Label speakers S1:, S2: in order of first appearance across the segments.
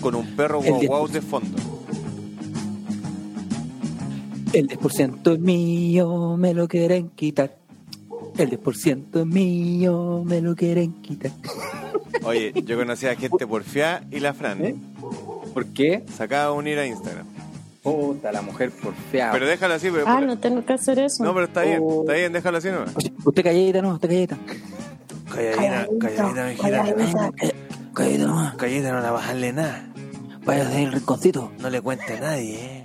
S1: con un perro
S2: El
S1: guau
S2: diez
S1: guau
S2: por
S1: de fondo.
S2: El 10% es mío, me lo quieren quitar. El 10% es mío, me lo quieren quitar.
S1: Oye, yo conocí a gente porfiada y la Fran.
S3: ¿Eh? ¿Por qué?
S1: Se acaba de unir a Instagram.
S3: Puta, la mujer por fea.
S1: Pero déjalo así. pero-
S4: Ah, no tengo que hacer eso.
S1: no, pero está bien.
S3: Oh.
S1: Está bien, déjalo así nomás.
S2: Usted calladita, no, usted calladita.
S1: Calladita, calladita,
S2: Calladita, calla- calladita nomás.
S1: Calladita, no la bajarle nada.
S2: Vaya desde el rinconcito.
S1: No le cuente a nadie, ¿eh?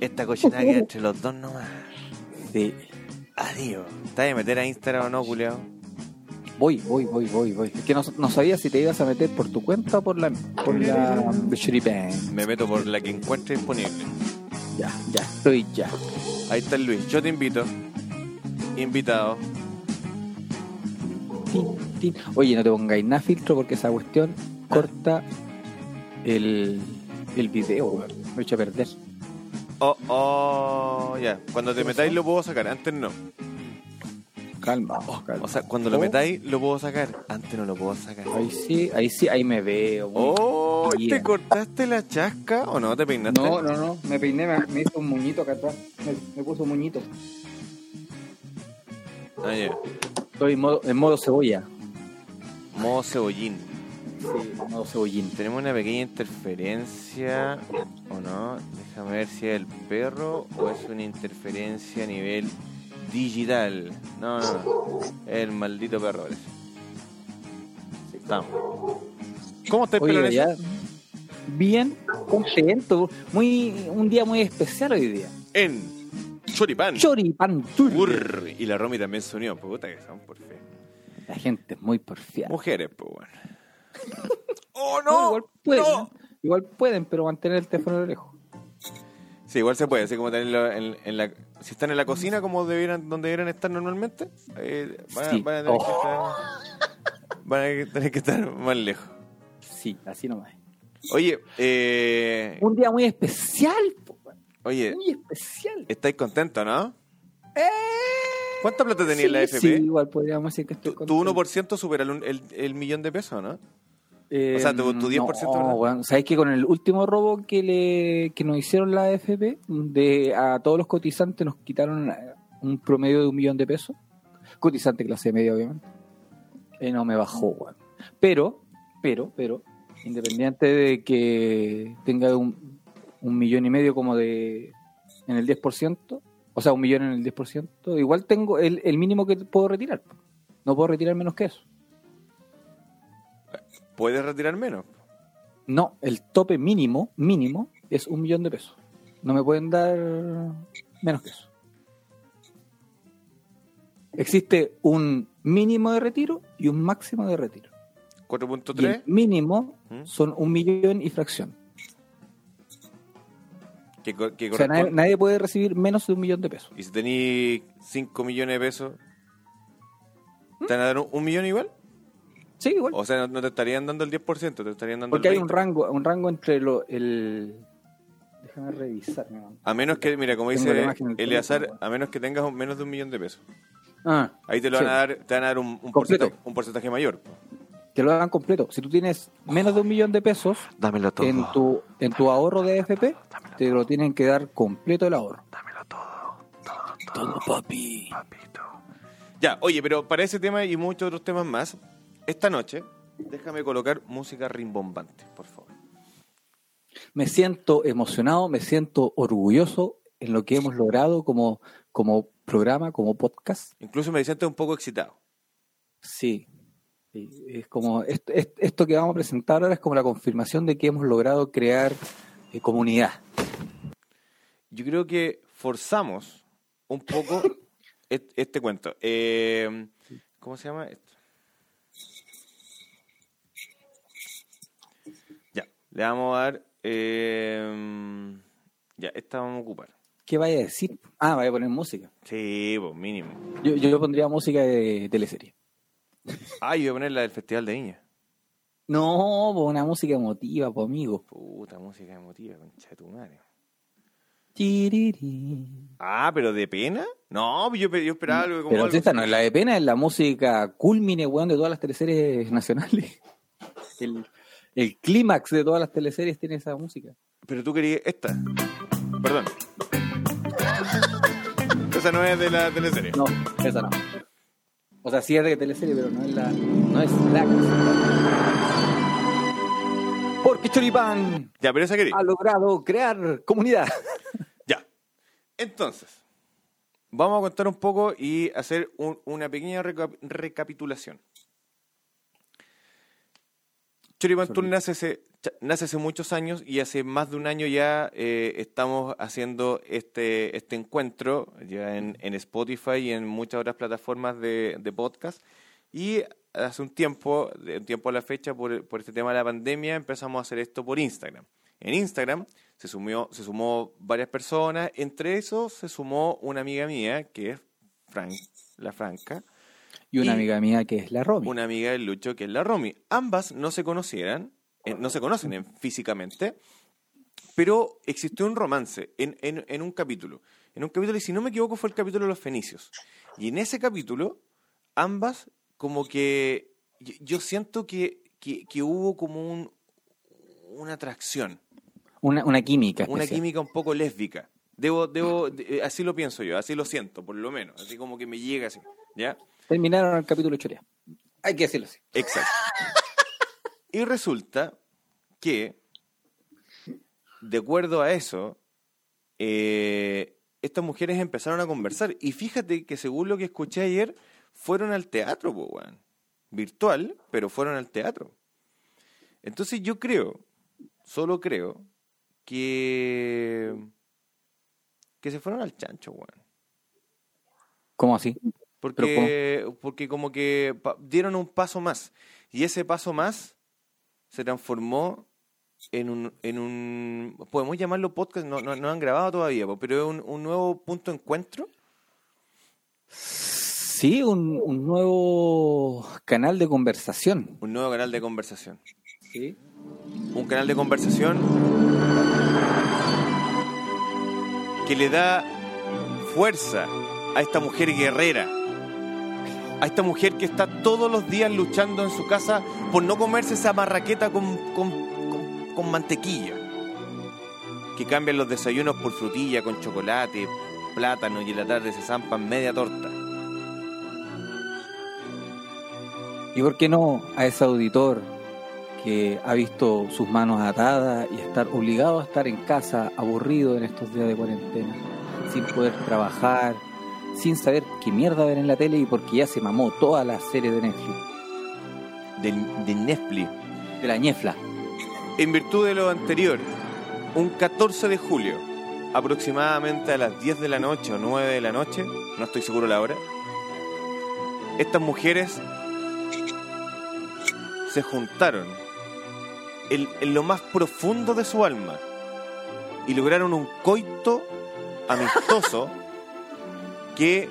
S1: Esta cochinada queda entre los dos nomás.
S3: Sí.
S1: Adiós. ¿Te vas a meter a Instagram o no, culiao?
S3: Voy, voy, voy, voy, voy. Es que no, no sabía si te ibas a meter por tu cuenta o por la por la de Shuripan.
S1: Me meto por la que encuentre disponible.
S3: Ya, ya, estoy ya.
S1: Ahí está el Luis. Yo te invito. Invitado.
S3: Tin, tin. Oye, no te pongáis nada filtro porque esa cuestión corta el, el video, weón. Me echa a perder.
S1: Oh, oh, ya. Cuando te metáis lo puedo sacar, antes no.
S3: Calma, calma.
S1: O sea, cuando lo
S3: Oh.
S1: metáis lo puedo sacar, antes no lo puedo sacar.
S3: Ahí sí, ahí sí, ahí me veo. weón.
S1: Oh,
S3: Yeah.
S1: ¿te cortaste la chasca o no? ¿Te peinaste?
S3: No, no, no, me peiné, me, me hizo un muñito acá atrás. Me, me puso un muñito.
S1: Ah, ya.
S3: Estoy en modo, en modo cebolla.
S1: Modo cebollín.
S3: Sí, en modo cebollín.
S1: Tenemos una pequeña interferencia, ¿o no? Déjame ver si es el perro o es una interferencia a nivel digital. No, no, no. Es el maldito perro, parece. Estamos. ¿Cómo estáis,
S3: Oye,
S1: pelones?
S3: ya. Bien, contento. Muy, un día muy especial hoy día.
S1: En Choripán.
S3: Choripan
S1: Urr. Y la Romy también se unió. pues, Puta que son, por fin.
S3: La gente es muy porfiada.
S1: Mujeres, pues bueno. ¡Oh,
S3: No,
S1: no!
S3: igual pueden, ¿eh?
S1: ¡No!
S3: igual pueden, pero mantener el teléfono de lejos.
S1: Sí, igual se puede, así como tenerlo en, en la... Si están en la cocina, como debieran, donde debieran estar normalmente, eh, van, a-
S3: Sí. Oh.
S1: van a tener que estar, van a tener que estar más lejos.
S3: Sí, así nomás.
S1: Oye, eh,
S3: Un día muy especial, po,
S1: oye,
S3: muy especial.
S1: ¿estáis contentos, no? ¿Cuánta plata tenía en la
S3: Eh, Sí,
S1: FP?
S3: Sí, igual podríamos decir que estoy
S1: Tu, tu
S3: contento.
S1: 1% supera el, el- el millón de pesos, ¿no?
S3: Eh,
S1: o sea, tu- tu 10%, ¿verdad?
S3: No, weón, ¿sabes que con el último robo que le que nos hicieron la AFP, de a todos los cotizantes nos quitaron eh, un promedio de un millón de pesos? Cotizante clase media, obviamente. Eh, no me bajó, weón. Pero, pero, pero, independiente de que tenga un, un millón y medio como de en el 10%, o sea, un millón en el 10%, igual tengo el, el mínimo que puedo retirar. No puedo retirar menos que eso.
S1: Puedes retirar menos.
S3: No, el tope mínimo, mínimo, es un millón de pesos. No me pueden dar menos que eso. Existe un mínimo de retiro y un máximo de retiro. Y el
S1: 4.3,
S3: mínimo
S1: ¿Mm?
S3: son un millón y fracción.
S1: que, co- que
S3: O sea, nadie,
S1: corresponde.
S3: nadie puede recibir menos de un millón de pesos.
S1: Y si tenéis 5 millones de pesos, ¿te van a dar un, un millón igual?
S3: Sí, igual.
S1: O sea, no, no te estarían dando el 10%, te estarían dando
S3: Porque
S1: el
S3: hay un rango, un rango entre lo, el... Déjame revisar. mi mamá.
S1: A menos que, mira, como
S3: Tengo la
S1: dice
S3: imagen en el
S1: Eleazar,
S3: teléfono,
S1: a menos que tengas un- menos de un millón de pesos.
S3: Ah,
S1: Ahí te lo
S3: Sí.
S1: van a dar, te van a dar un, un
S3: Completo.
S1: porcentaje, un porcentaje mayor. po.
S3: te lo dan completo. Si tú tienes menos de un millón de pesos,
S5: Dámelo todo.
S3: en tu, en tu ahorro de AFP, te lo tienen que dar completo el ahorro.
S5: Dámelo todo. Todo, todo,
S2: Todo, papi.
S5: papito.
S1: Ya, oye, pero para ese tema y muchos otros temas más, esta noche, déjame colocar música rimbombante, por favor.
S3: Me siento emocionado, me siento orgulloso en lo que hemos logrado como, como programa, como podcast.
S1: Incluso me siento un poco excitado.
S3: Sí. Sí, Es como esto, es- esto que vamos a presentar ahora es como la confirmación de que hemos logrado crear eh, comunidad.
S1: Yo creo que forzamos un poco et- este cuento. Eh, ¿Cómo se llama esto? Ya, le vamos a dar... eh, ya, esta vamos a ocupar.
S3: ¿Qué vaya a decir? Ah, vaya a poner música.
S1: Sí, pues mínimo.
S3: Yo, yo pondría música de teleserie.
S1: Ah, yo voy a poner la del Festival de Viña.
S3: No, po, una música emotiva, pues amigo.
S1: Puta música emotiva, concha de tu madre.
S3: Chiriri.
S1: Ah, pero de pena? No, yo, pe- yo esperaba algo como
S3: Mm, Pero
S1: algo.
S3: esta no es la de pena, es la música culmine, weón, de todas las teleseries nacionales. El, El clímax de todas las teleseries tiene esa música.
S1: Pero tú querías esta. Perdón. Esa no es de la teleserie.
S3: No, esa no. O sea, sí es de teleserie, pero no es la. No es la. canción. Porque Choripán
S1: Ya, pero esa quería.
S3: ha logrado crear comunidad.
S1: Ya. Entonces, vamos a contar un poco y hacer un- una pequeña reca- recapitulación. Choripan Tour nace hace, cha- nace hace muchos años y hace más de un año ya eh, estamos haciendo este, este encuentro ya en, en Spotify y en muchas otras plataformas de, de podcast. Y hace un tiempo, de un tiempo a la fecha, por, por este tema de la pandemia, empezamos a hacer esto por Instagram. En Instagram se, sumió, se sumó varias personas, entre esos se sumó una amiga mía, que es Frank, la Franca,
S3: Y una
S1: Y-
S3: amiga mía que es la Romy.
S1: una amiga de Lucho, que es la Romy. Ambas no se conocieran, eh, no se conocen en- físicamente, pero existió un romance en, en- en un capítulo. En un capítulo, y si no me equivoco, fue el capítulo de los fenicios. Y en ese capítulo, ambas, como que. Yo, yo siento que, que- que hubo como un, una atracción
S3: Una, una química.
S1: una
S3: especial.
S1: química un poco lésbica. Debo, debo, de- eh, así lo pienso yo, así lo siento, por lo menos. Así como que me llega así, ¿ya?
S3: Terminaron el capítulo Chorea. Hay que decirlo así.
S1: Exacto. Y resulta que, de acuerdo a eso, eh, estas mujeres empezaron a conversar. Y fíjate que según lo que escuché ayer, fueron al teatro, po, weón. Virtual, pero fueron al teatro. Entonces yo creo, solo creo, que, que se fueron al chancho, weón.
S3: ¿Cómo así?
S1: Porque, porque como que pa- dieron un paso más. Y ese paso más se transformó en un, en un podemos llamarlo podcast, no, no, no han grabado todavía, po, pero es un, un nuevo punto de encuentro.
S3: Sí, un, un nuevo canal de conversación.
S1: Un nuevo canal de conversación.
S3: Sí.
S1: Un canal de conversación que le da fuerza a esta mujer guerrera. A esta mujer que está todos los días luchando en su casa por no comerse esa marraqueta con, con, con- con mantequilla. Que cambian los desayunos por frutilla, con chocolate, plátano y en la tarde se zampan media torta.
S3: ¿Y por qué no a ese auditor que ha visto sus manos atadas y estar obligado a estar en casa aburrido en estos días de cuarentena, sin poder trabajar, sin saber qué mierda ver en la tele y porque ya se mamó todas las series de Netflix,
S1: Del, de Netflix.
S3: de la ñefla?
S1: En virtud de lo anterior, un 14 de julio, aproximadamente a las 10 de la noche o 9 de la noche, no estoy seguro la hora, estas mujeres se juntaron en, en lo más profundo de su alma y lograron un coito amistoso que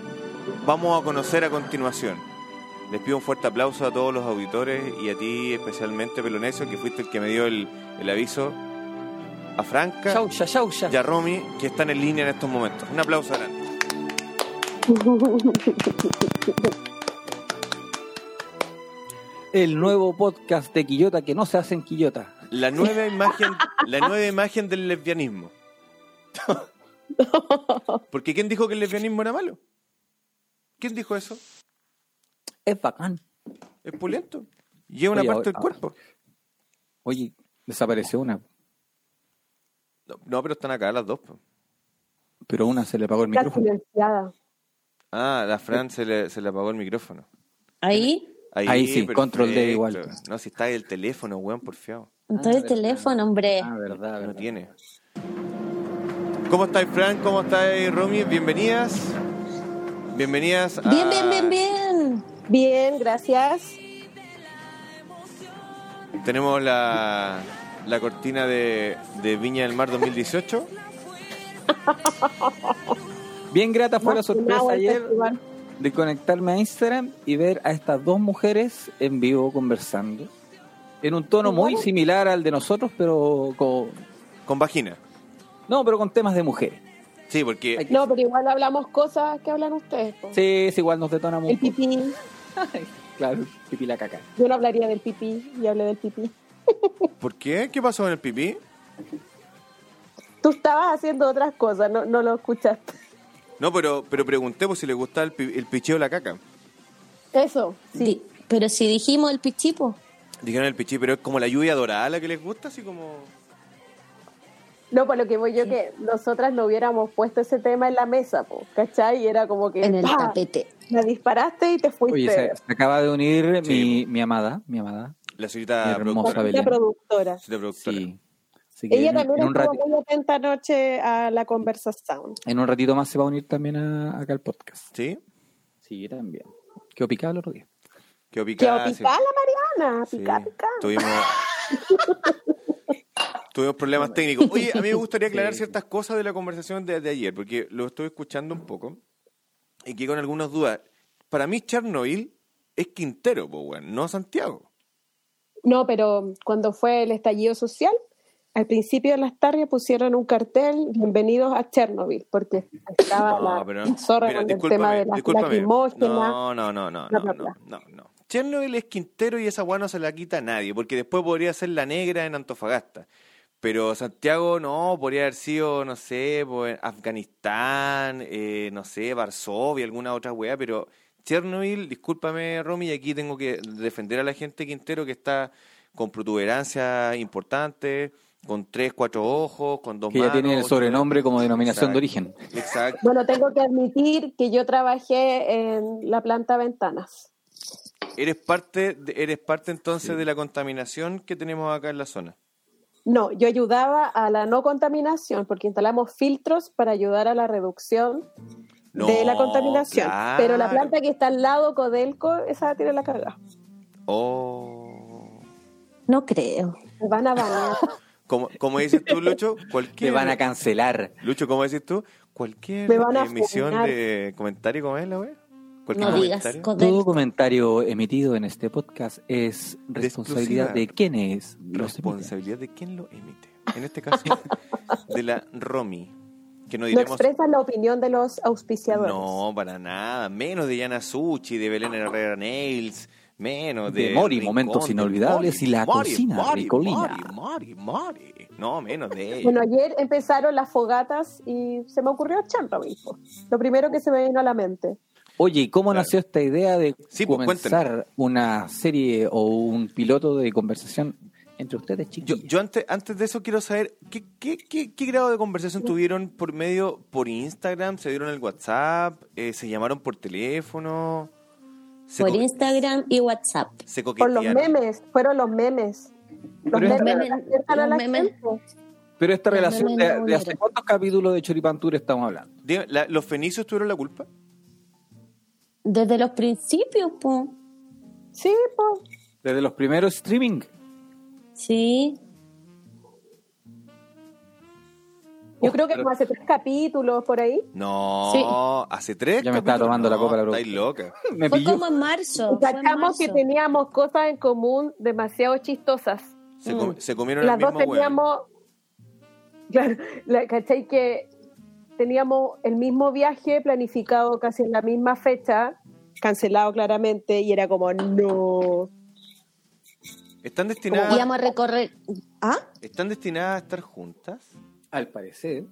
S1: vamos a conocer a continuación. Les pido un fuerte aplauso a todos los auditores y a ti especialmente, Pelonesio, que fuiste el que me dio el, el aviso, a Franca
S3: Chaucha, chaucha.
S1: y a Romy, que están en línea en estos momentos. Un aplauso grande.
S3: El nuevo podcast de Quillota que no se hace en Quillota.
S1: La nueva imagen, la nueva imagen del lesbianismo. Porque ¿quién dijo que el lesbianismo era malo? ¿Quién dijo eso?
S3: Es bacán.
S1: Es pulento. Y es una
S3: Oye, ah.
S1: parte del
S3: ahora-
S1: cuerpo.
S3: Oye, desapareció una,
S1: No, no, pero están acá las dos. po.
S3: pero una se le apagó el
S4: Está
S3: micrófono.
S4: silenciada.
S1: Ah, la Fran se le, se le apagó el micrófono.
S6: Ahí
S3: Ahí sí, control D igual.
S1: perfecto. No, si está ahí el teléfono, weón, por fiado.
S6: está el teléfono, hombre.
S3: Ah, verdad,
S1: No
S3: verdad.
S1: tiene. ¿Cómo estáis, Fran? ¿Cómo estáis, Romy? Bienvenidas. Bienvenidas a...
S6: Bien, bien, bien, bien.
S4: Bien, gracias.
S1: Tenemos la, la cortina de, de Viña del Mar 2018.
S3: Bien grata fue la
S4: Más que
S3: sorpresa
S4: nada, el
S3: ayer
S4: festival.
S3: de conectarme a Instagram y ver a estas dos mujeres en vivo conversando. En un tono muy
S4: Igual.
S3: similar al de nosotros, pero con...
S1: Con vagina.
S3: No, pero con temas de mujeres.
S1: Sí, porque
S3: Ay,
S4: No, pero igual hablamos cosas que hablan ustedes. po.
S3: Sí, es igual nos detonamos un
S4: El
S3: poco.
S4: pipí.
S3: Claro, pipi la caca.
S4: Yo no hablaría del pipí y hablé del pipí.
S1: ¿Por qué? ¿Qué pasó con el pipí?
S4: Tú estabas haciendo otras cosas, no, no lo escuchaste.
S1: No, pero, pero pregunté por si le gustaba el, pi- el picheo o la caca.
S4: Eso, sí.
S6: Di- pero si dijimos el pichipo,
S1: Dijeron el pichí, pero es como la lluvia dorada la que les gusta, así como...
S4: No, por lo que voy yo, que nosotras no hubiéramos puesto ese tema en la mesa, po, ¿cachai? Y era como que.
S6: en el
S4: ¡pa!
S6: tapete.
S4: La disparaste y te fuiste.
S3: Oye, se, se acaba de unir
S1: Sí.
S3: mi, mi amada, mi amada.
S1: La señorita
S3: Hermosa
S1: productora.
S3: Belén.
S4: la productora.
S1: Señorita productora.
S3: Sí. Así que
S4: Ella
S3: en,
S4: también
S3: en un
S4: estuvo
S3: rati- Ah,
S4: muy atenta anoche a la conversación.
S3: en un ratito más se va a unir también a, acá al podcast.
S1: ¿Sí?
S3: Sí, también. Quedó picado el otro día.
S1: Quedó
S4: Que
S1: picada. sí.
S4: picar la Mariana,
S1: Sí.
S4: picar, picar.
S1: Tuvimos... Tuvimos problemas técnicos. Oye, a mí me gustaría aclarar ciertas cosas de la conversación de, de ayer, porque lo estoy escuchando un poco y que con algunas dudas. Para mí Chernobyl es Quintero, po, weón, no Santiago.
S4: No, pero cuando fue el estallido social, al principio de las tardes pusieron un cartel, bienvenidos a Chernobyl, porque estaba la
S1: Oh,
S4: zorra
S1: mira,
S4: con el
S1: discúlpame,
S4: tema de las
S1: discúlpame.
S4: lacrimógenas.
S1: No, no, no, no,
S4: bla,
S1: no,
S4: bla,
S1: no,
S4: bla.
S1: no, no. Chernobyl es Quintero y esa weá no se la quita a nadie, porque después podría ser la negra en Antofagasta. Pero Santiago no, podría haber sido, no sé, pues, Afganistán, eh, no sé, Varsovia, alguna otra weá, pero Chernobyl, discúlpame Romy, y aquí tengo que defender a la gente Quintero que está con protuberancias importantes, con tres, cuatro ojos, con dos
S3: Que ya
S1: manos.
S3: tiene el
S1: ocho
S3: sobrenombre como denominación de
S1: Exacto.
S3: origen.
S1: Exacto.
S4: Bueno, tengo que admitir que yo trabajé en la planta Ventanas.
S1: Eres parte, de- eres parte entonces de la contaminación que tenemos acá en la zona.
S4: No, yo ayudaba a la no contaminación, porque instalamos filtros para ayudar a la reducción de la
S1: No,
S4: contaminación. Pero la
S1: claro.
S4: planta que está al lado, Codelco, esa tiene la cagada.
S1: Oh.
S6: No creo.
S4: Me van a banear.
S1: Como, como dices tú, Lucho, cualquier.
S3: Te van a cancelar.
S1: Lucho, como dices tú, cualquier
S4: Me van a
S1: emisión
S4: funar.
S1: de comentario, ¿cómo es la wea? Cualquier
S6: No digas
S1: comentario.
S3: Todo
S6: Codel.
S3: comentario emitido en este podcast es responsabilidad de
S1: exclusiva.
S3: quienes los emiten.
S1: Responsabilidad de quién lo emite. En este caso, de la Romy. Que no
S4: No
S1: diremos.
S4: expresa la opinión de los auspiciadores.
S1: No, para nada. Menos de Yana Suchi, de Belén Herrera Nails. Menos de.
S3: De Mori,
S1: Rincón,
S3: momentos
S1: de
S3: inolvidables y la cocina ricolina.
S1: Mori, Mori, Mori. No, menos de ella.
S4: Bueno, ayer empezaron las fogatas y se me ocurrió Chernobyl. po. Lo primero que se me vino a la mente.
S3: Oye, ¿y cómo
S1: Claro.
S3: nació esta idea de
S1: Sí, pues,
S3: comenzar una serie o un piloto de conversación entre ustedes,
S1: yo,
S3: chicos?
S1: yo antes, antes de eso quiero saber ¿qué, qué, qué, qué grado de conversación tuvieron por medio, por Instagram, se dieron el WhatsApp, Eh, se llamaron por teléfono, se,
S6: Por
S1: co-
S6: Instagram y WhatsApp.
S1: se
S4: Por
S1: coquetearon.
S4: los memes, fueron los memes. Los
S3: Pero
S4: memes,
S3: esta-
S4: acercan a
S6: los
S4: la
S6: memes-
S4: gente.
S3: Pero esta
S6: Los
S3: relación
S6: memes
S3: de,
S6: no
S3: de hace
S6: unieron.
S3: cuántos capítulos de Choripantura estamos hablando.
S1: Dime, la- ¿Los fenicios tuvieron la culpa?
S6: Desde los principios, po.
S4: Sí, po.
S3: Desde los primeros streaming.
S6: Sí.
S4: Yo creo que como hace tres capítulos por ahí.
S1: No,
S6: Sí.
S1: hace tres.
S3: Ya me estaba
S1: capítulos.
S3: tomando la
S1: No,
S3: copa la
S1: Estáis
S3: productora.
S1: loca.
S3: Me
S6: Fue
S3: pilló.
S6: como en marzo. fue en
S4: Sacamos que
S6: marzo.
S4: teníamos cosas en común demasiado chistosas.
S1: Se, com- se comieron
S4: Mm. Las
S1: el
S4: dos
S1: mismo huevo.
S4: teníamos, claro, la, ¿cachai? Que teníamos el mismo viaje planificado casi en la misma fecha, cancelado claramente, y era como, no.
S1: ¿Están
S6: Y
S1: destinadas,
S6: Íbamos a recorrer. ¿Ah?
S1: ¿Están destinadas a estar juntas?
S3: Al parecer.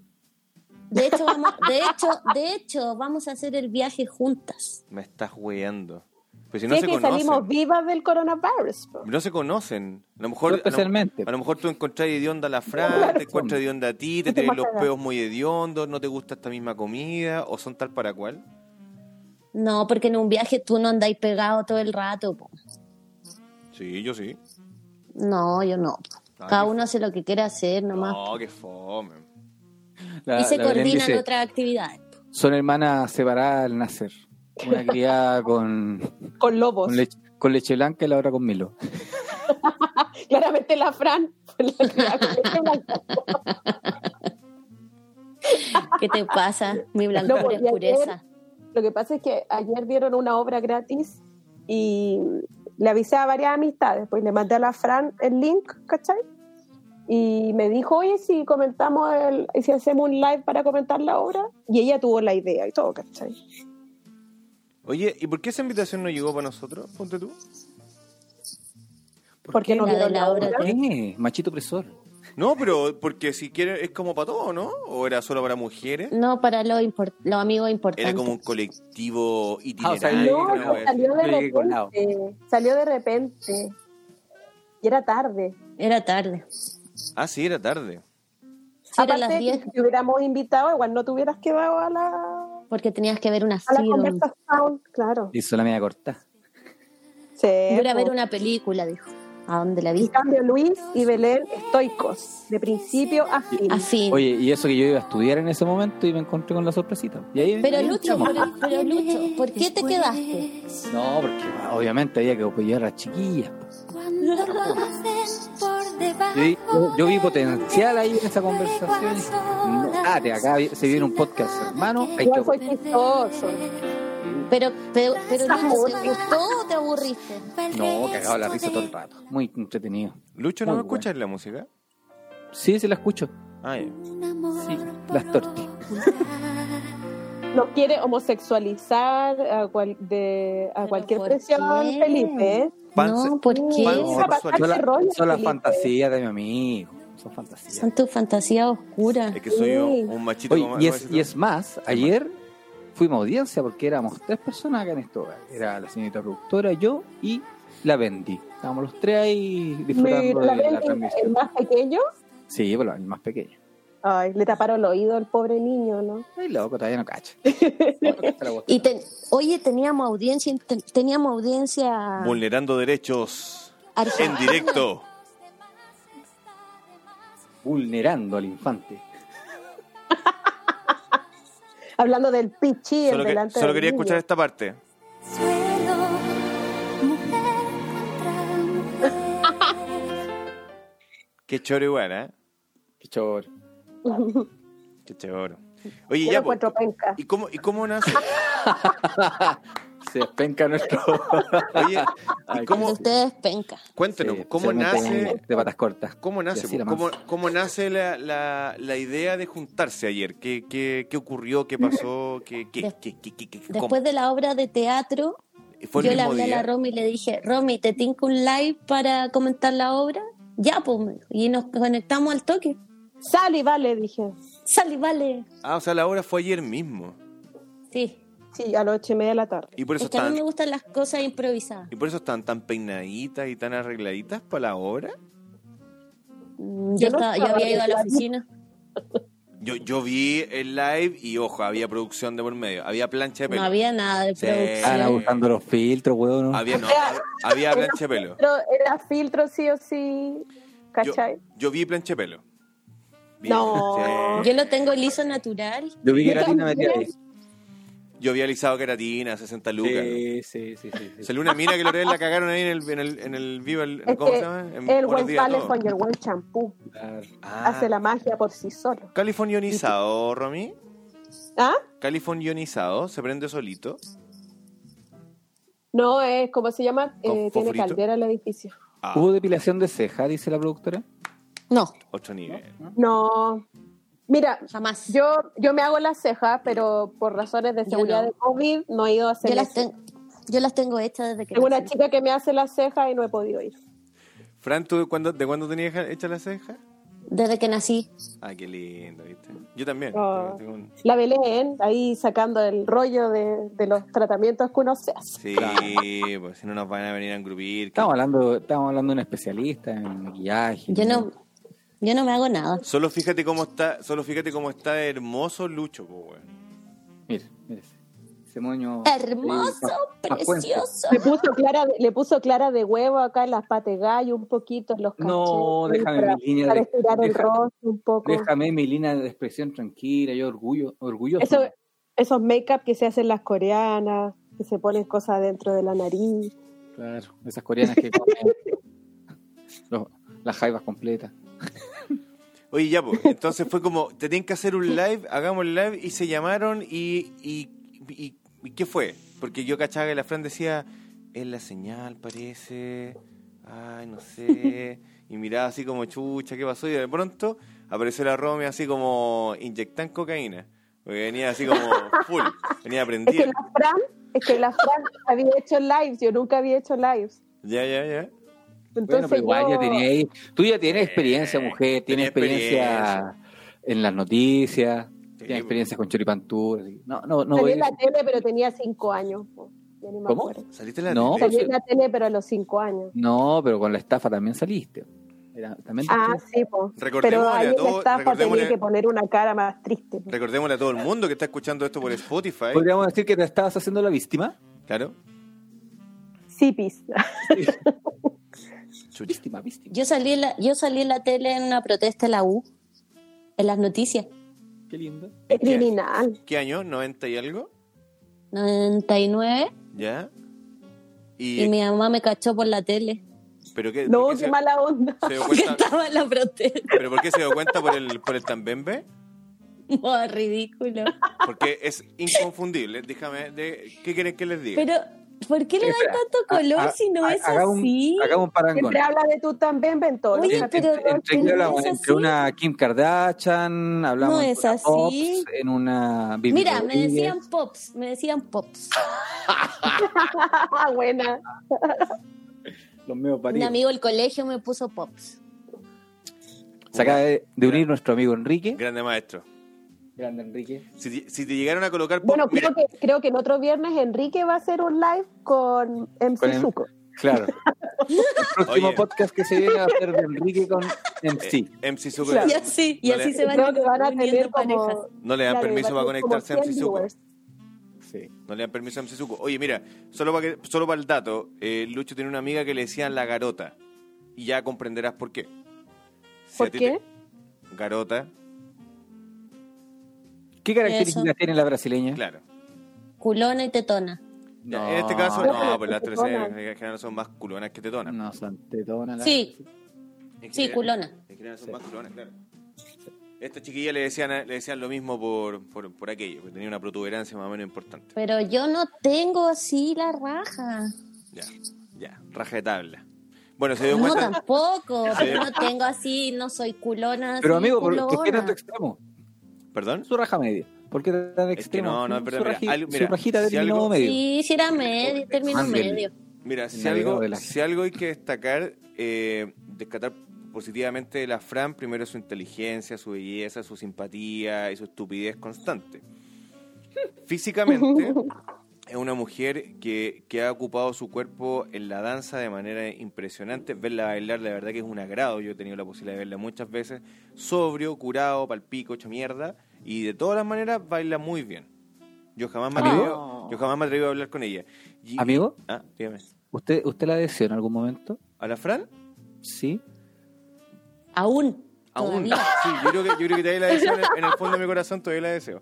S6: De hecho, vamos, de hecho, de hecho, vamos a hacer el viaje juntas.
S1: Me estás hueando. Pero si
S4: Si
S1: no
S4: es
S1: se
S4: que
S1: conocen.
S4: salimos vivas del coronavirus. po.
S1: No se conocen. A lo mejor,
S3: Yo especialmente.
S1: A lo, a lo mejor tú encontrás hedionda a la Fran, te encuentras hedionda a ti, te
S4: No te
S1: tienen los
S4: pasa nada.
S1: peos muy hediondos, no te gusta esta misma comida, o son tal para cual.
S6: No, porque en un viaje tú no andáis pegado todo el rato. po.
S1: Sí, yo sí.
S6: No, yo no.
S1: Ah,
S6: Cada
S1: qué
S6: uno hace lo que quiera hacer nomás.
S1: No, qué fome.
S3: La-
S6: y se
S3: la Belén
S6: coordinan
S3: dice,
S6: otras actividades. po.
S3: Son hermanas separadas al nacer. Una criada con,
S4: Con lobos.
S3: con, leche, con leche blanca y la otra con Milo.
S4: Claramente la Fran. fue la que- la que-
S6: ¿Qué te pasa? Mi
S4: No,
S6: blancura
S4: porque
S6: es pureza.
S4: Lo que pasa es que ayer dieron una obra gratis y le avisé a varias amistades, pues le mandé a la Fran el link, ¿cachai? Y me dijo, oye, si comentamos, el, si hacemos un live para comentar la obra, y ella tuvo la idea y todo, ¿cachai?
S1: Oye, ¿y por qué esa invitación no llegó para nosotros? Ponte tú.
S4: porque no
S6: La de
S4: vieron
S6: la
S4: la
S6: obra
S4: obra.
S6: de-
S3: Eh, machito opresor.
S1: No, pero porque si quiere es como para todos, ¿no? ¿O era solo para mujeres?
S6: No, para los import- los amigos
S1: Era
S6: importantes.
S1: como un colectivo
S3: Ah, o sea,
S1: itinerante.
S4: No,
S1: una
S4: no,
S1: wea así.
S4: salió de
S3: No llegué con lado.
S4: repente. Salió de repente. Y era tarde.
S6: Era tarde.
S1: Ah, sí, era tarde.
S6: Sí, era
S4: Aparte,
S6: las 10,
S4: si te hubiéramos invitado, igual no te hubieras quedado a la,
S6: porque tenías que ver una
S4: a la
S6: serie. un-
S4: conversación. Claro.
S3: Eso la media corta.
S4: Sí,
S6: Yo era a
S4: po.
S6: ver una película, dijo. ¿A dónde la
S4: En
S6: viste?
S4: cambio, Luis y Belén estoicos, de principio a fin.
S6: A fin.
S3: Oye, y eso que yo iba a estudiar en ese momento y me encontré con la sorpresita. Y ahí,
S6: Pero
S3: ahí
S6: Lucho,
S3: entramos.
S6: pero, pero Lucho, ¿por qué te quedaste?
S3: No, porque bueno, obviamente había que apoyar a las chiquillas.
S4: Ah,
S3: Yo, vi- yo- yo vi potencial ahí en esa conversación. No, ah, de acá vi- se viene un podcast, hermano. Hay que
S4: Igual fue
S3: apoyar.
S4: chistoso.
S6: Pero, pero, pero Lucho, ¿te gustó o te aburriste?
S3: No, cagado la risa todo el rato. Muy entretenido.
S1: Lucho, ¿no
S3: Muy
S1: escuchas la música?
S3: Sí, se la escucho.
S1: Ah, ya.
S3: Sí, las tortis.
S4: Nos quiere homosexualizar a, cual- de, a
S6: Pero
S4: cualquier
S6: ¿por
S4: presión,
S6: qué?
S4: Felipe. ¿eh?
S1: Panse-
S6: No, ¿por
S1: Panse-
S6: qué?
S4: Para
S1: sexual.
S4: sacarse
S3: Son, la-
S4: rollo,
S3: son las
S4: Felipe.
S3: fantasías de mi amigo. Son fantasías.
S6: Son tus fantasías oscuras.
S1: Es que soy un,
S4: Sí.
S1: un machito.
S3: Oye,
S1: como-
S3: y,
S1: como
S3: es,
S1: ese
S3: y es más, ayer fuimos a audiencia porque éramos tres personas acá en esto. Era la señorita productora, yo y la Bendy. Estábamos los tres ahí disfrutando
S4: Mira,
S3: de la,
S4: la Belén, el
S3: transmisión.
S4: más pequeño,
S3: Sí, bueno, el más pequeño.
S4: ay, le taparon el oído al pobre niño, ¿no?
S3: Ay, loco, todavía no cacha. Te la voy a-
S6: Y ten- oye, teníamos audiencia, te- teníamos audiencia
S1: Vulnerando derechos en
S6: argentina.
S1: directo.
S3: vulnerando al infante.
S4: Hablando del pichi en
S1: Solo, que-
S4: delante
S1: solo
S4: del
S1: quería
S4: niño.
S1: escuchar esta parte. Qué choro igual, ¿eh?
S3: Qué chor.
S1: Qué choro. Oye,
S4: Yo lo
S1: ya, po,
S4: encuentro penca.
S1: ¿y cómo, ¿y cómo nace?
S3: Se despenca nuestro.
S1: Oye,
S3: Ay,
S1: cómo-
S6: De ustedes penca.
S1: cuéntanos,
S3: Sí,
S1: ¿cómo
S3: especialmente
S1: nace,
S3: De patas cortas.
S1: cómo nace,
S3: Y así
S1: po?
S3: la
S1: cómo,
S3: mansa.
S1: cómo nace la, la, la idea de juntarse ayer? ¿Qué, qué, qué ocurrió? ¿Qué pasó? ¿Qué, qué,
S6: Des-
S1: qué, qué, qué- qué- cómo?
S6: Después de la obra de teatro,
S1: ¿Fue el
S6: yo le
S1: mismo
S6: hablé
S1: día?
S6: a la Romy y le dije, Romy, ¿te tinco un live para comentar la obra? Ya, pues, me dijo. y nos conectamos al toque.
S4: Sal y vale, dije.
S6: Sale, vale.
S1: Ah, o sea, la obra fue ayer mismo.
S6: Sí,
S4: Sí, a las ocho y media de la tarde.
S1: Y por eso
S6: es que a mí
S1: están,
S6: me gustan las cosas improvisadas.
S1: y por eso están tan peinaditas y tan arregladitas para la obra.
S6: Mm,
S4: Yo
S6: Yo,
S4: no
S6: estaba- yo
S4: estaba
S6: había ido a la
S4: igual.
S6: oficina.
S1: Yo, yo vi el live y ojo, había producción de por medio, había plancha de pelo.
S6: No había nada de
S1: Sí.
S6: producción.
S3: Ana buscando los filtros, weón.
S1: Eh, Había, no,
S4: O sea,
S1: había
S4: era
S1: plancha de pelo.
S4: filtro, era filtro sí o sí,
S1: Yo,
S4: ¿cachai?
S1: yo vi plancha de pelo. Vi-
S4: No.
S1: sí.
S6: Yo lo tengo liso natural.
S3: Yo vi que
S4: Yo
S3: era Tina
S4: también.
S3: metida ahí.
S1: Yo había alisado queratina, 60 lucas.
S3: Sí, sí, sí, sí, sí.
S1: Salió una mina que lo la cagaron ahí en el, en el, en el vivo. el-
S4: Es
S1: ¿Cómo
S4: que
S1: se llama? En
S4: el
S1: Buenos
S4: buen
S1: Días a
S4: sale
S1: Todos.
S4: con el buen champú.
S3: Claro.
S1: Ah,
S4: Hace la magia por sí solo.
S1: Californionizado, Romy.
S4: ¿Ah?
S1: Californionizado, se prende solito.
S4: No, es como se llama,
S1: Con
S4: eh, tiene
S1: fosforito.
S4: caldera el edificio.
S1: Ah,
S3: ¿Hubo depilación de ceja, dice la productora?
S6: No,
S1: otro nivel.
S3: ¿Mm?
S4: No. Mira,
S6: jamás. Yo,
S4: yo, yo me hago las cejas, pero por razones de
S6: Yo
S4: seguridad
S6: no.
S4: de COVID no he ido a hacer
S6: las, ten- yo las tengo hechas desde que...
S4: Tengo una
S6: nací.
S4: chica que me hace las cejas y no he podido ir.
S1: Fran, ¿tú de cuándo, de cuándo tenías hecha la ceja?
S6: Desde que nací.
S1: Ah, qué lindo, ¿viste? Yo también.
S4: Ah.
S1: Tengo un-
S4: La Belén, ahí sacando el rollo de, de los tratamientos que uno se hace.
S1: Sí, pues si no nos van a venir a engrupir. que-
S3: Estamos hablando, estamos hablando de un especialista en maquillaje.
S6: Yo no, yo no me hago nada.
S1: Solo fíjate cómo está, solo fíjate cómo está de hermoso Lucho, po, weón.
S3: Mira, mira ese, ese moño.
S6: Hermoso,
S3: ahí, pa- pa- puente.
S6: precioso.
S4: Le puso clara de, le puso clara de huevo acá en las patas de gallo un poquito en los cachetes.
S3: No, déjame
S4: para,
S3: mi línea
S4: para
S3: de-
S4: estirar el
S3: deja-
S4: rostro un poco.
S3: Déjame mi línea de expresión tranquila, yo orgullo, orgulloso.
S4: Eso, esos make-up que se hacen las coreanas, que se ponen cosas dentro de la nariz.
S3: Claro, esas coreanas que comen los- las jaivas completas.
S1: Oye, ya, pues, entonces fue como, te tienen que hacer un live, hagamos el live, y se llamaron, y, y, y- y ¿qué fue? Porque yo cachaba que la Fran decía, es la señal, parece, ay, no sé, y miraba así como, chucha, ¿qué pasó? Y de pronto apareció la Romy así como, inyectan cocaína, porque venía así como full, venía
S4: Es que
S1: prendida.
S4: la Fran, es que la Fran había hecho lives, yo nunca había hecho lives.
S1: Ya, ya, ya.
S4: Entonces
S3: Bueno, pero igual
S4: yo-
S3: ya tenías, tú ya tienes experiencia, mujer,
S1: Eh, tenía
S3: tienes experiencia, en las noticias,
S1: Sí, pues.
S3: tienes experiencia con choripantur. así. No, no, no.
S4: salí
S3: voy
S4: en
S3: a
S4: la tele, pero tenía cinco años. po. Ya ni me
S3: ¿Cómo?
S4: acuerdo.
S1: ¿Saliste en la
S3: No,
S1: tele?
S4: Salí en la tele, pero a los cinco años.
S3: No, pero con la estafa también saliste. Era- también te-
S4: Ah, sí, po. Pero
S1: Recordémosle
S4: ahí
S1: a
S4: en la
S1: todos,
S4: estafa tenía que
S1: recordémosle,
S4: poner una cara más triste. po.
S1: recordémosle a todo el mundo que está escuchando esto por Spotify.
S3: Podríamos decir que te estabas haciendo la víctima.
S1: Claro.
S4: Sí, pis.
S3: Víctima, víctima.
S6: Yo salí, en la, yo salí en la tele en una protesta en la U, en las noticias,
S3: Qué lindo.
S4: Es criminal.
S1: ¿Qué año? ¿90 y algo?
S6: 99,
S1: ¿Ya?
S6: y,
S1: ¿Y,
S6: mi mamá me cachó por la tele.
S1: ¿Pero qué?
S4: No,
S1: por
S4: qué
S1: qué se,
S4: mala onda.
S1: se dio
S3: Pues,
S6: Que
S1: cuenta,
S6: estaba en la protesta.
S1: ¿Pero por qué se dio cuenta por el, por el Tambembe?
S6: No, ridículo.
S1: Porque es inconfundible. Déjame, de, ¿qué quieren que les diga?
S6: Pero, ¿por qué le dan
S3: Espera, Ah,
S6: tanto color
S3: ha-
S6: si no
S3: ha-
S6: es
S3: hagamos un-
S6: así?
S3: Hagamos un parangón.
S4: Siempre habla de tú también, Bentol.
S6: Oye,
S3: Entre-
S6: pero-
S3: entre- entre
S6: pero
S3: que
S6: no
S3: hablamos
S6: es
S3: entre
S6: así.
S3: una Kim Kardashian, hablamos
S6: No
S3: en
S6: es
S3: una
S6: así.
S3: Pops, en una Bibi
S6: Mira, me
S3: Rodríguez.
S6: decían pops, me decían pops.
S4: Ah, buena.
S3: los meos
S6: Un
S3: paridos.
S6: amigo del colegio me puso pops.
S3: Se acaba de, de unir nuestro amigo Enrique.
S1: Grande maestro.
S3: Grande Enrique.
S1: Si, te- si te llegaron a colocar... por-
S4: Bueno,
S1: mira,
S4: creo que, creo que el otro viernes Enrique va a hacer un live con
S3: Con
S4: MC
S3: el-
S4: Zuko.
S3: Claro. El próximo
S1: Oye.
S3: podcast que se viene va a ser de Enrique con
S1: eh,
S3: MC.
S1: MC Zucker,
S4: Claro.
S6: Y así, y
S1: Vale.
S6: así se
S4: Y
S6: van,
S4: creo que van a
S6: uniendo
S4: tener como...
S6: parejas.
S1: no le dan
S4: claro,
S1: permiso
S4: va
S1: para
S4: a tener como
S1: conectarse a MC
S4: 100
S1: Zucker.
S4: viewers.
S3: Sí.
S1: No le dan permiso a MC Zuko. Oye, mira, solo para, que, solo para el dato, eh, Lucho tiene una amiga que le decían la garota. Y ya comprenderás por qué. Si a
S4: ¿Por
S1: ti
S4: qué?
S1: te- Garota,
S3: ¿Qué características tiene la brasileña?
S1: claro.
S6: Culona y tetona.
S1: Ya,
S3: No. Mm.
S1: En este caso,
S4: Creo que
S1: no,
S4: las
S1: pues las tres
S4: tetonas.
S1: en general son más culonas que tetonas.
S3: No, santetona. la-
S6: Sí,
S1: En
S6: sí,
S1: general-
S6: culona.
S1: En general son más culonas, claro. Esta chiquilla le decían, le decían lo mismo por, por, por aquello, porque tenía una protuberancia más o menos importante.
S6: Pero yo no tengo así la raja.
S1: Ya, ya, raja de tabla. Bueno, se dio
S6: No,
S1: cuenta.
S6: tampoco. Pero no tengo así, no soy culona.
S3: Pero
S6: así,
S3: amigo, ¿por,
S6: culona.
S3: ¿por qué tanto extremo?
S1: ¿Perdón.
S3: Su raja media. ¿Por qué tan
S1: que
S3: extremo?
S1: no, no,
S3: Su
S1: perdón, mira,
S3: raji-
S1: algo- mira,
S3: su rajita de
S1: si
S3: término
S1: algo-
S3: medio.
S6: Sí, si era medio, término
S3: Ángel.
S6: medio.
S1: Mira, si
S3: Navegado
S1: algo,
S3: de la-
S1: si algo hay que destacar, eh, descartar positivamente de la Fran, primero su inteligencia, su belleza, su simpatía y su estupidez constante. Físicamente, es una mujer que, que ha ocupado su cuerpo en la danza de manera impresionante. Verla bailar, la verdad que es un agrado. Yo he tenido la posibilidad de verla muchas veces. Sobrio, curado, palpico, hecho mierda. Y de todas las maneras, baila muy bien. Yo jamás me
S3: Amigo.
S1: atrevo, yo jamás me atrevo a hablar con ella. Y-
S3: Amigo,
S1: Ah, dígame.
S3: ¿usted, ¿usted la deseó en algún momento?
S1: ¿A la Fran?
S3: Sí.
S6: Aún.
S1: Aún.
S6: Todavía,
S1: Sí, yo creo que, yo creo que todavía la deseo en el, en el fondo de mi corazón, todavía la deseo.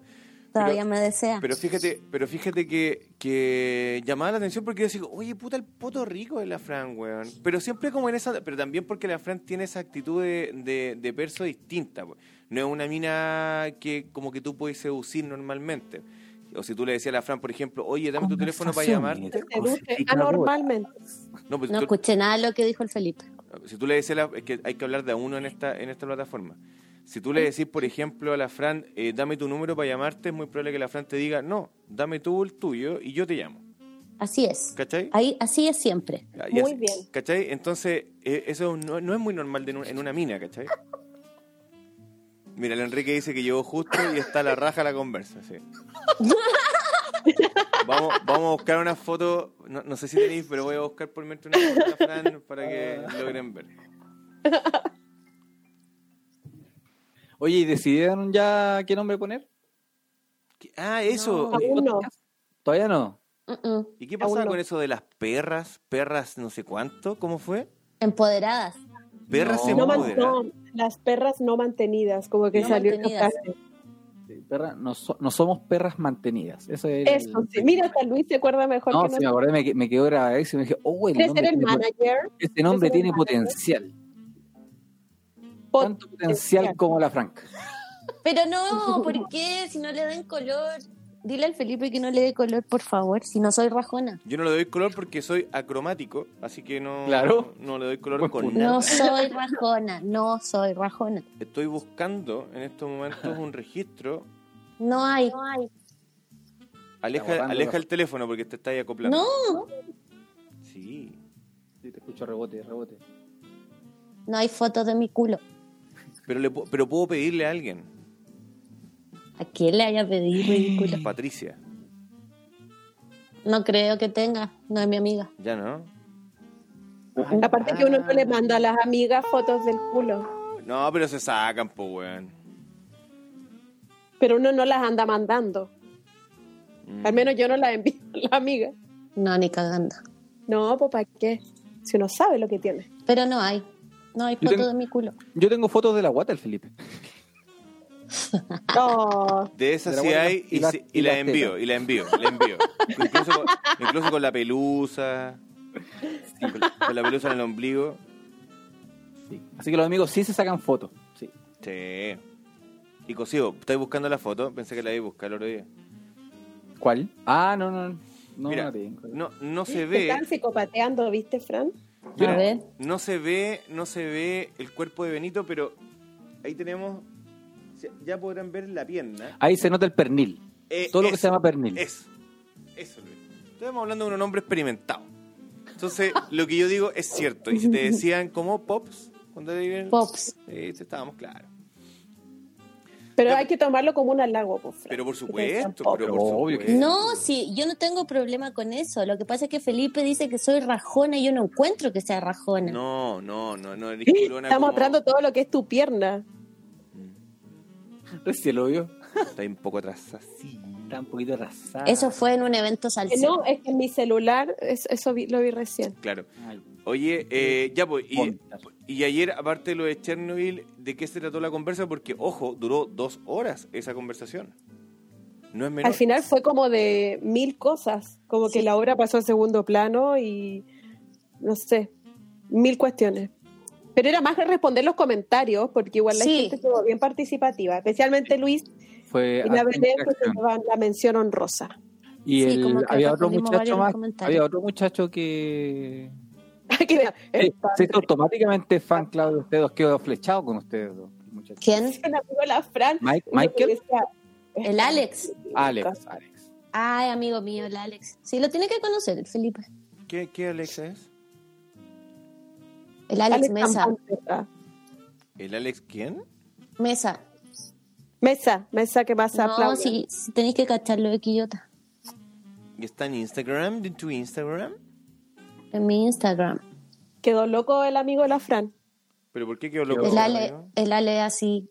S6: todavía me desea.
S1: Pero fíjate, pero fíjate que, que llamaba la atención porque yo decía, oye, puta, el poto rico de la Fran, weón. Pero siempre como en esa... Pero también porque la Fran tiene esa actitud de, de, de perso distinta. po. No es una mina que como que tú puedes seducir normalmente. O si tú le decías a la Fran, por ejemplo, oye, dame tu teléfono para llamarte.
S4: Se
S3: Cosas
S4: seduce
S3: que claro,
S4: anormalmente.
S1: No, pues
S6: No
S1: tú-
S6: escuché nada de lo que dijo el Felipe.
S1: Si tú le decís, a la- es que hay que hablar de a uno en esta, en esta plataforma. Si tú le decís, por ejemplo, a la Fran, eh, dame tu número para llamarte, es muy probable que la Fran te diga, no, dame tú el tuyo y yo te llamo.
S6: Así es.
S1: ¿Cachai?
S6: Ahí, así es siempre.
S1: Y
S4: Ah, Muy
S1: así-
S4: bien.
S1: ¿Cachai? Entonces, eh, eso no, no es muy normal de en un- en una mina, ¿cachai? Mira, el Enrique dice que llegó justo y está la raja la conversa, sí. Vamos, vamos a buscar una foto, no, no sé si tenéis, pero voy a buscar por mientras una foto de la Fran para que logren ver.
S3: Oye, ¿y decidieron ya qué nombre poner?
S1: ¿Qué- Ah, eso.
S6: No.
S1: eh,
S4: Aún no.
S3: Todavía no.
S6: Mm-mm.
S1: ¿Y qué
S4: Aún
S1: pasaba
S4: no.
S1: con eso de las perras? Perras no sé cuánto, ¿cómo fue?
S6: Empoderadas.
S1: Perras
S3: No.
S1: se
S4: No, man-
S1: empoderadas.
S4: no, las perras no mantenidas, como que
S6: No
S4: salió esa
S6: mantenidas.
S4: frase.
S3: Sí, perra- no, so- no somos perras mantenidas. Eso es. el-
S4: Eso, sí. Mira, hasta Luis se acuerda mejor
S3: No,
S4: que
S3: sí, me
S4: nosotros.
S3: acordé, me, que- me quedó grabadísimo. y Dije, oh, el
S4: ¿Quieres
S3: nombre
S4: ser el
S3: tiene pot-
S4: manager?
S3: este nombre
S4: ¿Quieres ser el
S3: tiene
S4: manager?
S3: potencial.
S4: Pot-
S3: Tanto potencial como la Franca.
S6: Pero no, ¿por qué? Si no le dan color. Dile al Felipe que no le dé color, por favor, si no soy rajona.
S1: Yo no le doy color porque soy acromático, así que no,
S3: Claro.
S1: no le doy color
S3: Buen
S1: con
S3: punto.
S1: nada.
S6: No soy rajona, no soy rajona.
S1: Estoy buscando en estos momentos un registro.
S6: No hay.
S1: Aleja,
S3: borrando
S1: aleja
S3: la-
S1: el teléfono porque te estáis acoplando.
S6: No,
S1: Sí.
S3: Sí, te escucho rebote, rebote.
S6: No hay fotos de mi culo.
S1: Pero, le, pu- pero puedo pedirle a alguien.
S6: ¿A quién le haya pedido mi culo?
S1: Patricia.
S6: No creo que tenga, no es mi amiga.
S1: Ya no.
S4: Aparte que uno no le manda a las amigas fotos del culo,
S1: No, pero se sacan, po, weón.
S4: pero uno no las anda mandando.
S1: Mm.
S4: Al menos yo no las envío a las amigas.
S6: No, ni cagando.
S4: No, pues ¿para qué? Si uno sabe lo que tiene.
S6: Pero no hay. No hay
S3: Yo
S6: fotos
S3: tengo-
S6: de mi culo.
S3: Yo tengo fotos de la guata, el Felipe.
S4: No,
S1: De esas
S3: Pero
S1: sí
S3: bueno,
S1: hay
S3: y
S1: y,
S3: las-
S1: sí-
S3: y
S1: y la
S3: las
S1: envío,
S3: tetas.
S1: y la envío, la envío. incluso, con, incluso con la pelusa. Con, con la pelusa en el ombligo.
S3: Sí. Así que los amigos sí se sacan fotos. Sí.
S1: Sí. Y cosido, ¿estáis buscando la foto? Pensé que la iba a buscar el otro día.
S3: ¿Cuál? Ah, no, no. No, no
S1: Mira,
S3: la tengo.
S1: no, no se
S4: te están
S1: ve,
S4: psicopateando, ¿viste, Fran?
S6: A ver.
S3: eh,
S1: no se ve, no se ve el cuerpo de Benito, pero ahí tenemos. Ya podrán ver la pierna.
S3: Ahí se nota el pernil.
S1: Eh,
S3: Todo lo que
S1: eso,
S3: se llama pernil.
S1: Eso. Eso, Luis. Estamos hablando de un hombre experimentado. Entonces, lo que yo digo es cierto. Y si te decían como Pops, cuando te digan-
S6: Pops.
S1: Eh, te estábamos claros.
S4: Pero
S1: Ya,
S4: hay que tomarlo como un halago, pues, Fran.
S1: Pero por
S4: Que te decían
S1: supuesto, pero
S4: poco.
S1: por
S3: Obvio que
S1: supuesto.
S6: No, sí, yo no tengo problema con eso. Lo que pasa es que Felipe dice que soy rajona y yo no encuentro que sea rajona.
S1: No, no, no, no eres culona
S4: Está
S1: como-
S4: mostrando todo lo que es tu pierna.
S3: Recién lo vio.
S1: Está ahí un poco atrasadí.
S3: Está un poquito arrasado.
S6: Eso fue en un evento
S4: Que
S6: salsero.
S4: no, es que en mi celular, es- eso vi- lo vi recién.
S1: Claro. Oye, eh, ya pues, y,
S3: Montas.
S1: y ayer, aparte de lo de Chernobyl, ¿de qué se trató la conversa? Porque, ojo, duró dos horas esa conversación. No es menor.
S4: Al final fue como de mil cosas, como que la obra pasó a segundo plano y no sé, mil cuestiones. Pero era más que responder los comentarios, porque igual la
S6: Sí.
S4: gente estuvo bien participativa, especialmente Luis,
S1: Eh,
S3: Fue
S4: y
S3: harta
S4: la verdad pues, se
S3: interacción.
S4: llevan la mención honrosa.
S3: Y
S6: Sí,
S3: el-
S6: como que
S3: había otro
S6: respondimos
S3: muchacho
S6: varios
S3: más.
S6: comentarios.
S3: Había otro muchacho que.
S4: Aquí vea, el
S3: Eh, se
S4: padre,
S3: hizo automáticamente fan, Claudio. de Ustedes dos quedó flechado con ustedes dos. el muchacho.
S6: ¿Quién?
S4: un amigo de la Fran,
S3: Mike-
S4: y lo que
S3: Michael?
S4: decía, eh,
S6: El Alex.
S3: Alex, Alex.
S6: Ay, amigo mío, el Alex. Sí, lo tiene que conocer, el Felipe.
S1: ¿Qué, ¿Qué Alexa es?
S6: El Alex,
S4: Alex ah,
S6: Mesa.
S4: Campana.
S1: ¿El Alex quién?
S6: Mesa.
S4: Mesa, Mesa que más
S6: No,
S4: aplaude.
S6: sí, sí, tenéis que cacharlo de Quillota.
S1: ¿Y está en Instagram? ¿En tu Instagram?
S6: En mi Instagram.
S4: Quedó loco el amigo de la Fran.
S1: ¿Pero por qué quedó loco?
S6: El Ale,
S1: amigo?
S6: el Ale así.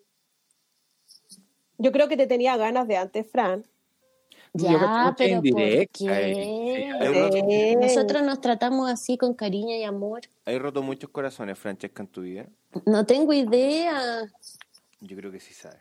S4: Yo creo que te tenía ganas de antes, Fran.
S3: Yo cacho
S6: Ya,
S3: mucha
S6: pero ¿por
S3: indirecta, eh.
S6: qué?
S4: Eh,
S1: Hay roto,
S4: Sí.
S6: Nosotros nos tratamos así con cariño y amor.
S1: hay roto muchos corazones, Francesca, en tu vida.
S6: No tengo idea.
S1: Yo creo que sí sabes.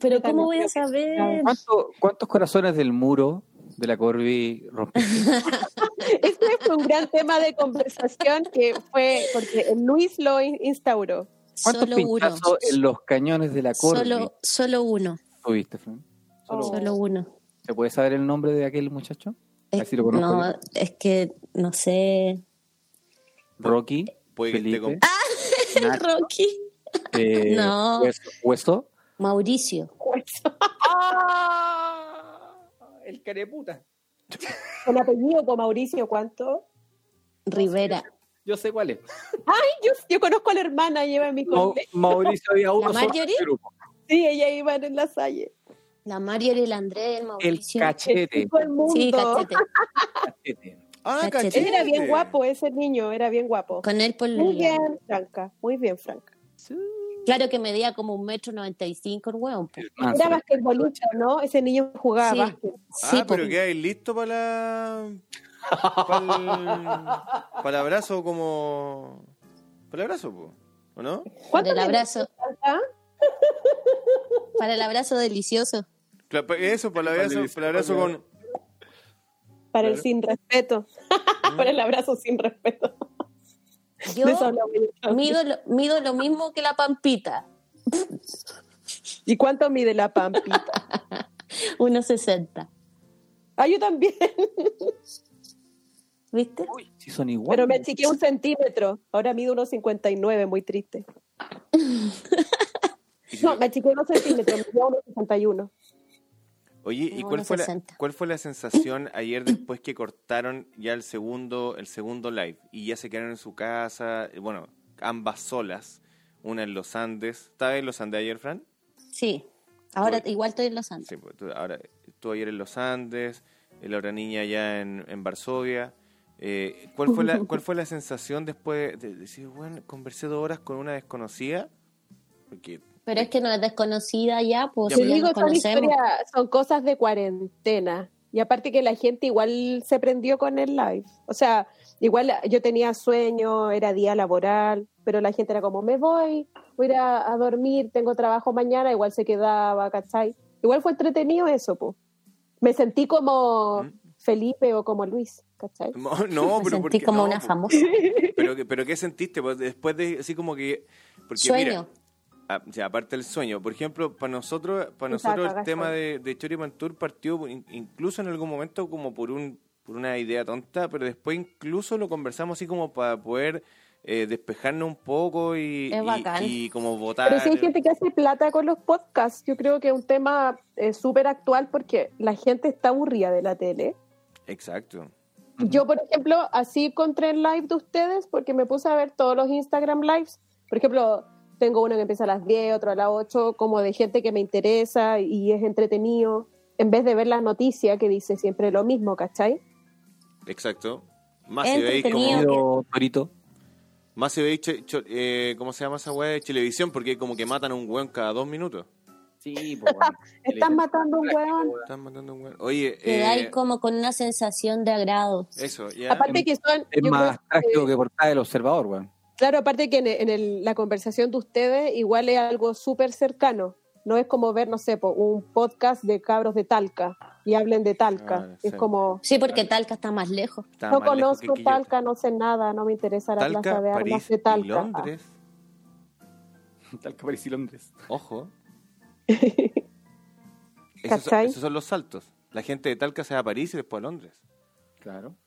S6: Pero
S4: Yo también
S6: ¿cómo voy a
S4: creo que sí,
S6: saber?
S3: ¿Cuánto- ¿Cuántos corazones del muro de la Corby rompiste?
S4: Este fue un gran tema de conversación que fue porque el Luis lo in- instauró.
S3: ¿Cuántos
S6: Solo uno.
S3: pinchazos en los cañones de la Corby
S6: Solo, solo uno.
S3: tuviste, Fran?
S4: Oh.
S6: Solo uno.
S3: ¿Se puede saber el nombre de aquel muchacho? A ver
S6: Es-
S3: si lo conozco
S6: Eh, no,
S3: yo.
S6: es que no sé.
S3: Rocky,
S1: Puede que
S3: Felipe,
S1: esté con-
S3: Nacho,
S6: Rocky.
S3: eh,
S6: Ah. No.
S3: Hueso, Hueso,
S6: Mauricio.
S3: ¡Ah! el careputa.
S4: Con apellido con Mauricio, ¿cuánto?
S6: Rivera.
S3: Yo sé cuál es.
S4: Yo, yo conozco a la hermana, lleva en mi
S3: Mau-
S4: colegio.
S3: Mauricio había uno solo en
S6: Marjorie?
S3: el grupo.
S4: Sí, ella iba en la salle.
S6: La María, el Andrés, el
S3: El
S6: Mauricio.
S3: cachete.
S4: Todo el mundo.
S6: Sí, cachete.
S3: cachete.
S1: Ah,
S6: Cachete.
S1: cachete.
S4: Él era bien guapo, ese niño, era bien guapo.
S6: Con él por
S4: Muy bien, Franca, muy bien, Franca.
S6: Claro que medía como un metro noventa y cinco el hueón. po.
S3: El
S4: Era
S3: manso.
S4: basquetbolista, ¿no? Ese niño jugaba
S6: Ah, Sí.
S4: básquet.
S6: Sí,
S1: ah,
S6: po.
S1: pero quedáis listo para la. Para el, para el abrazo como. Para el abrazo, po, ¿o no?
S6: para
S4: ¿Cuánto
S6: el
S4: tiene
S6: abrazo,
S4: Franca?
S6: para el abrazo delicioso.
S1: Cla- pa- Eso, para el abrazo, para el abrazo con.
S4: Para el sin respeto. Para el abrazo sin respeto.
S6: Yo
S4: De eso hablaba yo.
S6: mido, lo- mido lo mismo que la pampita,
S4: ¿Y cuánto mide la pampita?
S6: 1,60.
S4: Ah, yo también.
S6: ¿Viste?
S3: Uy, sí son iguales.
S4: Pero me achiqué un centímetro. Ahora mido unos 59, muy triste. No, me achiqué unos centímetros, me dio unos 61.
S1: Oye, ¿y
S6: Como
S1: cuál
S6: unos
S1: fue, la,
S6: 60.
S1: cuál fue la sensación ayer después que cortaron ya el segundo, el segundo live y ya se quedaron en su casa, eh, bueno, ambas solas, una en los Andes. ¿Estabas en los Andes ayer, Fran?
S6: Sí. Ahora
S1: Bueno.
S6: igual estoy en Los Andes.
S1: Sí, pues, tú, ahora tú ayer en los Andes, eh, la otra niña allá en, en Varsovia. Eh, ¿cuál, fue la, ¿Cuál fue la sensación después de decir, bueno, conversé dos horas con una desconocida? Porque
S6: Pero es que no es desconocida ya, pues
S1: Ya,
S6: si
S4: Te
S1: pero-
S6: ya
S4: digo,
S6: nos
S4: son,
S6: conocemos.
S4: historias- son cosas de cuarentena. Y aparte que la gente igual se prendió con el live. O sea, igual yo tenía sueño, era día laboral, pero la gente era como, me voy, voy a ir a, a dormir, tengo trabajo mañana, igual se quedaba, ¿cachai? Igual fue entretenido eso, pues. Me sentí como
S1: ¿Mm?
S4: Felipe o como Luis, ¿cachai?
S1: No, no,
S6: Me
S1: pero
S6: sentí
S1: porque,
S6: como
S1: no,
S6: una
S1: po-
S6: famosa.
S1: Pero, que- pero ¿qué sentiste? Pues, después de así como que... Porque
S6: Sueño.
S1: mira, a- Ah, o sea, aparte del sueño, por ejemplo, para nosotros para
S4: Puta,
S1: nosotros el
S4: cagaste.
S1: tema de, de Choripan Tour partió por- in- incluso en algún momento como por un por una idea tonta, pero después incluso lo conversamos así como para poder eh, despejarnos un poco y,
S6: Es
S1: y-
S6: bacán.
S1: y como votar.
S4: Pero si hay gente que hace plata con los podcasts, yo creo que es un tema eh, súper actual porque la gente está aburrida de la tele.
S1: Exacto.
S4: Yo, por ejemplo, así encontré el live de ustedes porque me puse a ver todos los Instagram lives. Por ejemplo, tengo uno que empieza a las 10, otro a las 8, como de gente que me interesa y es entretenido, en vez de ver las noticias que dice siempre lo mismo, ¿cachai?
S1: Exacto. Más si veis como...
S6: Entretenido.
S2: Pero, Torito,
S1: Más si veis, che- cho- eh, ¿cómo se llama esa weá de televisión? Porque como que matan a un weón cada dos minutos.
S2: Sí, pues, bueno.
S4: Están matando a un hueón.
S1: Están matando a un weón. Oye,
S6: Quedáis
S1: eh,
S6: como con una sensación de agrado.
S1: Eso, ya.
S4: Aparte que son...
S2: Es
S4: yo
S2: más
S4: creo que-
S2: trágico que portada del observador, weón.
S4: Claro, aparte que en, en el- la conversación de ustedes igual es algo súper cercano. No es como ver, no sé, po, un podcast de cabros de Talca y hablen de Talca.
S1: Ah,
S4: es
S1: sí.
S4: como,
S6: Sí, porque Talca está más lejos.
S1: Está
S4: no
S1: más lejos que
S4: conozco
S1: Quillota.
S4: Talca, no sé nada, no me interesa la
S1: Talca,
S4: plaza de armas
S1: París
S4: de Talca.
S1: y Londres.
S2: Tal que París y Londres.
S1: Ojo. esos, son,
S4: ¿Cachai?
S1: esos son los saltos. La gente de Talca se va a París y después a Londres.
S2: Claro.
S4: Ah,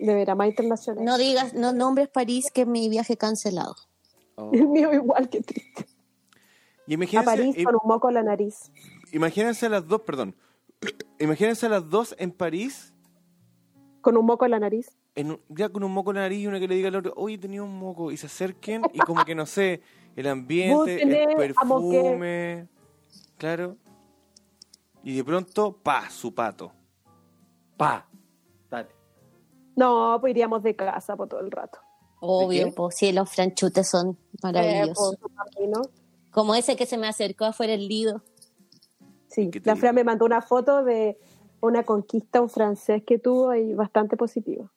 S4: de veras, más internacional.
S6: No digas, no nombres París que es mi viaje cancelado.
S4: El mío igual que triste.
S1: Y
S4: A
S1: imagínense,
S4: París
S1: im-
S4: con un moco en la nariz.
S1: imagínense a las dos, perdón. imagínense a las dos en París,
S4: Con un moco en la nariz.
S1: en un- ya con un moco en la nariz y una que le diga al otro, oye, tenía un moco. Y se acerquen y como que no sé, el
S4: Vos
S1: ambiente,
S4: tenés,
S1: el
S4: amo que-
S1: perfume. Claro. Y de pronto, pa, su pato.
S2: Pa. Date.
S4: No, pues iríamos de casa por todo el rato.
S2: qué?
S6: Obvio, pues sí, los franchutes son maravillosos.
S4: Eh, por su camino.
S6: Como ese que se me acercó afuera el lido.
S4: Sí,
S1: ¿Qué te
S4: la
S1: digo?
S4: Fran me mandó una foto de una conquista, un francés que tuvo y bastante positiva.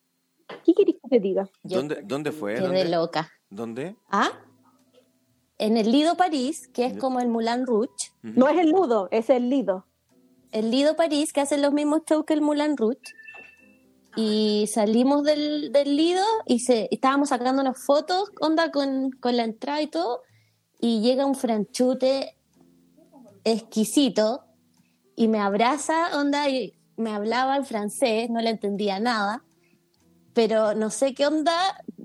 S4: ¿Qué querés que te diga?
S6: Yo
S1: ¿Dónde, ¿Dónde fue?
S6: Quedé
S1: ¿Dónde?
S6: loca.
S1: ¿Dónde?
S6: ¿Ah? En el Lido París, que es como el Moulin Rouge.
S1: Ujú.
S4: No es el nudo, es el lido.
S6: El Lido París, que hace los mismos shows que el Moulin Rouge. Y salimos del, del Lido y se, estábamos sacando unas fotos, onda, con, con la entrada y todo. Y llega un franchute exquisito y me abraza, onda, y me hablaba en francés, no le entendía nada. Pero no sé qué onda,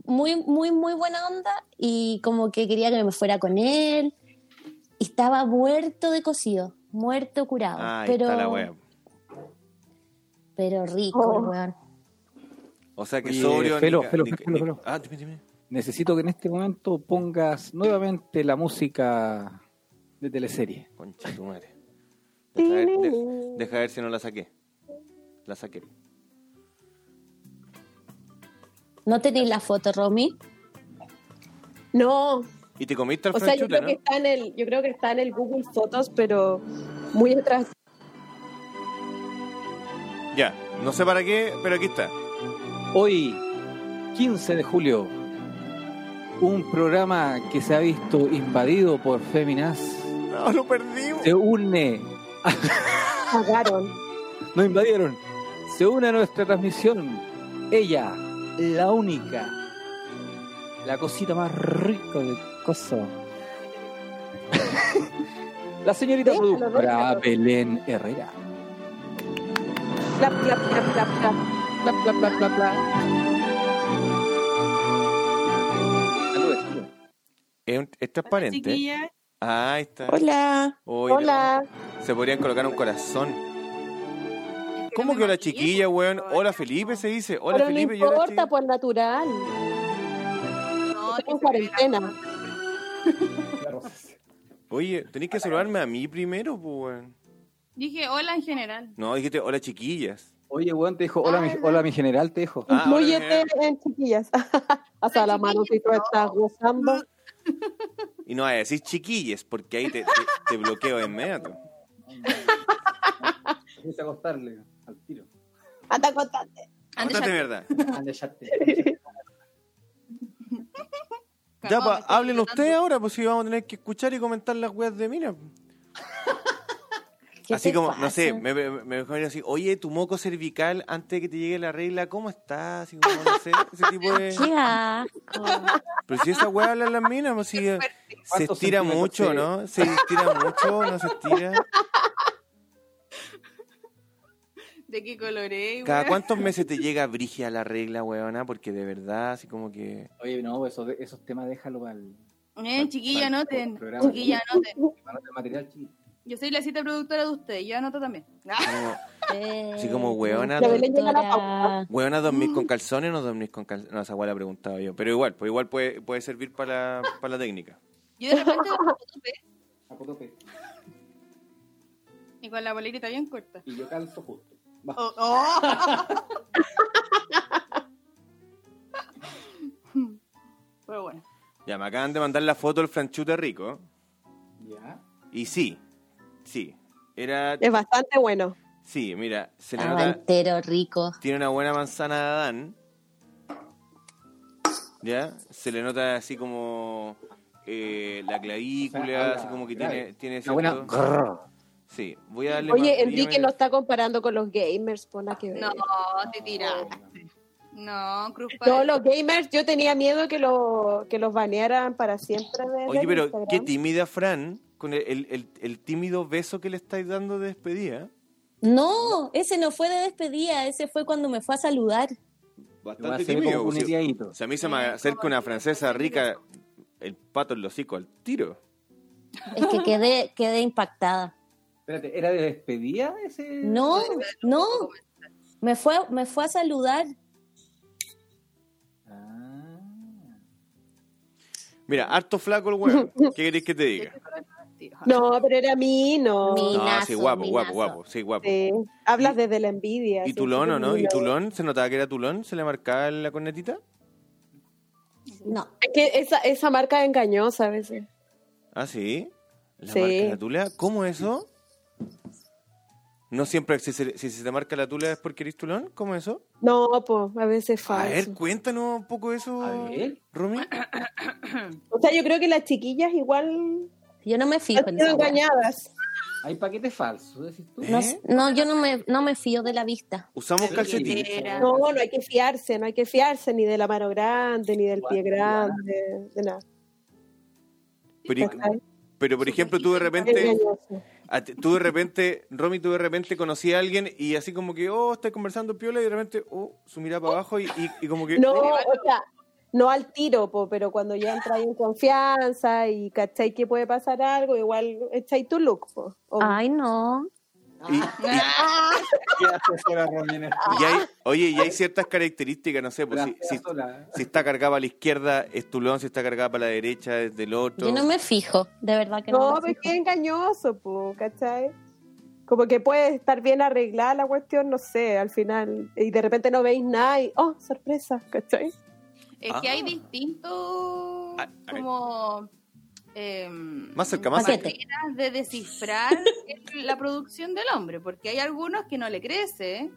S6: muy, muy, muy buena onda. Y como que quería que me fuera con él. Y estaba muerto de cocido, muerto curado.
S1: Ah, ahí
S6: pero
S1: está la wea.
S6: pero rico,
S4: Oh.
S6: el weón.
S1: O sea que
S2: Oye,
S1: sobrio. ni
S2: Felo,
S1: ca-
S2: Felo,
S1: ni ca-
S2: Felo,
S1: ni-
S2: Felo.
S1: Ah, dime, dime.
S2: Necesito que en este momento pongas nuevamente la música de teleserie.
S1: Concha tu madre. Deja ver, de-
S4: Tiling.
S1: deja ver si no la saqué. La saqué.
S6: ¿No tenéis la foto, Romy?
S4: No,
S1: ¿Y te comiste al
S4: o sea, yo
S1: franchute,
S4: creo
S1: no?
S4: que está en el, yo creo que está en el Google Fotos, pero muy atrás.
S1: Ya, no sé para qué, pero aquí está.
S2: Hoy, 15 de julio, un programa que se ha visto invadido por féminas
S1: No, lo perdimos.
S2: se une,
S4: Pagaron.
S2: no invadieron, se une a nuestra transmisión. Ella, la única, la cosita más rica de coso. la señorita
S4: Déjalo,
S2: productora
S4: déjalo.
S2: Belén Herrera.
S4: Clap, clap, clap, clap, clap. Clap, clap, clap, clap, clap.
S2: Saludos, saludos.
S1: Es, un- es transparente.
S7: Chiquilla,
S1: Ah, ahí está.
S6: Hola.
S1: Oye,
S4: Hola.
S1: Se podrían colocar un corazón.
S6: porque
S1: ¿Cómo
S6: no me
S1: que hola
S6: maquillé,
S1: chiquilla,
S6: pues,
S1: weón?
S6: weón.
S1: Hola Felipe se dice. Hola
S4: Pero
S1: Felipe,
S4: no
S1: yo hola
S4: importa, pues natural.
S6: No, que
S4: en
S6: se me ve la-
S4: cuarentena.
S1: Ah, chiquilla. Oye, tenés que saludarme a mí primero, pues, weón.
S7: Dije hola en general.
S1: No, dijiste hola chiquillas.
S3: Oye, weón, te dijo, hola, mi, hola, mi general, te dijo.
S1: Ah, hola,
S4: Incluyete
S1: general.
S4: en chiquillas. o sea, la mano si tú estás gozando.
S1: Y no vas a decir chiquillas, porque ahí te, te, te bloqueo de inmediato.
S3: Empieza a acostarle al tiro.
S4: Anda contante.
S7: Antes
S1: Cuéntate
S7: ya-
S1: verdad.
S3: Ande, ya te-
S1: Ya,
S7: Cagón,
S1: pa,
S7: me estoy
S1: hablen
S7: tratando.
S1: ustedes ahora, pues si vamos a tener que escuchar y comentar las weas de mina.
S6: ¿Qué
S1: Así
S6: te
S1: como, no sé,
S6: pasa?
S1: me, me, me dijo así, oye, tu moco cervical antes de que te llegue la regla, ¿cómo estás? Así como, no sé, ese tipo de...
S6: Qué asco.
S1: Pero si esa weá habla en las minas, pues, si, eh, se
S3: ¿Cuántos
S1: estira
S3: centímetros?
S1: mucho,
S3: Sí.
S1: ¿no? Se estira mucho, no se estira.
S7: ¿De qué coloré?
S1: ¿Cada
S7: weón?
S1: cuántos meses te llega brigia la regla, weona? Porque de verdad, así como que...
S3: Oye, no, eso de- esos temas déjalo para el,
S7: Eh, chiquilla,
S3: Vale,
S7: anoten.
S3: programa.
S7: Chiquilla, anoten.
S3: para el material, chico.
S7: Yo soy la cita productora de ustedes. Yo anoto también. Ah,
S1: como-
S6: Eh,
S1: Así como weona,
S4: La Belén llega a la
S6: doctora.
S1: Weona, ¿dormís con calzones o no dormís con calzones? No, esa weá la he preguntado yo. Pero igual, pues igual puede, puede servir para la, para la técnica.
S7: Yo de repente hago tope
S3: A potope.
S7: y con la bolerita bien corta.
S3: Y yo calzo justo. Va.
S7: Oh, oh. Pero bueno.
S1: Ya, me acaban de mandar la foto del franchute rico.
S3: Ya.
S1: Y sí, sí. Era...
S4: Es bastante bueno.
S1: Sí, mira, se
S4: Ah,
S1: le nota...
S6: Estaba Ah, entero rico.
S1: Tiene una buena manzana de Adán. ¿Ya? Se le nota así como eh, la clavícula,
S3: O sea, habla
S1: así como que
S3: grave.
S1: tiene, tiene
S3: Una buena.
S1: cierto- Sí, voy a darle más
S4: Oye, Enrique
S1: brillo,
S4: lo está comparando con los gamers, pon la que ver.
S7: No, te tiraste. No, Cruz
S4: Todos los gamers, yo tenía miedo que, lo, que los banearan para siempre. de-
S1: Oye,
S4: de
S1: pero
S4: Instagram.
S1: qué tímida Fran, con el, el- el- el tímido beso que le estáis dando de despedida.
S6: No, ese no fue de despedida, ese fue cuando me fue a saludar.
S1: Bastante
S3: se ve
S1: tímido.
S3: como un
S1: o sea,
S3: iriadito.
S1: o sea, a mí se me acerca una francesa rica, el pato en los hocico al tiro.
S6: Es que quedé, quedé impactada.
S3: Espérate, ¿era de despedida ese?
S6: No, no. Me fue, me fue a saludar.
S3: Ah.
S1: Mira, harto flaco el huevo. ¿Qué queréis que te diga?
S4: No, pero era mí, no.
S6: Mi-
S1: No,
S6: Minazo,
S1: sí, guapo, guapo,
S6: minazo.
S1: guapo. Sí, guapo.
S4: Sí. Hablas desde la envidia.
S1: Y
S4: sí,
S1: Tulón, ¿o no?
S4: sí,
S1: ¿Y Tulón? ¿Se notaba que era Tulón? ¿Se le marcaba la cornetita?
S6: No,
S4: Es que esa, esa marca es engañosa a veces.
S1: Ah, sí. ¿La
S4: Sí.
S1: marca la tula? ¿Cómo eso? No siempre, si se, si se te marca la tula es porque eres Tulón. ¿Cómo eso?
S4: No, pues, a veces es
S1: A ver,
S4: falso.
S1: cuéntanos un poco eso,
S3: A ver.
S1: Rumi.
S4: O sea, yo creo que las chiquillas igual
S6: yo pues, no me fijo
S4: han
S6: en
S4: sido
S6: esa weá.
S4: engañadas.
S3: Hay paquetes falsos, decís tú.
S1: ¿Eh?
S6: No, no, yo no me, no me fío de la vista.
S1: Usamos calcetín.
S4: No, no hay que fiarse, no hay que fiarse ni de la mano grande, ni del pie grande, de nada.
S1: Pero,
S4: ¿cachai?
S1: pero, por ejemplo, tú de
S4: Es
S1: repente,
S4: engañoso.
S1: a ti- Ah, tú de repente, Romy, tú de repente conocí a alguien y así como que, oh, estás conversando piola y de repente, oh, su mirada para abajo y, y- y como que... oh,
S4: No, o sea, no al tiro, po, pero cuando ya entras en confianza y cachai que puede pasar algo, igual echáis tu look. Po. O-
S6: Ay, no.
S1: y-
S3: ¿Qué haces sola, Romy, en esto?
S1: Y hay, oye, y hay ciertas características, no sé, pues,
S3: Las
S1: si,
S3: feas
S1: si-
S3: sola.
S1: si está cargada para la izquierda es Tulón, si está cargada para la derecha es del otro.
S6: Yo no me fijo, de verdad que no. pues,
S4: no,
S6: me
S4: pero es
S6: fijo.
S4: que es engañoso, po, cachai. Como que puede estar bien arreglada la cuestión, no sé, al final. Y de repente no veis nada y, oh, sorpresa, ¿cachai?
S7: Es que hay distintos
S1: Ah, a ver.
S7: como em,
S1: Más cerca, más
S6: cerca.
S7: maneras de descifrar el- la producción del hombre, porque hay algunos que no le crece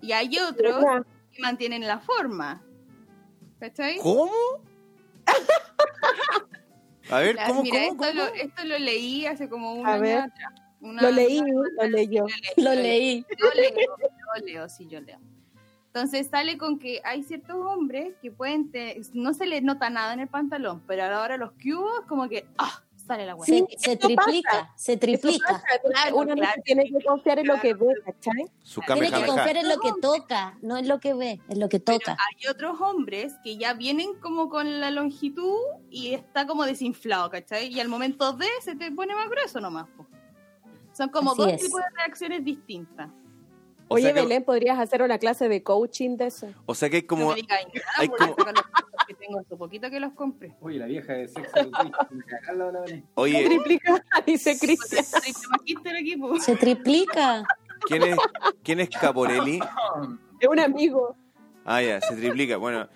S7: y hay otros que mantienen la forma. ¿Cachai?
S1: ¿Cómo? A ver,
S7: La-
S1: ¿cómo,
S7: mira,
S1: cómo,
S7: esto,
S1: cómo?
S7: Lo, esto lo leí hace como un
S4: A
S7: año
S4: ver.
S7: atrás. Una-
S4: Lo leí, lo leyó.
S6: Lo leí.
S7: Yo leo, yo leo, sí, yo leo. Entonces sale con que hay ciertos hombres que pueden, te- no se les nota nada en el pantalón, pero a la hora de los cubos, como que, ah, sale la hueá.
S6: Se,
S4: Sí,
S6: se
S4: eso
S6: triplica, se
S4: Eso
S6: triplica.
S4: pasa, porque
S7: Claro,
S4: uno no
S7: claro.
S4: tiene que confiar en lo que ve, ¿cachai?
S1: Su
S6: Tiene
S1: came,
S6: que
S1: jame,
S6: confiar
S1: ja.
S6: en lo que toca, no en lo que ve, en lo que toca.
S7: Hay otros hombres que ya vienen como con la longitud y está como desinflado, ¿cachai? Y al momento de se te pone más grueso nomás. po. Son como
S6: Así
S7: dos
S6: es.
S7: tipos de reacciones distintas.
S1: O
S4: Oye,
S1: sea que-
S4: Belén, ¿podrías hacer una clase de coaching de eso?
S1: O sea que hay
S7: No
S1: como.
S7: me digas nada,
S1: hay
S7: voy a
S1: como-
S7: sacar pues, los productos que tengo hace poquito que los compré.
S2: Oye, la vieja de sexo. me cagaron la- la- la-
S1: Oye,
S4: Triplica, dice Cristian.
S7: Soy magíster aquí, po.
S6: Se triplica.
S1: ¿quién es, ¿quién es Caporelli?
S4: Es un amigo.
S1: Ah, ya, se triplica. Bueno,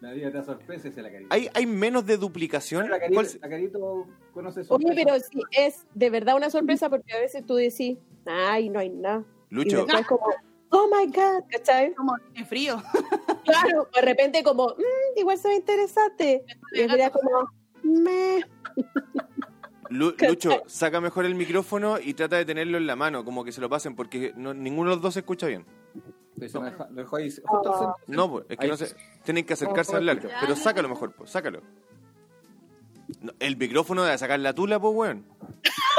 S2: La vida te da sorpresa, esa es la carita.
S1: ¿hay, hay menos de duplicación?
S2: La
S1: ¿Cuál
S2: carita,
S1: se-
S2: la carito conoce
S4: Oye,
S2: sorpresa.
S4: pero sí, pues. es de verdad una sorpresa porque a veces tú decís, ay, no hay nada. Y
S1: Lucho,
S4: después como, oh my God, ¿cachai?
S7: Como tiene frío.
S4: Claro, de repente como, "Mm, igual se ve interesante. Y es verdad como, me...
S1: Lu- Lucho, saca mejor el micrófono y trata de tenerlo en la mano, como que se lo pasen, porque no- ninguno de los dos se escucha bien.
S2: Pues se me dejó- lo dejó ahí justo al centro.
S1: No, pues, es que
S2: Ahí.
S1: no se. Tienen que acercarse al largo. Pero sácalo mejor, pues, sácalo. No, el micrófono de sacar la tula, pues, weón.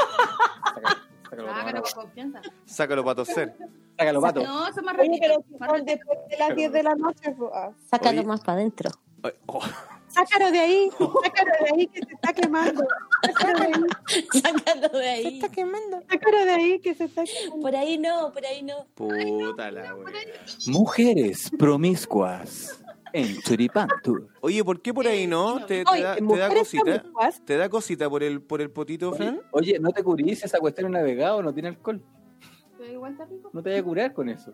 S2: Sácalo, sácalo,
S7: Ah,
S2: sácalo.
S7: pero con confianza.
S1: Sácalo para toser.
S2: Sácalo, pato.
S7: No, eso es más
S4: Oye, pero
S7: rápido.
S4: si
S7: más
S4: son
S7: rápido.
S4: después de las 10 de la noche, po, ah.
S6: Sácalo
S1: Oye.
S6: más para adentro.
S1: Ay, oh,
S4: sácalo de ahí, sácalo de ahí que se está quemando. Sácalo de ahí,
S6: Sácalo de ahí.
S4: sácalo de ahí que se está quemando.
S6: Por ahí no, por ahí no.
S1: puta la weón.
S3: Mujeres promiscuas en Churipán Tour.
S1: Oye, ¿por qué por ahí no? ¿Te, te
S4: Oye,
S1: da, te da
S4: mujeres
S1: cosita? ¿eh?
S4: promiscuas,
S1: ¿Te da cosita por el, por el potito, Fran?
S3: Oye, no te curís esa cuestión de navegado, no tiene alcohol.
S7: Pero igual está rico.
S3: No te vayas a curar con eso.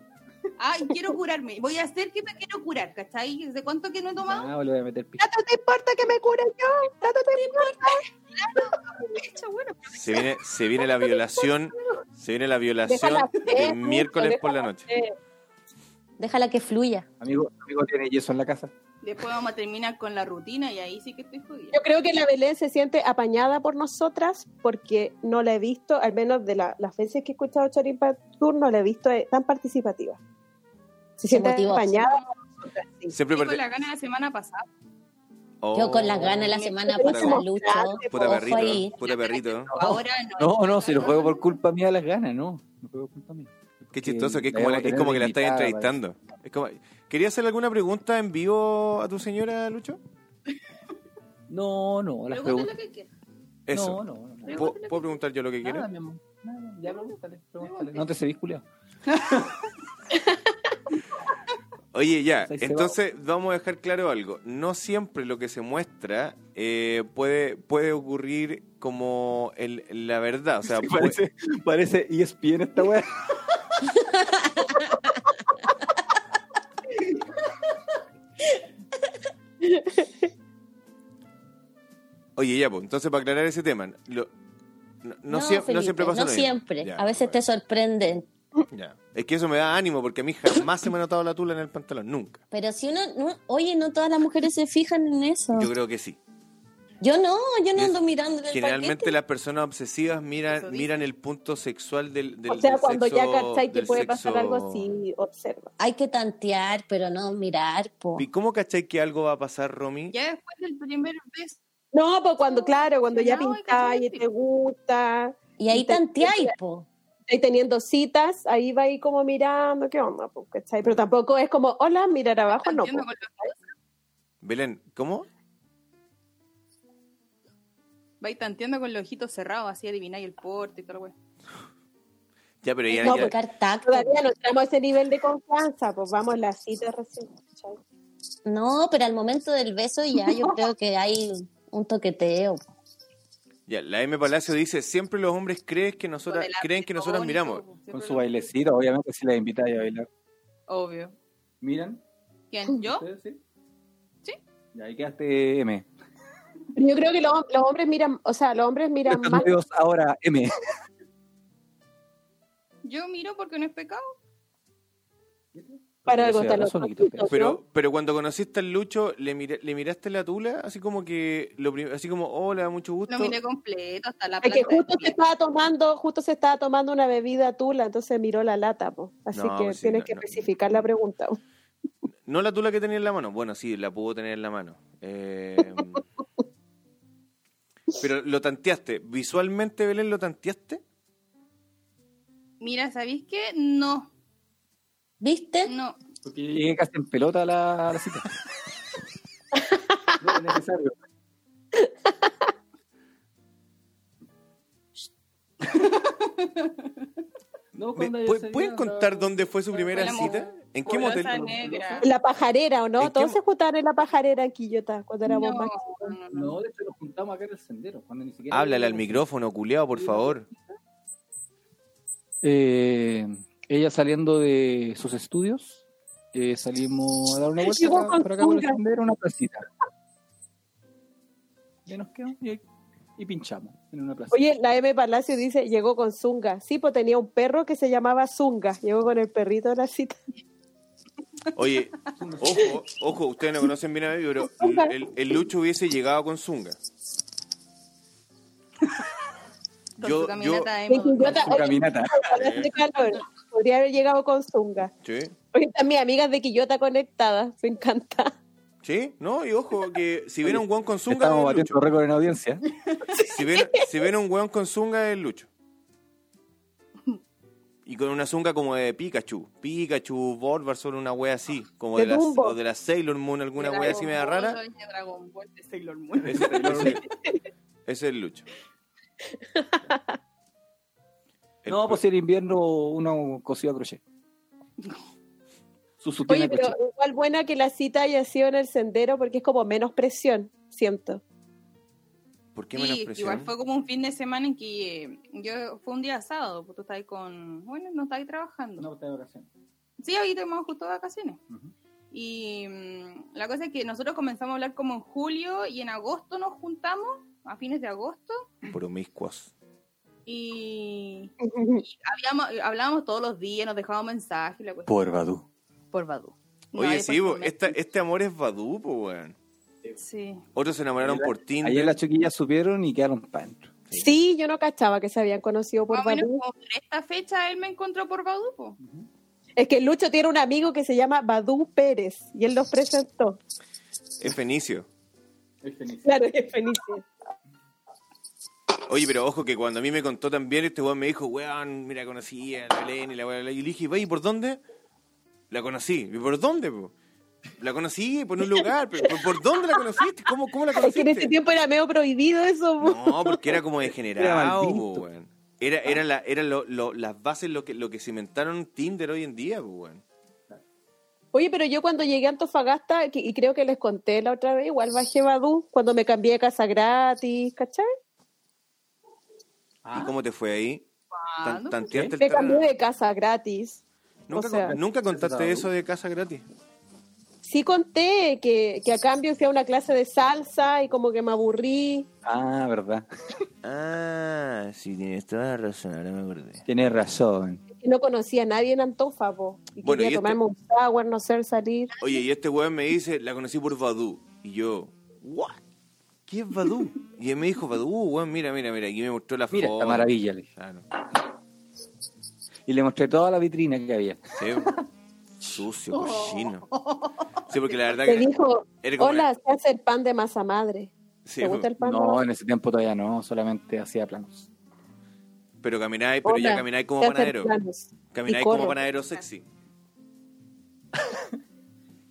S7: Ah, y quiero curarme. Voy a hacer que me quiero curar, ¿cachai? ¿Desde cuánto que no he tomado?
S3: Ah, le voy a meter pico.
S4: Tato, ¿te importa que me cure yo? Tato, ¿te importa?
S7: Hecho, bueno.
S1: Se viene, se viene la violación. Se viene la violación
S4: Déjala
S1: de
S4: ser,
S1: miércoles
S4: Lucho,
S1: por la noche.
S4: Eh,
S6: Déjala que fluya.
S3: Amigo, amigo tiene yeso en la casa.
S7: Después vamos a terminar con la rutina y ahí sí que estoy jodida.
S4: Yo creo que la Belén se siente apañada por nosotras porque no la he visto, al menos de la- las veces que he escuchado Choripa Tour, no la he visto eh, tan participativa. Se siente
S6: motivó.
S4: apañada por nosotras. sí.
S1: Siempre
S7: Yo con
S1: parte-
S7: la gana la semana pasada.
S6: Yo con las
S1: Oh.
S6: ganas la semana
S1: Puta
S6: pasada,
S1: con-
S6: Lucho.
S1: Puta
S6: Este Ojo
S1: perrito,
S6: ahí.
S1: puta perrito.
S7: Ahora no.
S3: No, no, si lo juego por culpa mía las ganas, no. Lo juego por culpa mía.
S1: Qué chistoso, que es
S3: la
S1: como,
S3: íbamos
S1: la-
S3: a
S1: es
S3: tener
S1: como que la
S3: de
S1: estás
S3: invitada,
S1: entrevistando. Es como, ¿Quería hacer alguna pregunta en vivo a tu señora, Lucho?
S3: No, no, las
S7: Pregúntale
S3: preguntas.
S7: lo que quieras.
S1: Eso.
S3: No, no, no. no.
S1: ¿Puedo, puedo preguntar yo lo que
S3: Nada,
S1: quiera?
S3: mi amor. Nada, ya pregúntale, pregúntale. No te se culiao.
S1: Oye, ya,
S3: Soy cebado.
S1: entonces vamos a dejar claro algo. No siempre lo que se muestra eh, puede, puede ocurrir como el, la verdad. O sea, puede-
S3: Parece, parece E ESPN esta weá.
S1: Oye, ya, pues, entonces para aclarar ese tema, lo- no, no siem- no siempre,
S6: Felipe,
S1: pasa
S6: No
S1: lo mismo.
S6: siempre.
S1: Ya,
S6: a veces te
S1: bueno,
S6: sorprenden.
S1: ya. Es que eso me da ánimo porque a mí jamás se me ha notado la tula en el pantalón, nunca.
S6: Pero si uno, no- oye, no todas las mujeres se fijan en eso.
S1: Yo
S6: Yo,
S1: creo que sí.
S6: no, yo no
S1: Es-
S6: ando mirando el
S1: Generalmente las personas obsesivas
S7: Eso
S1: miran,
S7: dice.
S1: miran el punto sexual del, del
S4: o sea,
S1: del
S4: cuando ya
S1: sexo-
S4: cachai que
S1: del
S4: puede
S1: sexo-
S4: pasar algo así, observa.
S6: Hay que tantear, pero no mirar, po.
S1: ¿Y cómo cachai que algo va a pasar, Romy?
S7: Ya después del primer beso.
S4: No, pues cuando, claro, cuando ya
S7: No, hay que
S4: pintáis y
S7: hacer-
S4: te gusta,
S6: Y ahí
S4: Y te-
S6: tanteáis, po.
S4: estáis teniendo citas, ahí va ahí como mirando, ¿qué onda? Pues, ¿cachai? Pero tampoco es como, hola, mirar abajo, no.
S7: entiendo
S4: pues.
S7: con los besos.
S1: Belén, ¿cómo?
S7: Vais tanteando con los ojitos cerrados, así adivináis el porte y todo lo wey.
S1: Ya, pero ya,
S6: No,
S1: ya-
S6: buscar tacto.
S4: Todavía no estamos a ese nivel de confianza, pues vamos a las citas recién, ¿cachai?
S6: No, pero al momento del beso ya yo creo que hay un toqueteo.
S1: ya, la M Palacio dice, siempre los hombres creen que nosotras, creen que nosotras miramos.
S3: Con su bailecito, obviamente, si la invitáis a bailar.
S7: Obvio.
S3: ¿Miran?
S7: ¿Quién? ¿Yo?
S3: ¿Ustedes sí?
S7: Sí.
S3: Y ahí quedaste M.
S4: Pero yo creo que los, los hombres miran, o sea, los hombres miran
S3: Estos
S4: más.
S3: nuevos ahora M.
S7: Yo miro porque no es pecado.
S4: Para
S3: Porque
S4: algo
S3: sea
S4: están los
S3: razón, no quita el
S4: ojitos, ¿no?
S1: Pero, pero cuando conociste al Lucho, ¿le, mira- le miraste la tula? Así como que, lo prim- así como, hola, mucho gusto.
S7: Lo miré completo hasta la
S4: Es que
S7: planta de
S4: justo se
S7: pie.
S4: estaba tomando, justo se estaba tomando una bebida tula, entonces miró la lata, pues. Así
S1: No,
S4: que
S1: pues sí,
S4: tienes
S1: no,
S4: que
S1: no.
S4: especificar la pregunta. po.
S1: No la tula que tenía en la mano. Bueno, sí, la pudo tener en la mano. Eh, pero lo tanteaste. ¿Visualmente, Belén, lo tanteaste?
S7: Mira, ¿sabéis qué? No,
S6: ¿Viste?
S4: Mm.
S7: no.
S3: Porque yo llegué casi en pelota a la, a la cita. no es necesario.
S2: No,
S8: Me-
S2: cuando yo
S8: ¿pue-
S2: salía,
S8: ¿Pueden
S2: no-
S8: contar dónde fue su primera
S7: la
S8: cita?
S7: mujer.
S8: ¿En qué
S7: Bolsa
S8: motel?
S7: negra.
S4: La pajarera, ¿o no?
S8: ¿En
S4: Todos
S8: qué-
S4: se juntaban en la pajarera en Quillota cuando éramos
S7: No,
S4: más.
S7: no, no.
S2: No, de hecho nos juntamos acá en el sendero. Cuando ni siquiera
S1: Háblale al micrófono, culiao, por favor.
S3: Eh, ella saliendo de sus estudios, eh, salimos a dar una vuelta
S4: Llegó
S3: acá-
S4: con
S3: por acá por
S4: fuga.
S3: esconder una placita. Y nos quedamos y, y pinchamos en una placita.
S4: Oye, la M Palacio dice, llegó con Zunga. Sí, pues tenía un perro que se llamaba Zunga. Llegó con el perrito a la cita.
S1: Oye, ojo, ojo, ustedes no conocen bien a mí, pero el, el- el Lucho hubiese llegado con Zunga.
S7: Con
S1: Yo-
S7: su caminata
S1: yo-
S7: de
S4: De Quillota,
S3: Su caminata.
S4: oye, de calor. Podría haber llegado con Zunga.
S1: ¿Sí?
S4: Oye, están mis amigas de Quillota conectadas. Me encanta.
S1: ¿Sí? No, y ojo, que si viene un weón con Zunga,
S3: Estamos
S1: es el
S3: batiendo
S1: Lucho.
S3: récord en audiencia.
S1: Si viene, si viene un weón con Zunga, es el Lucho. Y con una Zunga como de Pikachu. Pikachu, Volvar, solo una wea así. Como
S4: De
S1: de la,
S4: Dumbo.
S1: o de la Sailor Moon, alguna wea así media rara.
S7: Dragon Ball de Sailor Moon.
S1: Ese, ese- ese es el Lucho. El-
S3: No, pues si era invierno uno cosía crochet. Su sutil
S4: Oye, pero igual buena que la cita haya sido en el sendero porque es como menos presión, siento.
S1: ¿Por qué menos
S7: Sí,
S1: presión?
S7: igual fue como un fin de semana en que eh, yo fue un día sábado, pues tú estás ahí con, bueno, no estás ahí trabajando.
S2: No, de vacaciones.
S7: Sí, ahorita hemos justo de vacaciones.
S2: Ujú.
S7: Y mm, la cosa es que nosotros comenzamos a hablar como en julio y en agosto nos juntamos, a fines de agosto,
S1: Promiscuos.
S7: y habíamos, hablábamos todos los días, nos dejábamos mensajes. La cuestión.
S2: Por Badu.
S7: Por Badu. No,
S1: Oye,
S7: ahí
S1: sí,
S7: fue
S1: bo,
S7: por
S1: esta- este amor es Badú, po, weón.
S7: Messenger. Sí.
S1: Otros se enamoraron por Tinder.
S3: Ayer las chiquillas supieron y quedaron pan.
S4: Sí, yo no cachaba que se habían conocido por
S7: Más o menos
S4: Badú.
S7: como por esta fecha él me encontró por Badu. po.
S4: Es que Lucho tiene un amigo que se llama Badú Pérez y él los presentó.
S1: Es Fenicio.
S2: El feliz.
S4: Claro, es feliz.
S1: Oye, pero ojo que cuando a mí me contó también, este weón me dijo, weón, mira, conocí a la Belén y la weá. Y le dije, "Ve, ¿y por dónde? La conocí. ¿Y por dónde, po? La conocí por un lugar, pero ¿por- ¿por dónde la conociste? ¿Cómo, cómo la
S4: Es que en
S1: Ah, conociste?
S4: ese tiempo era medio prohibido eso. po.
S1: No, porque era como
S3: Era
S1: degenerado,
S3: maldito.
S1: po, weón. Era, era, la, era lo, lo- las bases, lo que, lo que cimentaron Tinder hoy en día, po, weón.
S4: Oye, pero yo cuando llegué a Antofagasta, que- y creo que les conté la otra vez, igual bajé Badú cuando me cambié de casa gratis, ¿cachai? Ah.
S1: ¿Y cómo te fue ahí? Tan-
S7: no,
S1: tanteaste el
S4: pues, Me cambié
S1: terreno.
S4: de casa gratis.
S1: ¿Nunca,
S4: o sea-
S1: con- nunca contaste eso de casa gratis?
S4: Sí conté que, que a cambio fui a una clase de salsa y como que me aburrí.
S3: Ah, verdad.
S1: Ah, sí, tienes toda la razón, ahora me acordé.
S3: Tienes razón.
S4: Y no conocía a nadie en Antofa, po. Y
S1: Bueno,
S4: quería
S1: y este-
S4: tomarme un sour, no sé, salir.
S1: Oye, y este weón me dice, la conocí por Badu. Y yo, ¿what? ¿Qué es Badu? Y él me dijo, Badu, weón, mira, mira, mira. Y me mostró la
S3: Mira
S1: foto.
S3: esta maravilla. le dije.
S1: Claro.
S3: Y le mostré toda la vitrina que había.
S1: Sí. Sucio, cochino. Sí, porque la verdad
S4: Oh. Te
S1: que...
S4: dijo,
S1: Era como
S4: hola,
S1: una-
S4: se hace el pan de masa madre.
S1: Sí,
S4: ¿Te gusta el pan de
S3: No,
S4: masa
S3: en ese tiempo todavía no, solamente hacía planos.
S1: pero camináis, pero ya
S4: Hola,
S1: camináis como
S4: se hace
S1: panadero.
S4: planos.
S1: Camináis
S4: Y
S1: como
S4: corro.
S1: panadero sexy.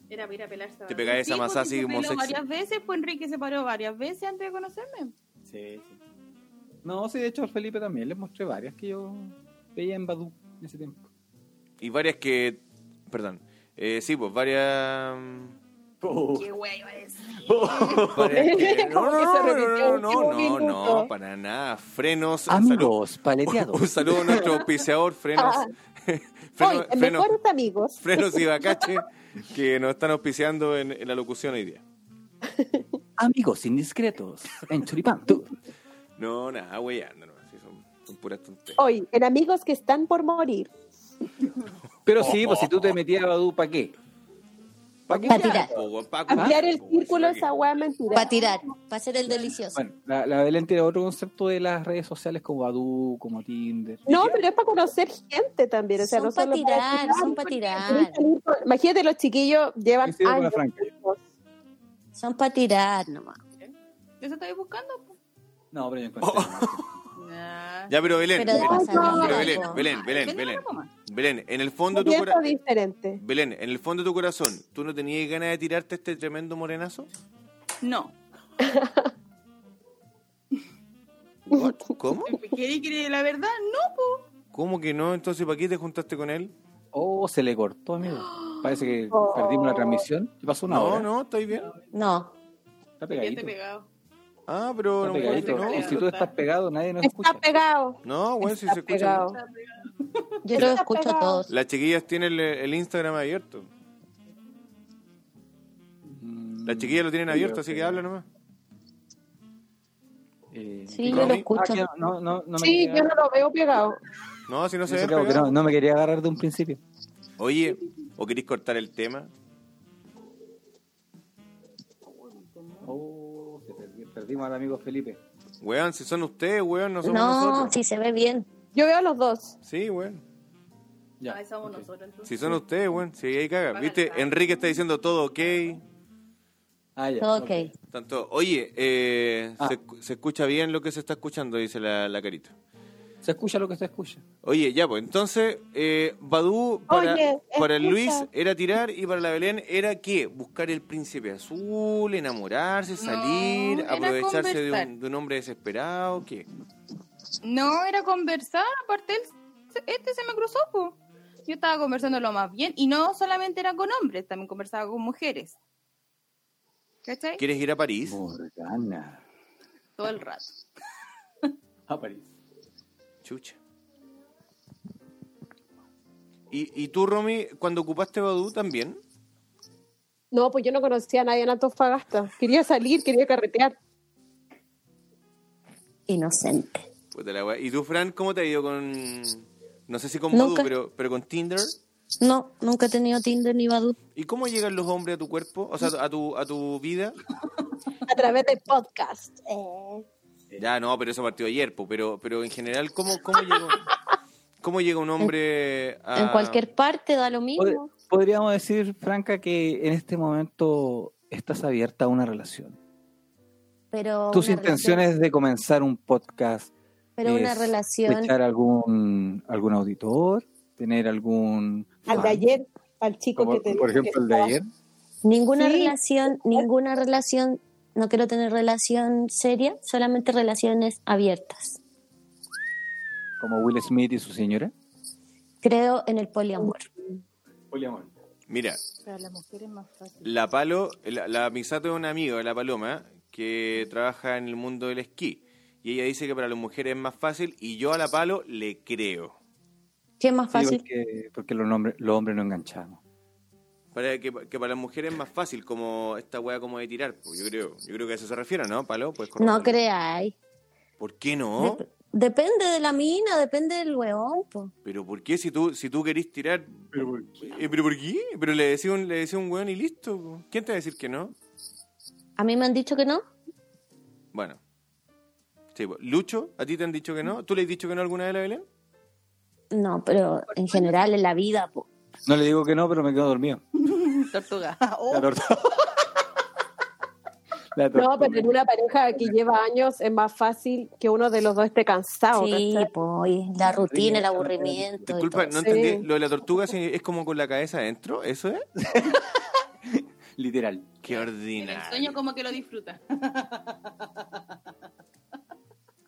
S7: Era para ir a pelarse.
S1: Te pegáis
S7: pues,
S1: esa masa así como
S7: sexy.
S1: sexy.
S7: varias veces, pues Enrique se paró varias veces antes de conocerme.
S3: Sí, sí. No, sí, de hecho a Felipe también les mostré varias que yo veía en Badu en ese tiempo.
S1: Y varias que... Perdón. Eh, sí, pues varias... mm,
S7: Qué wey, iba a decir.
S1: varias que- No,
S4: Como que se
S1: no, no, no,
S4: repitió
S1: no,
S4: el
S1: no,
S4: último
S1: no,
S4: minuto.
S1: para nada. Frenos. salud.
S3: Amigos, paleteados.
S1: Un saludo a nuestro auspiciador, Frenos.
S4: Ah.
S1: Freno-
S4: Hoy, en
S1: Freno-
S4: mejores amigos.
S1: Frenos y Bacache, que nos están auspiciando en, en la locución hoy día.
S3: Amigos indiscretos. En Churipán. Tú.
S1: No, nada, weyando, no, sí, son, son puras tonterías.
S4: Hoy, en amigos que están por morir.
S3: Pero sí, pues si tú te metías a Badu, ¿para qué? ¿Para qué?
S6: Pa' tirar.
S1: Po, weón, Paco,
S4: Ampliar el
S1: po, weón,
S4: círculo
S1: ¿para
S4: esa
S1: qué?
S4: weá es mentira.
S6: Para tirar, para hacer el delicioso.
S3: Bueno, la, la Belén tiene otro concepto de las redes sociales como Badu, como Tinder.
S4: No, pero es para conocer gente también. O sea, no
S6: son para
S4: solo para
S6: tirar, son para tirar.
S4: Tenés que ir con- Imagínate, los chiquillos llevan
S3: Coincido con la
S4: años.
S3: Franca.
S4: juntos.
S6: Son para tirar nomás.
S7: Yo eso estoy buscando. pues.
S3: No, pero yo encontré.
S1: Oh.
S7: Nah.
S1: Ya, pero Belén,
S6: Pero de
S1: Belén,
S6: pasar
S1: no,
S6: algo.
S1: pero Belén,
S7: Ah,
S1: Belén, Belén,
S7: Vende
S1: Belén,
S7: una poma.
S1: Belén, en el fondo de tu
S4: Pienso
S1: corazón,
S4: diferente.
S1: Belén, en el fondo de tu corazón, ¿tú no tenías ganas de tirarte este tremendo morenazo?
S7: No.
S1: What? ¿Cómo?
S7: ¿Quiere, quiere la verdad? No, po.
S1: ¿Cómo que no? Entonces, ¿para qué te juntaste con él?
S3: Oh, se le cortó, amigo. Parece que
S4: Oh.
S3: perdimos la transmisión. Y pasó una
S1: no,
S3: hora.
S1: no, estoy bien.
S6: No.
S3: Está
S7: Ya te
S3: pegadito.
S7: he pegado.
S1: Ah, pero
S3: Está
S1: no,
S3: pegadito.
S1: no,
S3: Y si tú estás pegado, nadie nos
S4: Está
S3: escucha.
S4: pegado.
S1: no, bueno, si
S4: Está
S1: se escucha.
S4: pegado.
S6: Yo los
S4: Está
S6: escucho a
S4: pegado.
S6: todos.
S1: Las chiquillas tienen el, el Instagram abierto.
S3: Mm,
S1: Las chiquillas lo tienen
S3: sí,
S1: abierto,
S3: yo
S1: así
S3: sé.
S1: que habla nomás.
S3: Eh,
S6: Sí,
S1: ¿No
S6: yo
S1: a
S6: lo
S1: mí?
S3: ah,
S6: escucho.
S3: que no, no, no me
S4: Sí,
S3: quería-
S4: yo no lo veo pegado.
S1: No, si no se
S3: Yo
S1: ve.
S3: creo que
S1: pegado.
S3: no, no me quería agarrar de un principio.
S1: Oye, ¿o queréis cortar el tema?
S3: Oh, se perdió- perdimos al amigo Felipe.
S1: Weón, si son ustedes, weón, no
S6: No,
S1: somos nosotros.
S6: sí se ve bien.
S4: Yo veo a los dos.
S1: Sí, weón.
S3: Ya.
S7: Ahí somos
S3: ok.
S7: nosotros entonces.
S1: Si son ustedes, weón. Si ahí caga.
S7: Paga
S1: Viste,
S7: la-
S1: Enrique está diciendo todo ok.
S3: Ah, ya.
S6: Todo ok.
S1: Tanto, oye, eh,
S3: Ah.
S1: se, se escucha bien lo que se está escuchando, dice la, la carita.
S3: Se escucha lo que se escucha.
S1: Oye, ya, pues entonces, eh, Badú para,
S4: Oye,
S1: para el Luis
S4: escucha.
S1: era tirar y para la Belén era qué? Buscar el príncipe azul, enamorarse, salir,
S7: era
S1: aprovecharse de
S7: conversar.
S1: un, de un hombre desesperado, ¿qué?
S7: No, era conversar, aparte él, se- este se me cruzó, po. Yo estaba conversando lo más bien, y no solamente era con hombres, también conversaba con mujeres. ¿Cachai?
S1: ¿Quieres ir a París?
S3: Morgana.
S7: Todo el rato.
S3: A París.
S1: Chucha. ¿Y, y tú, Romy, cuando ocupaste Badú también?
S4: No, pues yo no conocía a nadie en Antofagasta. Quería salir, quería carretear.
S6: Inocente.
S1: Puta la wea. ¿Y tú, Fran, cómo te ha ido con... No sé si con Badú,
S6: Nunca.
S1: pero, pero con Tinder?
S6: No, nunca he tenido Tinder ni Badoo.
S1: ¿Y cómo llegan los hombres a tu cuerpo? O sea, a tu, a tu vida.
S4: A través de podcast. Eh,
S1: Ya, no, pero eso partió ayer, po, pero, pero en general, ¿cómo, cómo, llegó, ¿cómo llega un hombre a...?
S3: Ah.
S6: En cualquier parte da lo mismo.
S3: Pod- Podríamos decir, Franca, que en este momento estás abierta a una relación.
S6: Pero
S3: Tus
S6: una
S3: intenciones de comenzar un podcast,
S6: relación- pero una
S3: es
S6: relación.
S3: echar algún algún auditor, tener algún
S4: al de
S3: fan.
S4: ayer, al chico que
S8: Ah. Como,
S4: te
S8: por ejemplo, el de ayer.
S6: Ninguna
S4: Sí.
S6: relación, ninguna relación. No quiero tener relación seria, solamente relaciones abiertas.
S3: como Will Smith y su señora.
S6: Creo en el poliamor.
S1: Mira,
S7: Pero las mujeres más fácil.
S1: la Palo, la, la Misato es una amiga, la Paloma, que trabaja en el mundo del esquí. Y ella dice que para las mujeres es más fácil y yo a la Palo le creo.
S6: ¿Qué es más
S3: Sí,
S6: fácil?
S3: porque, porque los, nombres, los hombres no enganchamos.
S1: Para que, que para las mujeres es más fácil como esta wea como de tirar, po, yo creo. Yo creo que a eso se refiere, ¿no, Palo? Pues,
S6: no creáis.
S1: ¿Por qué no?
S6: Dep- depende de la mina, depende del huevón. po.
S1: Pero ¿por qué si tú, si tú querís tirar? ¿Pero por qué? ¿Pero por qué? Pero le decía un, le decía un weón y listo. po. ¿Quién te va a decir que no?
S6: A mí me han dicho que no.
S1: Bueno. Sí, po. Lucho, ¿a ti te han dicho que no? ¿Tú le has dicho que no alguna vez a la Belén?
S6: No, pero en general en la vida. po.
S3: No le digo que no, pero me quedo dormido.
S7: Tortuga. Oh,
S3: La torta. La torta.
S4: No, pero en una pareja que lleva años es más fácil que uno de los dos esté cansado.
S6: Sí,
S4: ¿cachai?
S6: po, y la rutina, el aburrimiento. y
S1: Disculpa,
S6: todo.
S1: no
S4: Sí.
S1: entendí. Lo de la tortuga sí, es como con la cabeza adentro, ¿eso es?
S3: Literal.
S1: Qué
S7: En el
S1: ordinario.
S7: sueño como que lo disfruta.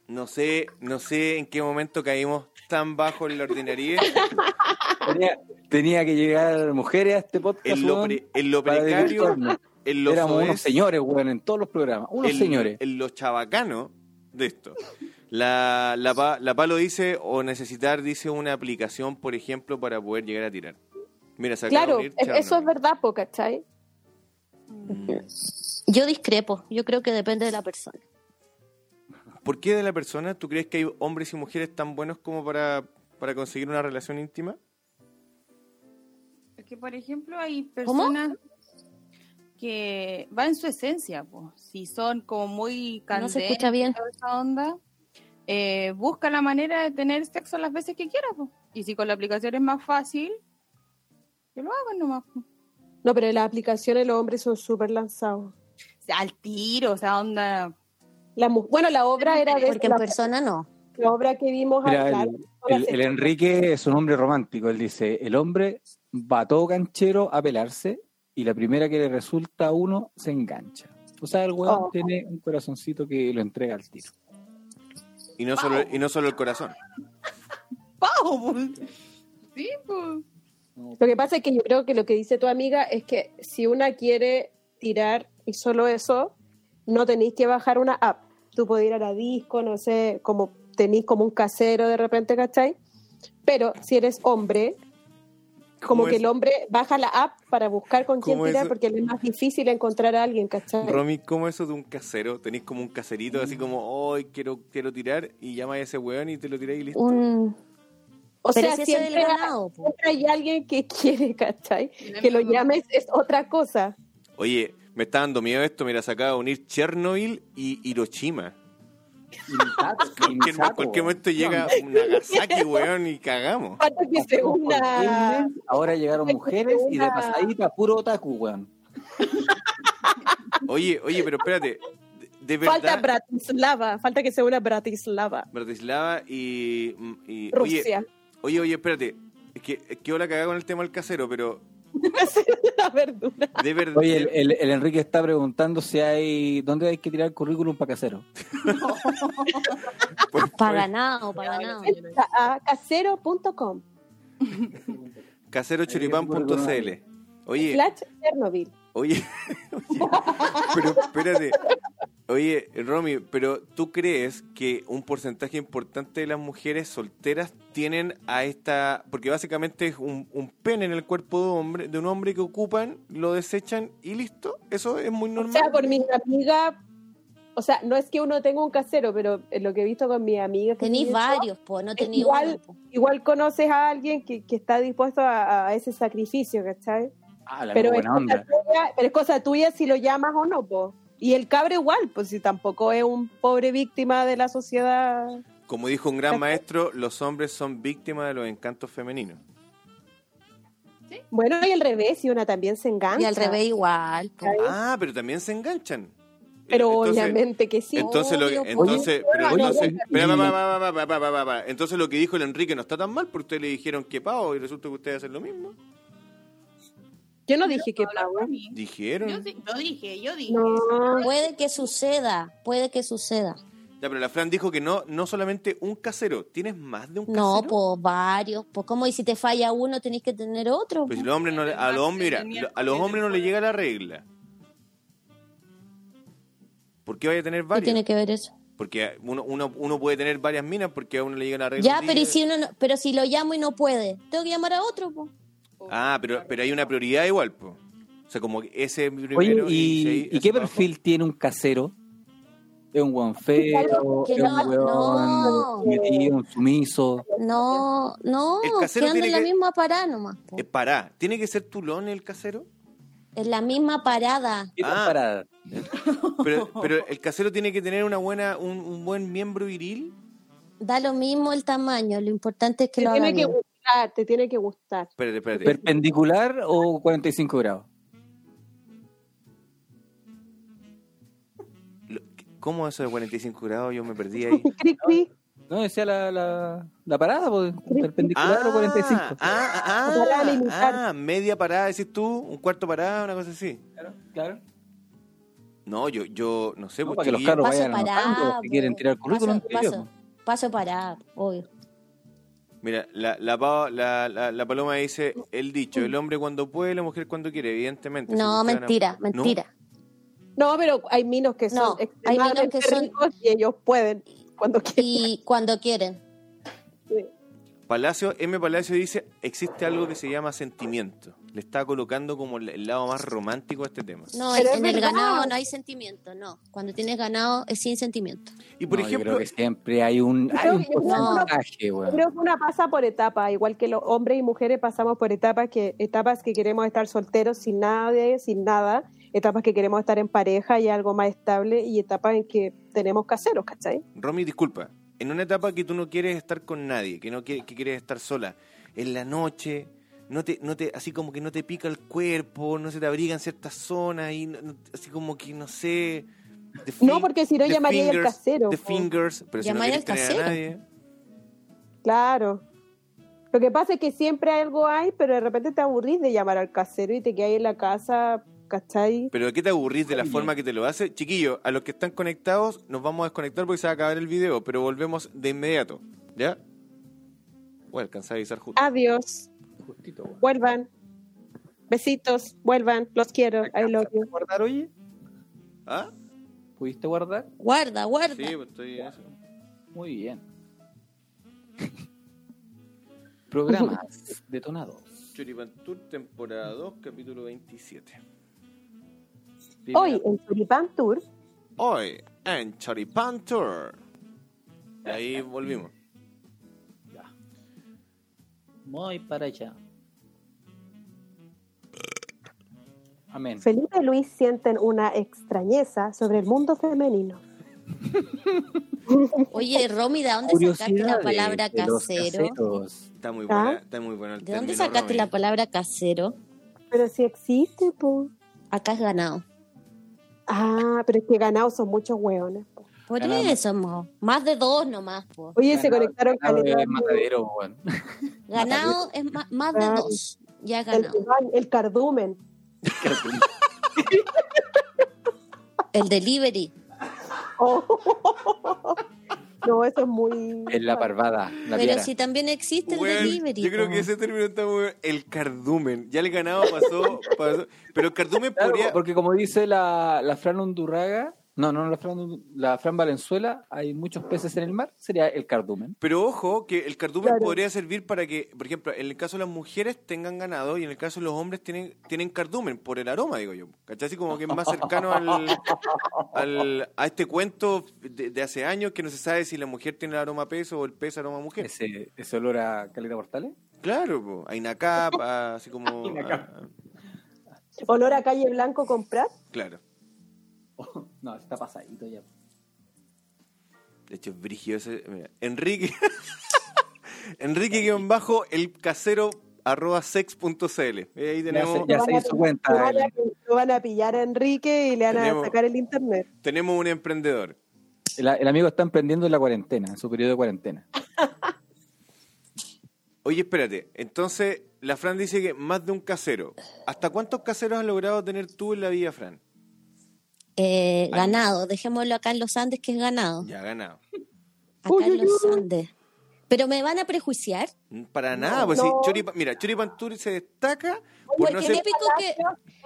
S1: No sé, no sé en qué momento caímos tan bajo en la ordinaria,
S3: Tenía, tenía que llegar mujeres a este podcast.
S1: en lo,
S3: weón,
S1: pre- en lo
S3: para
S1: precario,
S3: divertirnos.
S1: en lo
S3: Éramos unos
S1: soez.
S3: señores, weón, en todos los programas. Unos
S1: el-
S3: señores.
S1: el- lo chabacano de esto. La, la, Pa- la Palo dice, o necesitar, dice, una aplicación, por ejemplo, para poder llegar a tirar. Mira, se acaba de
S4: Claro,
S1: unir
S4: e- eso es
S1: Chernobyl.
S4: verdad, po, ¿cachai?
S6: Yo discrepo, yo creo que depende de la persona.
S1: ¿Por qué de la persona tú crees que hay hombres y mujeres tan buenos como para, para conseguir una relación íntima?
S7: Es que, por ejemplo, hay
S6: ¿Cómo?
S7: personas que va en su esencia, po. si son como muy
S6: No
S7: candentes,
S6: se escucha bien.
S7: toda esa onda, eh, busca la manera de tener sexo las veces que quiera. po. Y si con la aplicación es más fácil, que lo hagan nomás. po.
S4: No, pero en las aplicaciones los hombres son súper lanzados.
S7: O sea, al tiro, o sea, onda.
S4: La mu- bueno, la obra era de
S6: Porque en
S4: la,
S6: persona no.
S4: la obra que vimos
S3: Mira,
S4: acá,
S3: el,
S4: la
S3: el- el
S4: sección.
S3: Enrique es un hombre romántico. Él dice: el hombre va todo canchero a pelarse y la primera que le resulta a uno se engancha. O sea, el weón
S4: Oh.
S3: tiene un corazoncito que lo entrega al tiro.
S1: Y no solo, y no solo el corazón.
S7: pago. pues. Sí, pues.
S4: Lo que pasa es que yo creo que lo que dice tu amiga es que si una quiere tirar y solo eso, no tenéis que bajar una app. Tú podés ir a la disco, no sé, como tenéis como un casero de repente, ¿cachai? Pero si eres hombre, como
S1: ¿Cómo
S4: que
S1: es?
S4: el hombre baja la app para buscar con quién
S1: ¿Cómo es?
S4: tirar porque le es más difícil encontrar a alguien, ¿cachai?
S1: Romy, ¿cómo eso de un casero? Tenéis como un caserito así como, hoy quiero, quiero tirar y llamáis a ese weón y te lo tiráis y listo.
S6: Un...
S4: o
S6: pero
S4: sea,
S6: si eso es
S4: siempre,
S6: del ganado, po.
S4: siempre hay alguien que quiere, ¿cachai?
S7: No es
S4: Que lo
S7: mismo.
S4: llames es otra cosa.
S1: Oye, me está dando miedo esto, mira, se acaba de unir Chernobyl y Hiroshima. En cualquier, en cualquier momento llega un Nagasaki, weón, y cagamos.
S4: Falta que se una...
S3: Ahora llegaron mujeres y de pasadita puro otaku, weón.
S1: Oye, oye, pero espérate, de, de
S4: Falta
S1: verdad,
S4: Bratislava, falta que se una Bratislava,
S1: Bratislava y... y-
S4: Rusia.
S1: Oye, oye, oye, espérate, es que, es que yo la cagada con el tema del casero, pero
S4: la verdura.
S1: de verdad...
S3: Oye, el, el- el Enrique está preguntando si hay. ¿Dónde hay que tirar currículum para casero?
S1: pues,
S6: Para
S1: pues,
S6: ganado, para ganado.
S4: A casero.com,
S1: caserochoripán.cl Oye,
S4: slash Chernobyl.
S1: Oye, oye, pero espérate. Oye, Romy, pero ¿tú crees que un porcentaje importante de las mujeres solteras tienen a esta... Porque básicamente es un, un pene en el cuerpo de un, hombre, de un hombre que ocupan, lo desechan y listo. Eso es muy
S4: O
S1: normal.
S4: sea, por mis amigas, o sea, no es que uno tenga un casero, pero en lo que he visto con mis amigas. que
S6: Tenéis
S4: tienen
S6: varios, po, no tenéis
S4: igual-
S6: uno. po.
S4: eso, Igual conoces a alguien que, que está dispuesto a, a ese sacrificio, ¿cachai?
S3: Ah, la
S4: Pero es,
S3: buena
S4: cosa
S3: onda.
S4: tuya, pero es cosa tuya si lo llamas o no, po. Y el cabro igual, pues si tampoco es un pobre víctima de la sociedad.
S1: Como dijo un gran maestro, los hombres son víctimas de los encantos femeninos.
S4: Bueno, y al revés, si una también se engancha.
S6: Y al revés igual. po.
S1: Ah, pero también se enganchan.
S4: Pero
S1: Entonces-
S4: obviamente que sí.
S1: Entonces, lo que,
S6: Obvio, pues.
S1: entonces, pero
S4: Oye,
S1: entonces,
S3: no,
S1: pero
S3: no,
S1: va, va, va, va, va, va, va, va. entonces lo que dijo el Enrique no está tan mal porque ustedes le dijeron que pago y resulta que ustedes hacen lo mismo.
S4: Yo no dije que
S7: Habla por mí.
S1: Dijeron.
S7: Yo, sí- yo dije, yo dije.
S4: No,
S6: Puede que suceda, puede que suceda.
S1: Ya, pero la Fran dijo que no, no solamente un casero, tienes más de un casero.
S6: No, pues varios. Pues como y si te falla uno, tenés que tener otro.
S1: Pues
S6: po.
S1: los hombres no le- a los hombres, mira, lo- a los hombres no le llega la regla. ¿Por qué vaya a tener
S6: ¿Qué tiene
S1: varias?
S6: que ver eso?
S1: Porque uno, uno, uno puede tener varias minas porque a uno le llega la regla.
S6: Ya,
S1: un día.
S6: pero, y si uno no- pero si lo llamo y no puede, tengo que llamar a otro. po.
S1: Ah, pero, pero hay una prioridad igual, po. O sea, como que ese
S3: Oye,
S1: primero
S3: ¿y,
S1: seis,
S3: y
S1: ese
S3: qué
S1: para abajo.
S3: perfil tiene un casero? ¿Es un guan feo?
S6: Que
S3: ¿Es un
S6: no,
S3: weón
S6: no.
S3: metido, un sumiso?
S6: No, no,
S1: El
S6: que
S1: casero
S6: anda
S1: tiene
S6: en la
S1: que-
S6: misma parada nomás. po.
S1: Eh, pará, ¿tiene que ser Tulón el casero?
S6: En la misma parada.
S3: ¿Qué
S1: Ah.
S3: parada?
S1: Pero, pero el casero tiene que tener una buena, un, un buen miembro viril.
S6: Da lo mismo el tamaño, lo importante es que
S4: te
S6: lo haga
S4: tiene que
S6: bien.
S4: gustar, te tiene que gustar.
S1: Espérate, espérate.
S3: ¿Perpendicular o 45 grados?
S1: Lo- ¿Cómo eso de 45 grados? Yo me perdí ahí.
S4: Cri, cri.
S3: No, decía la, la, la parada, pues, perpendicular o 45.
S1: Ah, ah,
S4: Una parada
S1: ah,
S4: militar.
S1: ah, media parada, decís tú, un cuarto parada, una cosa así.
S3: Claro, claro.
S1: No, yo, yo no sé,
S3: No,
S1: pues,
S3: para que los
S1: chiquillos.
S3: carros
S6: Paso
S3: vayan anotando,
S6: parado.
S3: si quieren tirar currículum,
S6: paso,
S3: tíralo.
S6: paso, paso parado, obvio.
S1: Mira, la, la, Pao- la, la- la paloma dice el dicho, el hombre cuando puede, la mujer cuando quiere, evidentemente. Si
S6: No,
S1: ustedes van a-
S6: mentira,
S1: ¿No?
S6: mentira.
S4: No, pero hay minos que son
S6: No, hay
S4: extremadamente
S6: minos que son-
S4: ricos y ellos pueden cuando quieren.
S6: Y cuando quieren.
S1: Palacio, M. Palacio dice, existe algo que se llama sentimiento. Le está colocando como el, el lado más romántico a este tema.
S6: No,
S4: Pero
S6: en
S4: es
S6: el
S4: verdad.
S6: ganado no hay sentimiento, no. Cuando tienes ganado es sin sentimiento.
S1: Y por
S3: No, yo
S1: ejemplo,
S3: creo que siempre hay un, hay
S4: Creo
S3: un
S4: que yo-
S3: porcentaje, weón.
S4: Creo que una pasa por etapa, igual que los hombres y mujeres pasamos por etapas que etapas que queremos estar solteros sin nadie, sin nada, etapas que queremos estar en pareja y algo más estable y etapas en que tenemos caseros, ¿cachai?
S1: Romy, disculpa, en una etapa que tú no quieres estar con nadie, que no quieres, que quieres estar sola, en la noche, no te, no te, así como que no te pica el cuerpo, no se te abrigan ciertas zonas, y no- no- así como que no sé. the fin-
S4: No, porque si no
S1: the
S4: llamaría al
S1: fingers-
S4: casero,
S1: the
S4: po.
S1: fingers, pero si no
S6: Llamaría
S1: quieres
S6: al
S1: tener a
S6: casero.
S1: nadie.
S4: Claro. Lo que pasa es que siempre algo hay, pero de repente te aburrís de llamar al casero y te quedas en la casa, ¿cachai?
S1: Pero ¿de qué te aburrís de la forma que te lo hace? Chiquillo, a los que están conectados, nos vamos a desconectar porque se va a acabar el video, pero volvemos de inmediato, ¿ya? Bueno, alcanzaba a avisar justo.
S4: Adiós.
S2: Justito, weón.
S4: Vuelvan. Besitos. Vuelvan. Los quiero. I love you.
S2: ¿Guardar, oye?
S1: ¿Ah?
S2: ¿Pudiste guardar?
S6: Guarda, guarda.
S1: Sí, pues estoy en eso.
S2: Muy bien. Programas detonados.
S1: Churipantur, temporada 2, capítulo 27.
S2: Primera-
S4: Hoy en Choripán Tour.
S1: Hoy en Churipantur. Y ahí volvimos.
S2: Ya. Voy para allá. Amén.
S4: Felipe y Luis sienten una extrañeza sobre el mundo femenino.
S6: Oye, Romy, ¿de dónde sacaste la
S2: Curiosidades
S6: palabra
S2: de los
S6: casero?
S2: caseros.
S1: Está muy
S4: ¿Ah?
S1: buena, está muy buena el
S6: ¿De dónde
S1: término,
S6: sacaste
S1: Romy.
S6: la palabra casero?
S4: Pero si existe, pues.
S6: Acá has ganado.
S4: Ah, pero es que ganados son muchos hueones. po.
S6: Por
S2: Ganado.
S6: eso, mo. más de dos nomás. Po.
S4: Oye, se
S2: Ganado-
S4: conectaron
S2: ganado
S4: caleta
S2: es matadero, weón.
S6: Ganado es ma- más de
S4: Claro.
S6: dos. Ya has
S4: del-
S6: ganado.
S4: del- el cardumen.
S6: El delivery.
S4: Oh. No, eso es muy.
S2: Es la parvada, la
S6: Pero
S2: piedra.
S6: si también existe el
S1: Weón,
S6: delivery.
S1: yo creo
S6: po.
S1: que ese término está muy bien. El cardumen. Ya el ganado pasó. pasó- Pero el cardumen
S2: Claro,
S1: podría.
S2: porque como dice la, la Fran Undurraga, no, no, la Fran, Undu- la Fran Valenzuela, hay muchos peces en el mar, sería el cardumen.
S1: Pero ojo, que el cardumen
S4: Claro.
S1: podría servir para que, por ejemplo, en el caso de las mujeres tengan ganado y en el caso de los hombres tienen, tienen cardumen por el aroma, digo yo. ¿Cachai? Así como que es más cercano al, al- a este cuento de, de hace años que no se sabe si la mujer tiene el aroma a peso o el pez aroma a mujer.
S2: Ese, ese olor a caleta portales.
S1: Claro, po. hay una capa, así como.
S2: Hay una capa.
S1: ah,
S4: Olor a calle blanco comprar.
S1: claro.
S2: Oh, no, está pasadito ya.
S1: De hecho, es brígido ese. mira, Enrique. Enrique guión bajo el casero arroba sex.cl. Eh,
S2: Ya se,
S1: Ahí tenemos,
S2: ya
S4: Lo
S2: se
S4: van a
S2: hizo
S4: pillar-
S2: cuenta.
S4: Lo van, a,
S2: el-
S4: lo van a pillar a Enrique y le van
S1: Tenemos-
S4: a sacar el internet.
S1: tenemos un emprendedor.
S2: El, el amigo está emprendiendo en la cuarentena, en su periodo de cuarentena.
S1: Oye, espérate. Entonces, la Fran dice que más de un casero. ¿Hasta cuántos caseros has logrado tener tú en la vida, Fran?
S6: Eh, ganado, dejémoslo acá en los Andes, que es ganado.
S1: Ya ganado.
S6: Acá en los Andes. Pero me van a prejuiciar.
S1: Para nada, pues
S4: no.
S1: sí, Choripa- mira, Choripantur se destaca por
S6: Porque
S1: no
S6: es
S1: ser.
S6: típico que.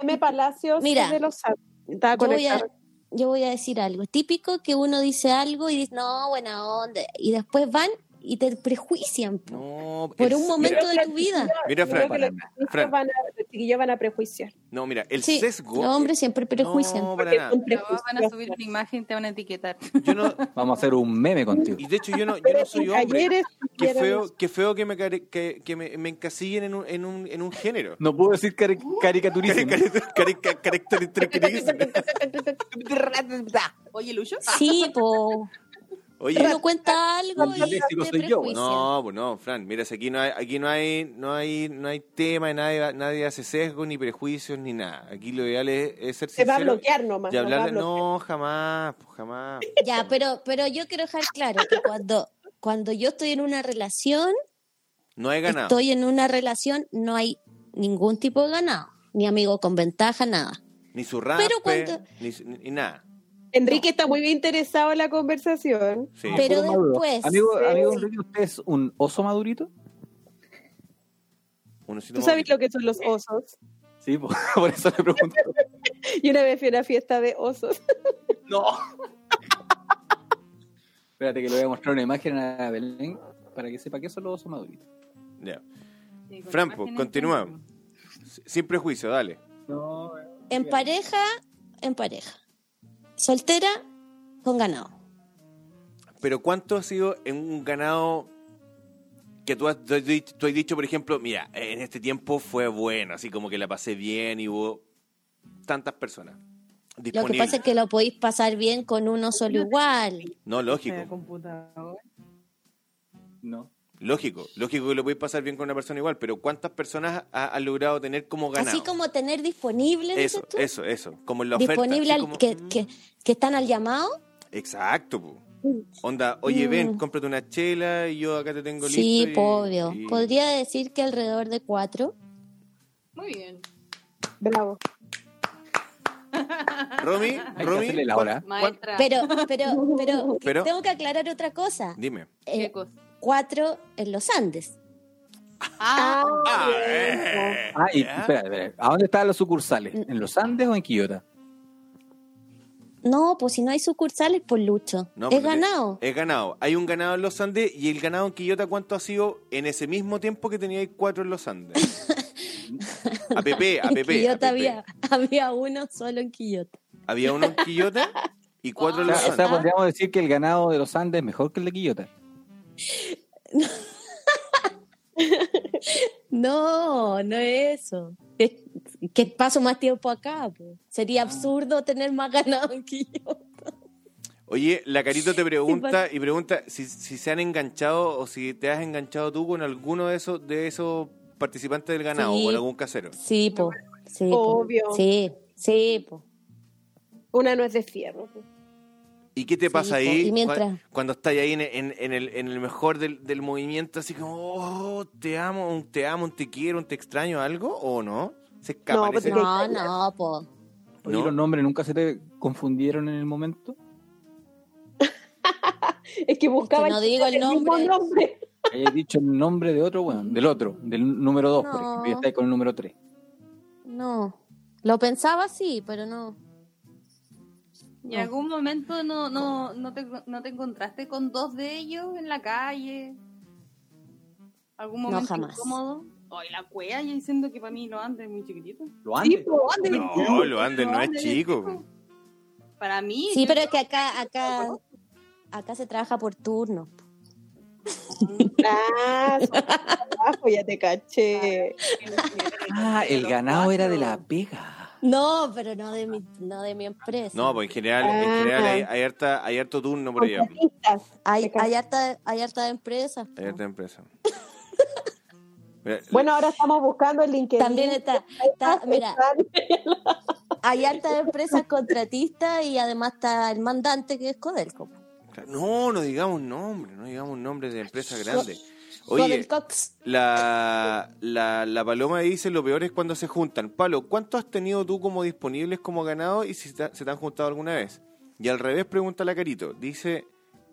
S4: M. Palacios
S6: Mira,
S4: de los Santos. Estaba
S6: Yo voy,
S4: conectado.
S6: a, yo voy a decir algo. Es típico que uno dice algo y dice, no, buena onda. Y después van y te prejuician po,
S1: No,
S6: por
S1: el-
S6: un momento
S1: Mira,
S6: de tu vida.
S1: mira,
S4: Creo que
S1: Fran.
S4: los
S1: Fran.
S4: chiquillos, van a, los chiquillos van a prejuiciar.
S1: No, mira, el
S6: Sí,
S1: sesgo.
S6: los hombres siempre prejuician.
S1: No, para
S4: Porque
S1: nada.
S4: son
S7: Pero vos van a
S4: prejuiciosos.
S7: subir una imagen, te van a etiquetar.
S1: Yo no,
S2: Vamos a hacer un meme contigo.
S1: Y de hecho yo no, yo
S4: Pero
S1: no soy
S4: en
S1: hombre.
S4: talleres
S1: Qué
S4: hicieron
S1: feo, qué feo que me, care- que, que me, me encasillen en un, en un, en un género.
S2: No puedo decir cari- caricaturismo.
S1: Cari- ca- caracteristiquísimo.
S7: Oye, Lucho.
S6: Sí, po.
S1: Oye,
S6: Uno cuenta algo y
S2: Disléxico
S6: te
S2: soy yo, bueno.
S6: prejuician.
S1: no, pues no, Fran, mira, si aquí no hay, aquí no hay, no hay, no hay tema, nadie, nadie hace sesgo, ni prejuicios, ni nada. Aquí lo ideal es, es ser
S4: Se va a
S1: sincero
S4: bloquear nomás.
S1: Y
S4: nos va a
S1: hablarle,
S4: bloquear.
S1: no, jamás, pues, jamás.
S6: Ya, pero, pero yo quiero dejar claro que cuando, cuando yo estoy en una relación,
S1: No he ganado.
S6: estoy en una relación, no hay ningún tipo de ganado, ni amigo con ventaja, nada.
S1: Ni su raspe,
S6: Pero cuando-
S1: ni, su- ni- ni nada.
S4: Enrique está muy interesado en la conversación.
S1: Sí.
S6: Pero
S2: Puro maduro.
S6: después- eh.
S2: Amigo,
S4: Sí.
S2: amigo Enrique, ¿usted es un oso madurito?
S1: Uno sí
S4: Tú
S1: toma-
S4: sabes lo que son los osos.
S2: Sí, por, por eso le pregunto.
S4: Y una vez fui a una fiesta de osos.
S2: No. Espérate que le voy a mostrar una imagen a Belén para que sepa que son los osos maduritos.
S1: Ya.
S7: Sí, con
S1: Fran,
S7: imagen
S1: pues,
S7: en
S1: continúa.
S7: Facebook.
S1: Sin prejuicio, dale.
S2: No, eh,
S6: En pareja, en pareja. Soltera, con ganado.
S1: Pero ¿cuánto ha sido en un ganado que tú has, tú has dicho, tú has dicho, por ejemplo, mira, en este tiempo fue bueno, así como que la pasé bien y hubo tantas personas
S6: Lo que
S1: disponibles?
S6: pasa es que lo podéis pasar bien con uno solo igual.
S1: No,
S2: Eh,
S7: La
S1: lógico,
S7: computadora.
S2: no.
S1: lógico, lógico que lo podéis pasar bien con una persona igual, pero ¿cuántas personas ha- has logrado tener como ganado?
S6: Así como tener disponible, dices
S1: eso,
S6: tú,
S1: eso, eso, como en la oferta.
S6: disponible
S1: así
S6: al-
S1: como,
S6: que,
S1: mm,
S6: que, que están al llamado.
S1: Exacto, po. Onda, oye, ven,
S6: Mm.
S1: cómprate una chela y yo acá te tengo listo.
S6: Sí,
S1: y-
S6: po, obvio.
S1: y-
S6: Podría decir que alrededor de cuatro.
S7: Muy bien.
S4: Bravo.
S1: Romy,
S2: Hay que
S1: Romy,
S2: hacerle la hora.
S7: Maestra.
S6: Pero, pero, pero,
S1: Pero-
S6: tengo que aclarar otra cosa.
S1: dime.
S6: Eh,
S7: ¿Qué cosa?
S6: cuatro en los Andes.
S7: Ah,
S4: Ah,
S1: Ah, eh,
S2: Ah, y,
S1: ¿ya?
S2: espera, espera, ¿a dónde estaban los sucursales? ¿En los Andes o en Quillota?
S6: No, pues si no hay sucursales, por lucho.
S1: No,
S6: es
S1: porque
S6: ganado.
S1: Es ganado. Hay un ganado en los Andes y el ganado en Quillota, ¿cuánto ha sido en ese mismo tiempo que teníais cuatro en los Andes? A Pepe, a
S6: en
S1: Pepe.
S6: Quillota había, había uno solo en Quillota.
S1: Había uno en Quillota y cuatro
S2: O
S1: en
S2: sea,
S1: los
S2: o
S1: Andes.
S2: sea, podríamos decir que el ganado de los Andes es mejor que el de Quillota.
S6: No, no es eso. Es que paso más tiempo acá. po. Sería absurdo tener más ganado en Quillota.
S1: Oye, la Carito
S6: pues.
S1: te pregunta y pregunta si, si se han enganchado o si te has enganchado tú con alguno de esos de esos participantes del ganado,
S6: Sí.
S1: con algún casero.
S6: Sí, po. Sí, po.
S4: Obvio.
S6: Sí, sí, po.
S4: Una no es de fierro. pues.
S1: ¿Y qué te
S6: Sí,
S1: pasa
S6: po,
S1: ahí
S6: y mientras-
S1: cua- cuando estás ahí en, en- en el, en el mejor del, del movimiento, así como, oh, te amo, un te amo, un te quiero, un te extraño, algo, o no? ¿Se escapan
S4: pues,
S1: ese-
S4: no.
S6: No, no, po.
S2: Oye,
S1: No.
S2: los nombres nunca se te confundieron en el momento?
S4: Es que buscaba
S6: no digo el
S4: mismo
S6: nombre.
S4: nombre.
S2: Hayas dicho el nombre de otro, bueno, del otro, del número 2, por
S6: No.
S2: ejemplo, y estáis con el número 3.
S6: No. Lo pensaba sí, pero no.
S7: ¿Y en algún momento no, no, no, te, no te encontraste con dos de ellos en la calle? ¿Algún
S6: No,
S7: momento
S6: jamás.
S7: incómodo? Ay, la cueva, ya diciendo que para mí no anda, es muy chiquitito.
S2: ¿Lo
S4: Sí,
S2: Andes?
S4: pues, ande,
S1: No, lo Andes no es
S7: Andes
S1: chico.
S7: Para mí,
S6: Sí,
S7: yo-
S6: pero es que acá, acá, acá se trabaja por turno.
S4: Ah, trabajo, ya te caché.
S2: Ah, el ganado era de la pega.
S6: No, pero no de mi, no de mi empresa.
S1: No, pues en general, en
S4: Ah.
S1: general hay, hay harta, hay harto turno por allá.
S4: Contratistas.
S6: hay, hay harta, hay harta de empresas. po.
S1: Hay harta empresa. Mira,
S4: Bueno, ahora estamos buscando el LinkedIn.
S6: También está, está- mira, hay harta de empresas contratistas y además está el mandante que es Codelco. po.
S1: No, no digamos nombres, no digamos nombres de empresas grandes. Oye,
S6: Codelcox.
S1: la, la, la paloma dice lo peor es cuando se juntan. Pablo, ¿cuánto has tenido tú como disponibles como ganado y si se te- se te han juntado alguna vez? Y al revés pregunta la Carito, dice,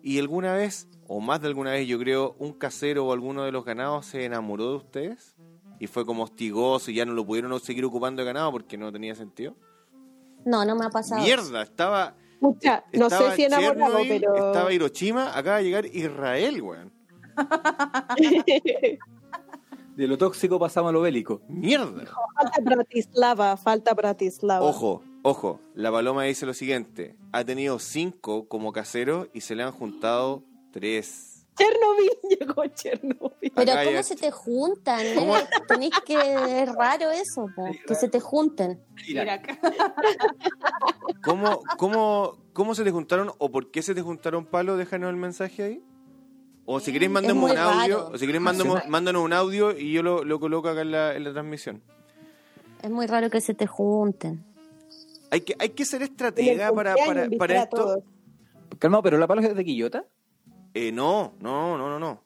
S1: ¿y alguna vez, o más de alguna vez yo creo, un casero o alguno de los ganados se enamoró de ustedes? Y fue como hostigoso y ya no lo pudieron seguir ocupando de ganado porque no tenía sentido.
S6: No, no me ha pasado.
S1: Mierda, estaba...
S4: Escucha, no sé
S1: estaba
S4: si enamorado,
S1: Chernobyl,
S4: pero.
S1: Estaba Hiroshima, acaba de llegar Israel, weón.
S2: De lo tóxico pasamos a lo bélico.
S1: Mierda.
S4: Falta Bratislava, falta Bratislava.
S1: Ojo, ojo, la paloma dice lo siguiente: ha tenido cinco como casero y se le han juntado tres.
S4: Chernobyl, llegó Chernobyl.
S6: Pero
S1: Acá ya-
S6: ¿cómo se te juntan? eh? Tenéis que... Es raro eso, po, que se te junten.
S7: mira acá.
S1: ¿Cómo, cómo, ¿Cómo se te juntaron o por qué se te juntaron, Palo? Déjanos el mensaje ahí. O si queréis, mándanos
S6: muy
S1: un audio.
S6: raro.
S1: O si queréis, mándanos, mándanos un audio y yo lo, lo coloco acá en la, en la transmisión.
S6: Es muy raro que se te junten.
S1: Hay que, hay que ser
S4: En el
S1: estratega para, para,
S4: cumpleaños
S1: para
S4: invitar a
S1: esto. pues,
S4: todos.
S2: Calmado, pero la palo es de Quillota.
S1: Eh, no, no, no, no, no.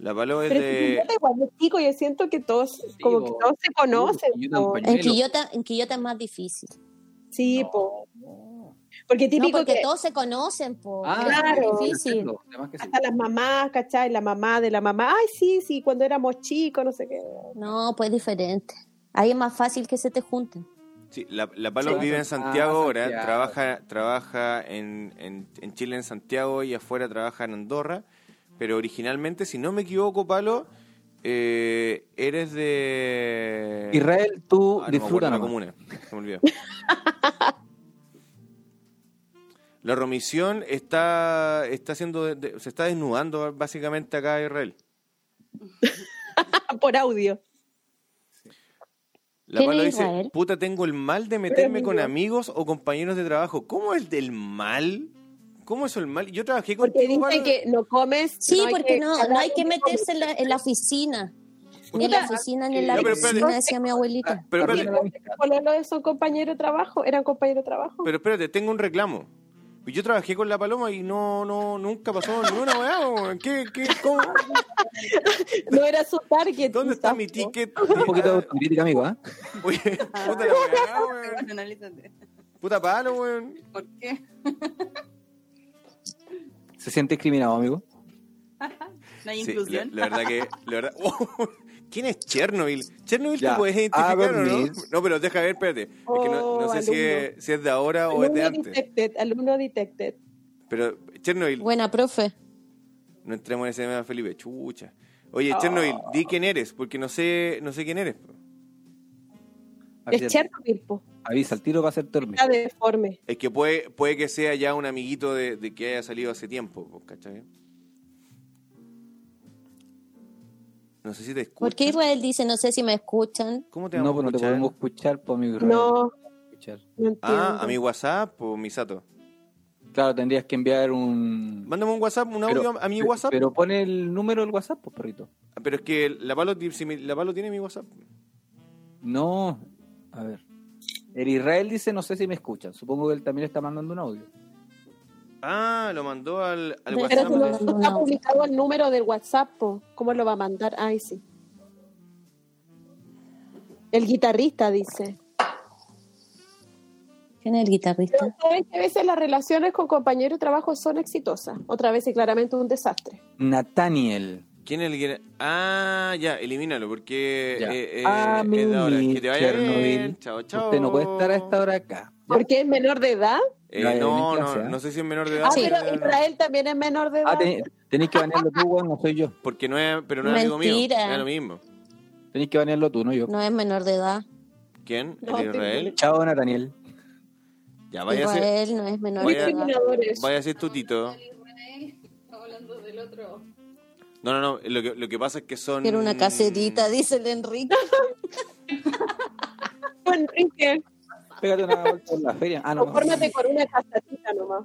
S1: La palo es
S4: Pero es que
S1: de.
S4: Quillota igual es chico, yo siento que todos, como que
S2: bo.
S4: todos se conocen.
S2: Sí, bo,
S4: po.
S2: Quillota en
S6: En
S2: Melo.
S6: Quillota, en Quillota es más difícil.
S4: Sí, po. Porque
S6: No,
S4: típico
S6: porque
S4: que
S6: todos se conocen, po.
S2: Ah,
S4: claro.
S6: Es difícil.
S2: Además que sí.
S4: hasta las mamás, ¿cachai? La mamá de la mamá, ay, sí, sí, cuando éramos chicos, no sé qué.
S6: No, pues es diferente. Ahí es más fácil que se te junten.
S1: Sí, la, la Palo vive en Santiago
S2: Ah,
S1: ahora,
S2: Santiago.
S1: trabaja, trabaja en, en- en Chile, en Santiago y afuera trabaja en Andorra, pero originalmente, si no me equivoco, Palo, eh, eres de...
S2: Israel, tú
S1: Ah, no me acuerdo
S2: disfruta
S1: la
S2: nomás.
S1: comuna, se me olvidó. La romisión está, está haciendo, de- de- se está desnudando básicamente acá Israel.
S4: Por audio.
S1: La
S6: ¿Quién
S1: Palo
S6: es
S1: dice,
S6: Israel?
S1: puta, tengo el mal de meterme
S4: Pero,
S1: con
S4: amigo.
S1: amigos o compañeros de trabajo. ¿Cómo es del mal? ¿Cómo es el mal? Yo trabajé con
S4: Porque dice que no comes.
S6: Sí,
S4: no hay
S6: porque no, no hay que
S4: hablar-
S6: meterse en la, en la oficina. Ni en la oficina, ni en la
S1: eh, Ya, pero
S6: oficina,
S1: espérate. Ah,
S6: decía mi abuelita.
S1: Pero
S2: Arruina
S1: espérate,
S2: la amistad.
S4: Ponerlo de son compañero de trabajo, eran compañero de trabajo.
S1: pero espérate, tengo un reclamo. Yo trabajé con la paloma y no, no, nunca pasó ninguna weá. weón. ¿Qué, qué, cómo?
S4: No era su target.
S1: ¿Dónde está
S4: quizás,
S1: mi
S4: po.
S1: ticket?
S2: Un poquito de autocrítica, amigo, ¿ah?
S1: Oye, puta la weá, weón.
S7: Bueno, analízate.
S1: Puta palo, weón.
S7: ¿Por qué?
S2: Se siente discriminado, amigo.
S7: No hay
S1: Sí, la,
S7: inclusión.
S1: la verdad que. La verdad, ¿Quién es Chernobyl? Chernobyl
S2: Ya, Ah,
S1: te puedes identificar o no.
S2: Abernethy.
S1: No, pero deja ver, espérate. Es que no, no sé
S4: Oh,
S1: si
S4: alumno.
S1: es, si es de ahora o es de
S4: Alumno
S1: antes.
S4: detected, alumno detected.
S1: Pero Chernobyl,
S6: Buena, profe.
S1: no entremos en ese tema, Felipe. Chucha. Oye, Chernobyl, di quién eres, porque no sé, no sé quién eres.
S4: Es Chernobyl, po.
S2: Avisa al tiro para hacer dormir.
S4: Está deforme.
S1: Es que puede, puede que sea ya un amiguito de, de que haya salido hace tiempo, po, ¿cachai? No sé si te escucho.
S6: ¿Por qué Israel dice, no sé si me escuchan?
S1: ¿Cómo te
S2: No,
S1: vamos
S2: pues
S1: a
S2: no te
S1: escuchar?
S2: podemos escuchar por mi
S4: No,
S2: escuchar.
S4: no entiendo.
S1: Ah, a mi WhatsApp o Misato.
S2: Claro, tendrías que enviar un.
S1: Mándame un WhatsApp, un audio a mi
S2: pe-
S1: WhatsApp.
S2: Pero pone el número del WhatsApp, pues, perrito.
S1: Ah, Pero es que la palo, ti- si mi- la palo tiene mi WhatsApp.
S2: No. A ver. El Israel dice, no sé si me escuchan. Supongo que él también está mandando un audio.
S1: Ah, lo mandó al, al
S6: Pero
S4: Pero
S1: WhatsApp.
S4: si
S6: no-
S1: de-
S4: no está publicado el número del WhatsApp, po. ¿cómo lo va a mandar? Ay, sí. El guitarrista dice.
S6: ¿Quién es el guitarrista?
S4: Pero saben que a veces las relaciones con compañeros de trabajo son exitosas, otra vez y claramente un desastre.
S2: Nathaniel.
S1: ¿Quién es el que- Ah, ya, elimínalo, porque
S2: Ya.
S1: eh, eh,
S2: Ah,
S1: es
S2: mi
S1: de ahora. Que te vaya bien.
S2: Chernobyl.
S1: Chao, chao.
S2: Usted no puede estar a esta hora acá.
S4: Porque es menor de edad.
S1: Eh,
S2: No, en
S1: no, no,
S2: clase, ¿eh?
S1: no sé si es menor de edad.
S4: Ah,
S6: Sí.
S4: pero Israel también es menor de edad.
S2: Ah, ten- tenéis que banearlo tú, weón, no soy yo.
S1: Porque no es, pero no es amigo mío.
S6: Mentira.
S1: Es lo mismo.
S2: Tenéis que banearlo tú, no yo.
S6: No es menor de edad.
S1: ¿Quién? ¿El
S4: No,
S1: de
S4: te-
S1: Israel?
S2: Chao, Nathaniel.
S1: Ya, váyase,
S6: Israel no es menor
S4: Muy
S1: Ah, Vaya-
S6: de edad.
S4: discriminadores.
S1: váyase tutito.
S7: Estamos hablando del otro.
S1: No, no, no. Lo que, lo que pasa es que son.
S6: Quiero una caserita, dice el Enrique.
S4: Enrique,
S2: Pégate una vuelta en la feria. Ah, no.
S4: confórmate con una casatita nomás.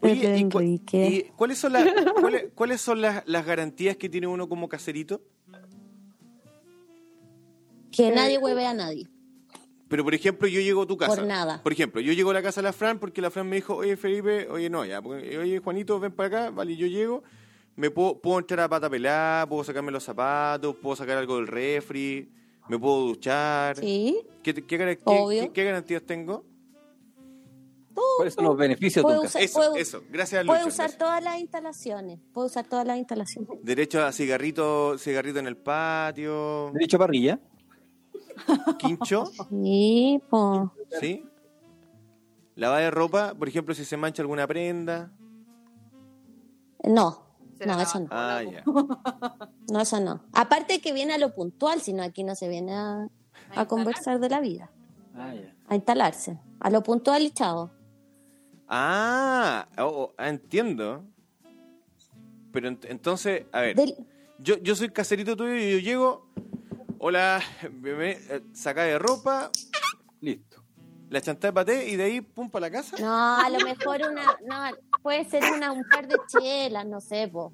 S1: Oye,
S6: Pepe
S1: ¿y, cua-
S6: Enrique.
S1: y cuáles son, las, cuáles, cuáles son las, las garantías que tiene uno como caserito?
S6: Que nadie hueve a nadie.
S1: Pero, por ejemplo, yo llego a tu casa.
S6: Por nada.
S1: Por ejemplo, yo llego a la casa de la Fran porque la Fran me dijo, oye, Felipe, oye, no, ya, porque- oye, Juanito, ven para acá, vale, yo llego, me puedo, puedo entrar a pata pelada, puedo sacarme los zapatos, puedo sacar algo del refri, me puedo duchar.
S6: ¿Sí?
S1: ¿Qué, qué gar- qué-
S6: Obvio.
S1: qué- qué garantías tengo?
S2: ¿Cuáles son los beneficios de
S6: Puede
S2: un
S6: usar-
S2: casero?
S1: Eso,
S6: puedo-
S1: eso, gracias a Lucho.
S6: Puede usar
S1: gracias.
S6: todas las instalaciones. Puede usar todas las instalaciones.
S1: Derecho a cigarrito, cigarrito en el patio,
S2: Derecho a parrilla.
S1: quincho.
S6: Sí, po.
S1: ¿Sí? Lavar de ropa, por ejemplo, si se mancha alguna prenda.
S6: No.
S7: Se
S6: No,
S7: la
S6: eso no.
S1: Ah, ya.
S6: No, eso no. Aparte que viene a lo puntual, sino aquí no se viene a, a conversar de la vida,
S2: Ah, ya.
S6: a instalarse. A lo puntual y chao.
S1: Ah, oh, oh, ah, entiendo. Pero ent- entonces, a ver,
S6: Del-
S1: yo, yo soy caserito tuyo y yo llego, hola, me, saca de ropa,
S2: Listo.
S1: la chantada de paté y de ahí, pum, para la casa.
S6: No, a lo mejor una, no, puede ser una, un par de chelas, no sé, po.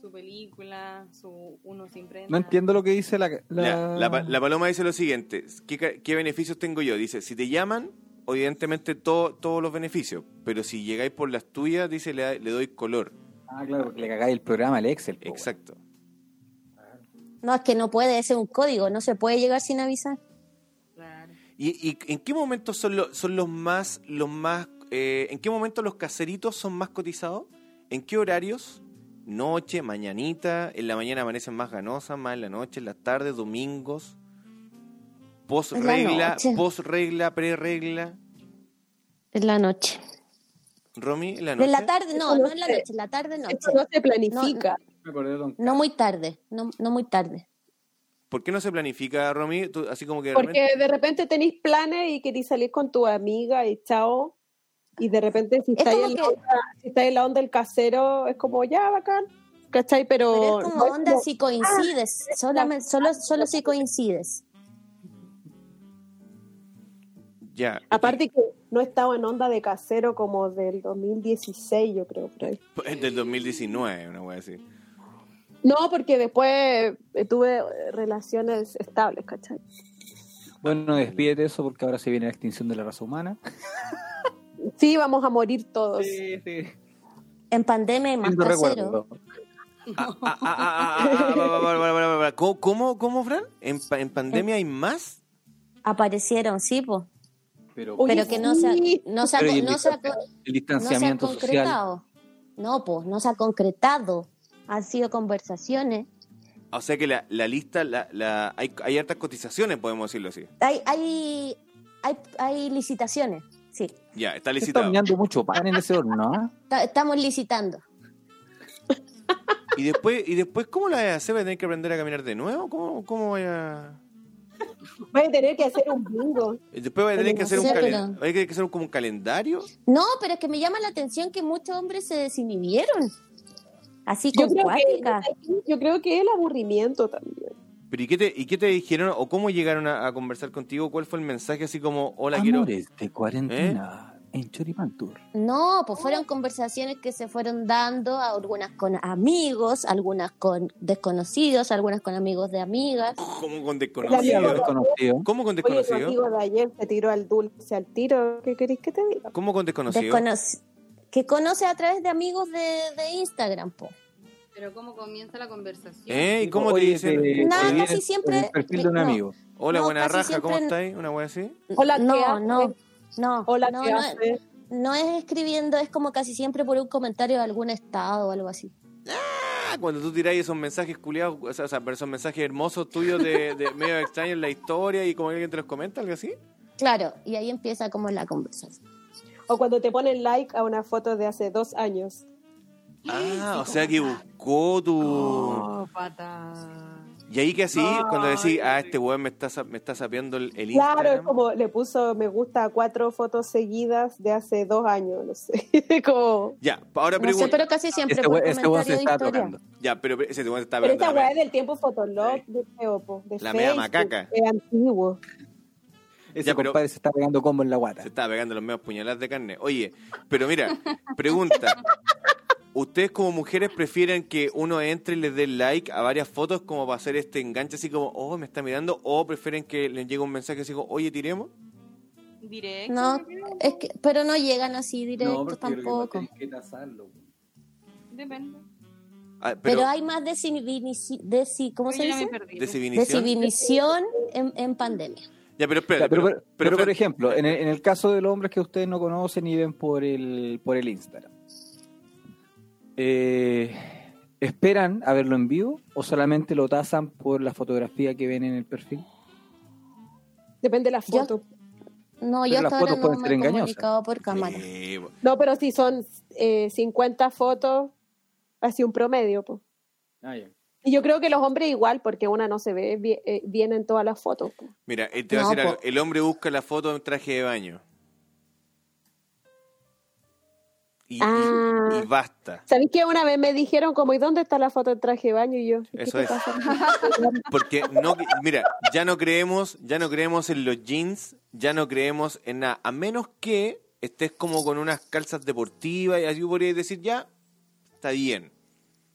S7: Su película, su uno sin prenda.
S2: No entiendo lo que dice la. la...
S1: Ya, la, pa- la paloma dice lo siguiente, ¿qué, ca- qué beneficios tengo yo? Dice, si te llaman, evidentemente todo- todos los beneficios, pero si llegáis por las tuyas, dice, le, da- le doy color.
S2: Ah, claro, porque le cagáis el programa al Excel. po,
S1: Exacto.
S6: No, es que no puede, ese es un código, no se puede llegar sin avisar.
S7: Claro.
S1: ¿Y, y en qué momento son, lo- son los más, los más, eh, en qué momento los caseritos son más cotizados? ¿En qué horarios? Noche, mañanita, en la mañana amanecen más ganosas, más en la noche, en las tardes, domingos, post
S6: En la
S1: regla,
S6: noche.
S1: post regla, pre regla,
S6: En la noche.
S1: Romy, en la noche.
S6: En la tarde, no,
S4: Eso no
S6: no en la
S4: sé.
S6: noche, en la tarde noche.
S4: Esto no se planifica.
S2: weón. Me acordé de Don-
S6: No muy tarde, no, no muy tarde.
S1: ¿Por qué no se planifica, Romy? Tú, así como que de repente-
S4: Porque de repente tenéis planes y queréis salir con tu amiga y chao. Y de repente, si
S6: Es
S4: estáis
S6: como
S4: en, la
S6: que-
S4: onda, si estáis en la onda del casero, es como ya bacán. ¿Cachai? Pero.
S6: Pero es como
S4: Oh, no es
S6: onda
S4: como-
S6: si coincides, solamente, solo, solo si coincides.
S1: ya.
S4: Aparte que no estaba en onda de casero como del 2016, yo creo. por ahí.
S1: Es del 2019, una wea así.
S4: No, porque después eh, tuve eh, relaciones estables, ¿cachai?
S2: Bueno, despídete eso porque ahora se viene la extinción de la raza humana.
S4: Sí, vamos a morir todos.
S2: sí.
S6: En pandemia hay más
S2: Lindo
S6: casero.
S2: recuerdo.
S1: Ah, ah, ah, ah, ah, ah, va, va, va, va, va, va. ¿Cómo- ¿Cómo, cómo, Fran? ¿En, pa- en pandemia hay más?
S6: Aparecieron, sí, po.
S2: Pero,
S4: Oye,
S6: Pero que no se ha,
S4: sí.
S6: no se ha-
S2: Pero y el
S6: no se ha-
S2: distan- el
S6: no se ha
S2: distanciamiento social.
S6: concretado. No, pues no se ha concretado. Han sido conversaciones.
S1: O sea que la, la lista, la, la, hay, hay hartas cotizaciones, podemos decirlo así.
S6: Hay, hay, hay, hay licitaciones, sí.
S1: Ya, está
S3: Se Está
S1: licitado.
S3: mirando mucho pan en ese horno, ¿ah?
S6: Ta- estamos licitando.
S1: ¿Y después, ¿Y después cómo la vas a hacer? ¿Vas a tener que aprender a caminar de nuevo? ¿Cómo, cómo vaya...?
S4: Voy a tener que hacer un bingo.
S1: Después vas a tener que hacer, un
S6: Sí,
S1: calen-
S6: pero-
S1: vas a tener que hacer como un calendario.
S6: No, pero es que me llama la atención que muchos hombres se desinhibieron. Así
S4: Yo
S6: con
S4: creo,
S6: cuática.
S4: que, yo creo que el aburrimiento también.
S1: Pero ¿y qué te, y qué te dijeron o cómo llegaron a, a conversar contigo? ¿Cuál fue el mensaje así como, hola, quiero... ¿Eh?
S3: Amores de cuarentena en Choripantur.
S6: No, pues fueron conversaciones que se fueron dando, algunas con amigos, algunas con desconocidos, algunas con amigos de amigas.
S1: ¿Cómo con
S4: Gracias,
S1: desconocido?
S4: amor.
S3: Desconocido.
S1: ¿Cómo con
S4: Oye, tu
S1: desconocido?
S4: amigo de ayer se tiró al dulce al tiro. ¿Qué querés que te diga?
S1: ¿Cómo con desconocido?
S6: Desconoc- que conoce a través de amigos de, de Instagram, po.
S7: Pero cómo comienza la conversación.
S1: ¿Eh? ¿Y cómo te
S3: Oye,
S1: dicen?
S3: te-
S6: Nada,
S3: te
S6: casi
S3: vienen
S6: siempre-
S3: en El perfil de un
S6: no.
S3: amigo.
S1: Hola,
S6: No,
S1: buena
S6: casi
S1: raja, ¿cómo
S6: siempre-
S1: estáis? Una wea así.
S4: Hola, ¿qué
S6: no,
S4: haces?
S6: no, no,
S4: Hola,
S6: no,
S4: ¿qué
S6: no,
S4: haces?
S6: no es escribiendo, es como casi siempre por un comentario de algún estado o algo así.
S1: Ah, cuando tú tiráis esos mensajes culiados, o sea, o sea, pero esos mensajes hermosos tuyos de, de medio extraños en la historia y como alguien te los comenta, algo así.
S6: Claro, y ahí empieza como la conversación.
S4: O cuando te ponen like a una foto de hace dos años.
S1: Ah, o sea que buscó tu...
S7: Oh, pata.
S1: Y ahí que así, cuando decís, ah, este weón me está, sa- me está sapeando el, el
S4: Claro, es
S1: Instagram.
S4: como le puso me gusta a cuatro fotos seguidas de hace dos años, no sé. como...
S1: Ya, pa- ahora
S6: No sé,
S1: pregunto.
S6: pero casi siempre
S3: Este
S6: por
S3: we- este weón
S6: comentario
S3: se
S6: de
S3: está
S6: historia.
S3: tocando.
S1: Ya, Ah, pero ese weón está
S4: Pero
S1: hablando.
S4: esta
S1: la
S4: weá es
S1: wea.
S4: del tiempo Fotolog, de feo, po, de
S1: La mea
S4: Facebook,
S1: macaca.
S4: Es antiguo.
S3: Ese
S1: Ya, pero-
S3: compadre se está pegando combo en la guata.
S1: Se estaba pegando los medios puñaladas de carne. Oye, pero mira, pregunta. ¿Ustedes como mujeres prefieren que uno entre y les dé like a varias fotos como para hacer este enganche así como, oh, me está mirando? ¿O prefieren que les llegue un mensaje así como, oye, tiremos?
S7: Directo.
S6: No, es que, pero no llegan así directos tampoco.
S7: Depende.
S1: Ah,
S6: Pero,
S1: pero,
S6: hay más desinhibici- desi- ¿cómo se
S7: Yo ya me
S6: dice?
S7: perdí.
S1: ¿desinhibición?
S6: Desinhibición en, en pandemia.
S1: Ya, pero espérate.
S3: Ya, pero,
S1: pero,
S3: pero- pero, por
S1: espérate.
S3: ejemplo, en el, en el caso de los hombres que ustedes no conocen y ven por el, por el Instagram, eh, ¿esperan a verlo en vivo o solamente lo tasan por la fotografía que ven en el perfil?
S4: Depende de la
S6: Yo-
S4: foto.
S6: No,
S3: Pero
S6: yo
S3: las
S6: hasta ahora
S3: fotos
S6: no
S3: pueden
S6: me
S3: ser
S6: he
S3: engañosas.
S6: comunicado por cámara.
S1: Sí, bo-
S4: No, pero si son eh, 50 fotos, así un promedio, po.
S1: Ah,
S4: Y yo creo que los hombres igual, porque una no se ve bien, eh, bien en todas las fotos. po.
S1: mira, él te va a
S6: No,
S1: decir algo.
S6: po.
S1: El hombre busca la foto en traje de baño. Y, y-
S4: Ah.
S1: y basta.
S4: ¿Sabéis que una vez me dijeron como, ¿y dónde está la foto en traje de baño? Y yo, ¿y ¿qué
S1: Eso
S4: te
S1: es.
S4: pasa?
S1: Porque no, mira, ya no creemos, ya no creemos en los jeans, ya no creemos en nada, a menos que estés como con unas calzas deportivas y así podrías decir ya, está bien.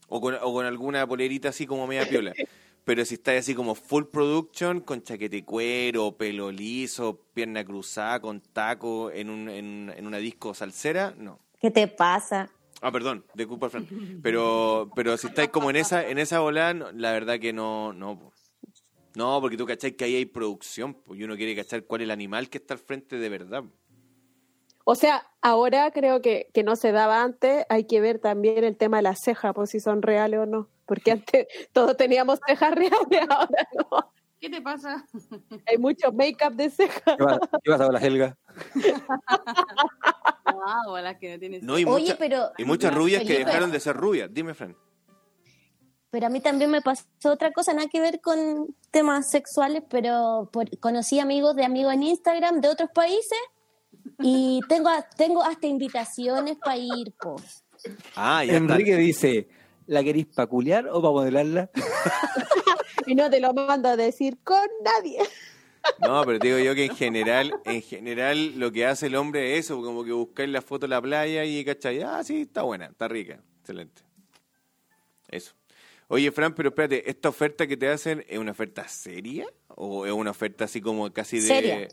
S1: O con, o con alguna polerita así como media piola. Pero si estás así como full production, con chaquete de cuero, pelo liso, pierna cruzada, con taco, en, un, en, en una disco salsera, no.
S6: ¿Qué te pasa?
S1: Ah, perdón, de culpa, Fran. Pero, pero si estáis como en esa, en esa volada, no, la verdad que no, no. po. No, porque tú cachás que ahí hay producción, po, y uno quiere cachar cuál es el animal que está al frente de verdad. po.
S4: O sea, ahora creo que, que no se daba antes, hay que ver también el tema de las cejas, por si son reales o no. Porque antes todos teníamos cejas reales, ahora no.
S7: ¿Qué te pasa?
S4: Hay mucho make-up de cejas.
S3: ¿Qué pasa, qué pasa con la Helga?
S7: Wow, a las que no tienen.
S1: No, y,
S6: Oye,
S1: mucha-
S6: pero,
S1: y muchas rubias que
S6: Felipe.
S1: dejaron de ser rubias. Dime, Fran.
S6: pero a mí también me pasó otra cosa, nada que ver con temas sexuales, pero por- conocí amigos de amigos en Instagram de otros países y tengo, a- tengo hasta invitaciones para ir, po.
S1: Ah, ya está.
S3: Enrique dice, ¿la queréis paculear o para modelarla?
S4: Y no te lo mando a decir con nadie.
S1: No, pero te digo yo que en general, en general lo que hace el hombre es eso, como que buscáis la foto en la playa y cachai, ah, sí, está buena, está rica, excelente. Eso. Oye, Fran, pero espérate, ¿esta oferta que te hacen es una oferta seria? ¿O es una oferta así como casi de...
S6: Seria.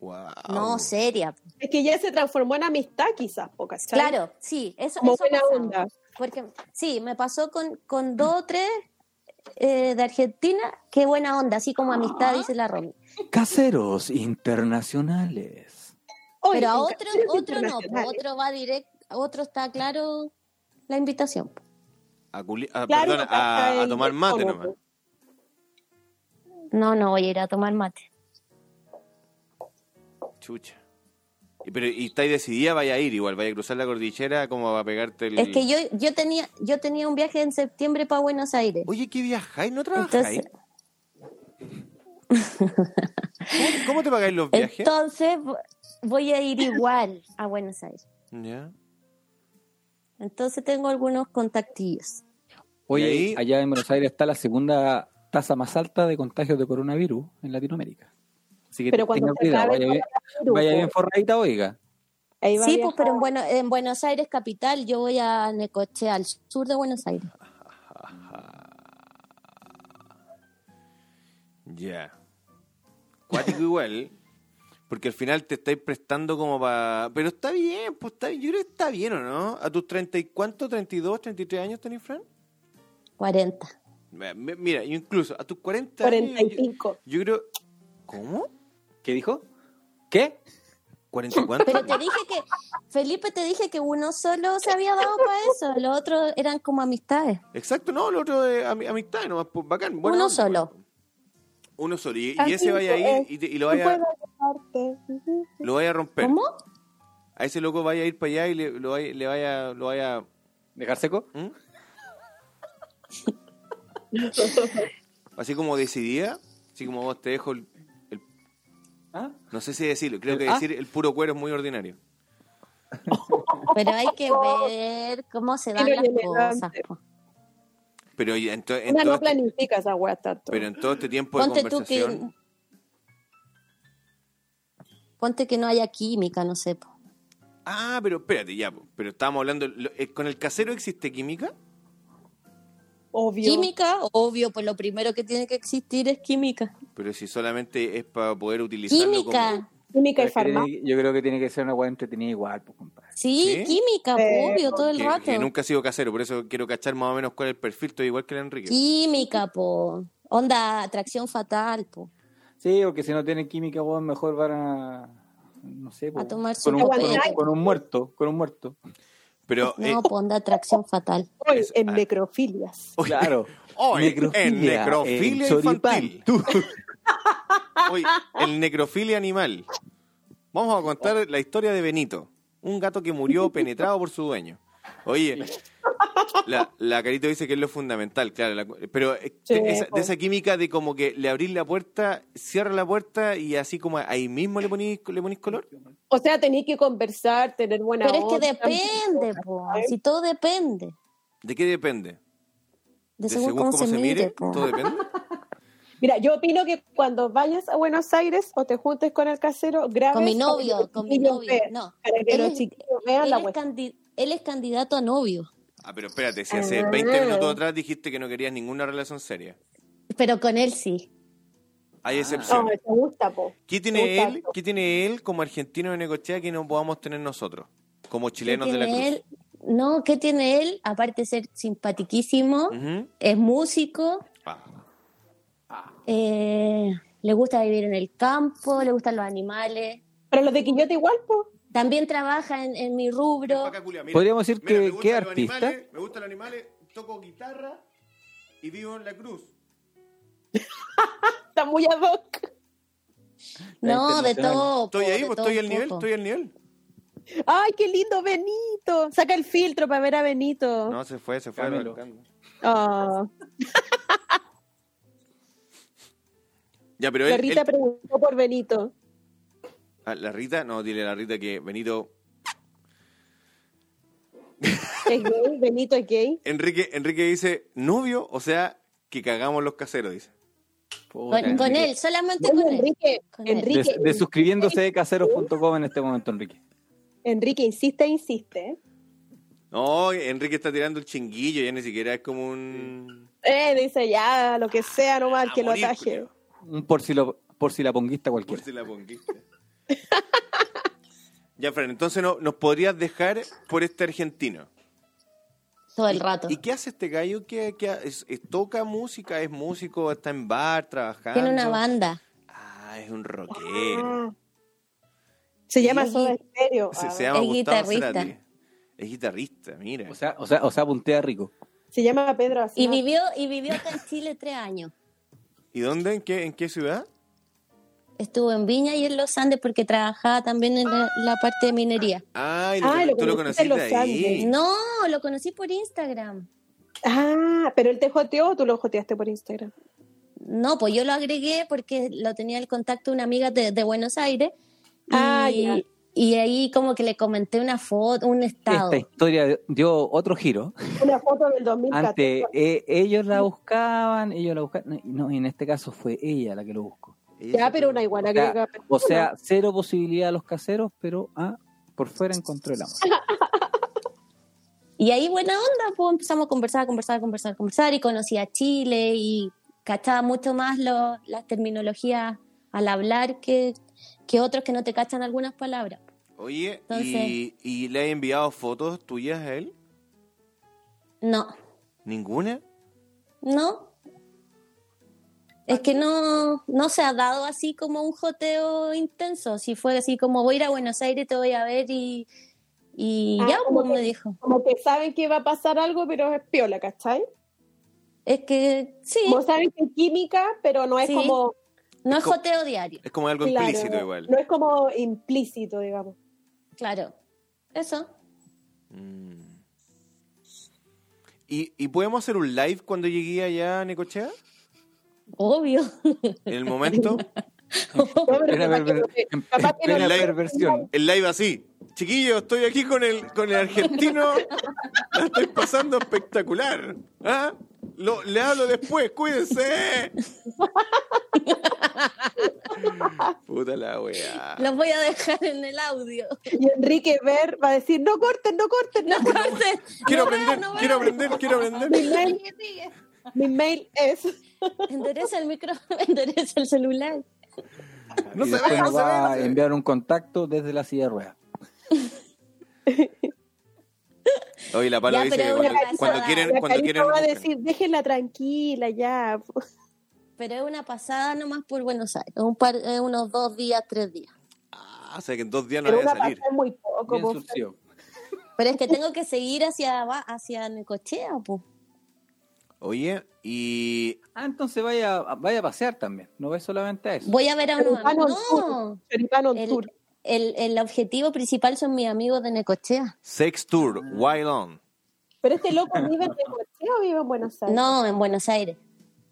S1: Wow.
S6: No, seria.
S4: Es que ya se transformó en amistad quizás, po, ¿cachai?
S6: Claro, sí, eso,
S4: Como
S6: eso
S4: buena
S6: pasaba.
S4: onda.
S6: Porque sí, me pasó con, con dos o tres eh, de Argentina, qué buena onda, así como amistad, dice la Romy.
S3: Caseros internacionales.
S4: Oye,
S6: Pero a
S4: en
S6: otro,
S4: canciones
S6: otro no,
S4: ¿eh? internacionales.
S6: otro va directo, otro está claro la invitación.
S1: A, culi- ah,
S4: Claro,
S1: perdona,
S4: hasta
S1: a, a
S4: el-
S1: tomar mate
S4: ¿cómo?
S1: nomás.
S6: No, no voy a ir a tomar mate.
S1: Chucha. Y- Pero, y estáis decidida, vaya a ir igual, vaya a cruzar la cordillera, como va a pegarte el.
S6: Es que
S4: Mm.
S6: yo, yo tenía, yo tenía un viaje en septiembre para Buenos Aires.
S1: Oye, ¿qué viajáis? ¿No trabajáis?
S6: Entonces,
S1: ¿Cómo, cómo te pagáis los viajes?
S6: entonces vo- voy a ir igual a Buenos Aires.
S1: Ya.
S6: Entonces tengo algunos contactillos.
S3: Oye,
S1: Y ahí-
S3: allá en Buenos Aires está la segunda tasa más alta de contagios de coronavirus en Latinoamérica. Así que
S4: Pero
S3: te-
S4: cuando pues.
S3: tenga cuidado,
S4: se acabe el
S3: vaya bien, vaya bien forradita, oiga.
S4: Ahí va a
S6: Sí, pues,
S4: viajar.
S6: pero en, Bueno- en Buenos Aires capital, yo voy a Necochea, al sur de Buenos Aires.
S1: Ya. Cuático igual. Porque al final te estáis prestando como para. Pero está bien, pues está bien. Yo creo que está bien, ¿o no? ¿A tus treinta y cuánto? ¿32, 33 años tenés, Fran?
S6: 40.
S1: Me- me- Mira, incluso a tus 40
S4: Cuarenta y
S1: años. yo-
S4: pico.
S1: Yo, creo. ¿Cómo?
S3: ¿Qué dijo? ¿Qué?
S1: ¿40 cuánto?
S6: Pero te dije que, Felipe, te dije que uno solo se había dado para eso, los otros eran como amistades.
S1: Exacto, no, el otro es ami- amistad, nomás, pues, bacán. buena
S6: Uno
S1: onda,
S6: solo.
S1: igual. Uno solo. Y, y
S4: Así
S1: ese vaya a ir
S4: es.
S1: y, te- y lo,
S4: No
S1: vaya,
S4: puedo ayudarte. Ujú.
S1: lo vaya a romper.
S6: ¿Cómo?
S1: A ese loco vaya a ir para allá y le, lo vaya, le vaya, lo vaya.
S3: ¿Dejar seco?
S1: ¿Mm? así como decidida, así como vos te dejo el, el-
S3: ¿Ah?
S1: no sé si decirlo, creo que
S3: ¿Ah?
S1: decir el puro cuero es muy ordinario.
S6: Pero hay que ver cómo se dan
S4: Pero
S6: las
S4: yo le
S6: cosas.
S4: dante.
S6: po.
S1: Pero ya en, to- en
S4: Una
S1: todo
S4: no
S1: este-
S4: planifica esa weá tanto.
S1: pero en todo este tiempo
S6: Ponte
S1: de
S6: tú que
S1: conversación,
S6: ponte que no haya química, no sé. po.
S1: ah, pero espérate ya, po. pero estábamos hablando lo- eh, con el casero existe química?
S4: Obvio.
S6: Química, obvio, pues lo primero que tiene que existir es química.
S1: Pero si solamente es para poder utilizarlo como
S6: Química,
S4: Química
S3: Pero
S4: y
S3: es que tiene-
S4: farmacia.
S3: yo creo que tiene que ser una hueá entretenida igual, pues, compadre.
S1: ¿Sí?
S6: sí, química, po,
S4: Eh,
S6: obvio, todo el
S1: que,
S6: rato.
S1: que nunca ha sido casero, por eso quiero cachar más o menos cuál es el perfil, estoy igual que el Enrique.
S6: Química, po. Onda, atracción fatal, po.
S3: Sí, porque si no tienen química, weón, mejor van a. No sé, po,
S6: A tomarse
S3: con,
S6: un
S3: un, con, un,
S4: copete.
S3: con un muerto, con un muerto.
S1: Pero eh,
S6: No, po, onda, atracción fatal.
S4: Hoy
S1: Eso,
S4: en
S1: ah.
S4: necrofilias.
S1: Oye,
S3: Claro.
S1: Hoy, en
S3: Necrofilia,
S1: necrofilia
S3: en
S1: infantil. Hoy, el necrofilia animal. Vamos a contar la historia de Benito, un gato que murió penetrado por su dueño. Oye, la, la Carito dice que es lo fundamental, claro. la- pero eh,
S4: Sí,
S1: de esa,
S4: po.
S6: pues.
S1: de esa química de como que le abrís la puerta, cierra la puerta y así como ahí mismo le ponís, le ponís color.
S4: O sea, tenéis que conversar, tener buena
S6: Pero es que
S4: onda.
S6: depende, po. Si todo depende.
S1: ¿De qué depende?
S6: De según, cómo, se, mire, pues. po.
S1: ¿Todo depende?
S4: Mira, yo opino que cuando vayas a Buenos Aires o te juntes con el casero, grabes
S6: Con mi
S4: para que
S6: novio,
S4: los
S6: con mi
S4: chiquillos
S6: novio,
S4: vean,
S6: no.
S4: Para que
S6: Él
S4: los
S6: es-
S4: chiquillos vean
S6: Él
S4: la
S6: es,
S4: wea.
S6: candi- él es candidato a novio,
S1: Ah, pero espérate, si hace 20 minutos atrás dijiste que no querías ninguna relación seria.
S6: pero con él sí.
S1: Hay
S4: No,
S1: excepciones.
S4: me gusta, po.
S1: ¿Qué
S4: Me
S1: tiene
S4: gusta
S1: él?
S4: harto.
S1: ¿Qué tiene él como argentino de Necochea que no podamos tener nosotros? Como
S6: ¿Qué
S1: chilenos de la
S6: tiene
S1: cruz.
S6: él? No, ¿qué tiene él? Aparte de ser simpatiquísimo,
S1: Ujú.
S6: es músico,
S1: Ah,
S6: eh, le gusta vivir en el campo, le gustan los animales,
S4: Pero los de Quillota igual, po.
S6: también trabaja en, en mi
S1: ven pa'
S6: rubro.
S1: acá, Julia, mira.
S3: Podríamos decir
S1: Mira, me
S3: que, ¿qué
S1: gustan los
S3: artista?
S1: animales, me gustan los animales, toco guitarra y vivo en la cruz.
S4: Está muy ad hoc.
S3: Está
S6: No, de
S3: internacional.
S6: todo.
S1: Estoy
S6: po,
S1: ahí,
S6: Oh, de
S1: pues
S6: todo
S1: estoy
S6: un
S1: al nivel,
S6: poco.
S1: estoy al nivel.
S4: Ay, qué lindo Benito. Saca el filtro para ver a Benito.
S1: No, se fue, se fue.
S3: Camelo.
S4: Ah.
S1: Ya, pero él,
S4: la Rita
S1: él-
S4: preguntó por Benito.
S1: ah, la Rita, no, dile a la Rita que Benito,
S4: ¿Es gay? ¿Benito es gay?
S1: Enrique, Enrique dice novio, o sea, que cagamos los caseros, dice.
S3: Puta,
S6: Con, con
S3: Enrique.
S6: él, solamente
S4: Bueno,
S6: con él.
S4: Enrique,
S6: Con él.
S4: Enrique,
S3: De, de suscribiéndose de caseros.com en este momento, Enrique.
S4: Enrique insiste, insiste.
S1: No, Enrique está tirando el chinguillo, ya ni siquiera es como un.
S4: Eh, dice ya, lo que sea nomás,
S1: A
S4: que lo
S1: morir, pues.
S4: ataje.
S1: culiao.
S3: Un por si, lo, por si la ponguista
S1: Por
S3: cualquiera.
S1: si la conquista. ya, Fran, entonces no, nos podrías dejar por este argentino.
S6: Todo el rato.
S1: ¿Y qué hace este gallo? ¿Qué, qué ha- es- es- ¿Toca música? ¿Es músico? ¿Está en bar trabajando?
S6: Tiene una banda.
S1: Ah, es un rockero.
S4: Se llama
S6: Sí.
S4: Ah. Soda Ah. Stereo.
S1: Se,
S4: Ah,
S1: se llama
S6: Es
S1: Gustavo
S6: guitarrista.
S1: Cerati. Es guitarrista, mira.
S2: O sea, o sea, o sea, puntea rico.
S4: Se llama Pedro Aznar.
S6: Y vivió, y vivió acá en Chile tres años.
S1: ¿Y dónde? ¿En qué, en qué ciudad?
S6: Estuvo en Viña y en Los Andes porque trabajaba también en la, la parte de minería.
S1: Ay, lo,
S4: Ah, lo
S1: tú lo
S4: conociste en
S1: conociste
S4: Los
S1: ahí.
S6: No, lo conocí por Instagram.
S4: Ah, pero él te joteó o tú lo joteaste por Instagram.
S6: No, pues yo lo agregué porque lo tenía el contacto de una amiga de, de Buenos Aires. Y,
S4: Ah, ya.
S6: y ahí como que le comenté una foto, un estado.
S2: Esta
S4: Este.
S2: historia dio otro giro.
S4: Una foto del 2014.
S2: Antes eh, ellos la buscaban, ellos la buscaban. No, y en este caso fue ella la que lo buscó.
S1: Ella
S4: Ya,
S1: se
S4: pero
S1: fue.
S4: una iguana
S2: O sea,
S4: griega.
S2: O sea, cero posibilidad a los caseros, pero ah, por fuera encontró el amor.
S6: Y ahí buena onda, pues empezamos a conversar, conversar, conversar, conversar y conocí a Chile y cachaba mucho más lo- las terminologías al hablar que, que otros que no te cachan algunas palabras.
S1: Oye, ¿y,
S6: Entonces-
S1: ¿y le has enviado fotos tuyas a él?
S6: No,
S1: ¿Ninguna?
S6: no. Es que no, no se ha dado así como un joteo intenso. Si fue así como voy a ir a Buenos Aires, te voy a ver y, y
S4: Ah,
S6: ya,
S4: como
S6: pues
S4: que-
S6: me dijo.
S4: Como que saben que va a pasar algo, pero es piola, ¿cachai?
S6: Es que sí,
S4: Como saben que es química, pero no es
S6: Sí.
S4: como.
S6: no
S1: es
S6: es
S1: como-
S6: joteo diario,
S1: Es como algo
S4: claro,
S1: implícito igual.
S4: No es como implícito, digamos.
S6: claro. Eso.
S1: Mm. ¿Y, ¿Y podemos hacer un live cuando llegué allá a Necochea?
S6: Obvio.
S1: ¿En el momento?
S4: No, pero
S2: Plena
S4: capaz que no
S2: perver-
S4: te- capaz que no
S1: plena
S4: te-
S2: perversión.
S1: El live así. Chiquillo, estoy aquí con el, con el argentino. La estoy pasando espectacular. ¿Ah? Lo, le hablo después, cuídense. Puta la weá.
S4: Ah.
S6: Los voy a dejar en el audio.
S4: Y Enrique Ver va a decir: no corten, no corten,
S6: No
S4: no corten.
S6: cortes.
S1: Quiero
S6: No veo,
S1: aprender,
S6: no veo.
S1: quiero aprender, quiero aprender.
S4: Mi mail,
S7: Sigue, sigue.
S4: mi mail es.
S6: Endereza el micro, endereza el celular.
S1: No
S2: y
S1: se
S2: después
S1: ve, no
S2: nos
S1: se ve,
S2: va
S1: no
S2: a
S1: se ve.
S2: enviar un contacto desde la silla de ruedas.
S1: Oye, la palo
S6: Ya,
S1: dice
S6: pero
S1: que
S6: una
S1: cuando, cuando
S6: pasada.
S1: quieren,
S4: La
S1: cuando
S4: Karina
S1: quieren.
S4: va a
S1: buscan.
S4: decir: déjenla tranquila ya.
S6: Pero es una pasada nomás por Buenos Aires. Un par, eh, unos dos días, tres días.
S1: Ah, o sea que en dos días no
S4: Pero
S1: voy a
S4: una
S1: salir.
S4: pasada es muy poco.
S2: Bien
S4: po.
S2: surcido.
S6: Pero es que tengo que seguir hacia, va- hacia Necochea, pues.
S1: Oye, y.
S2: Ah, entonces vaya, vaya a pasear también. No ve solamente a eso.
S6: Voy a ver a
S4: Pero
S6: unos
S4: van on
S6: amigos.
S4: tour.
S6: No.
S4: Choripán on
S6: El,
S4: tour.
S6: el- el objetivo principal son mis amigos de Necochea.
S1: Sex Tour, Wild On.
S4: Pero este loco vive en Necochea o vive en Buenos Aires.
S6: No, en Buenos Aires.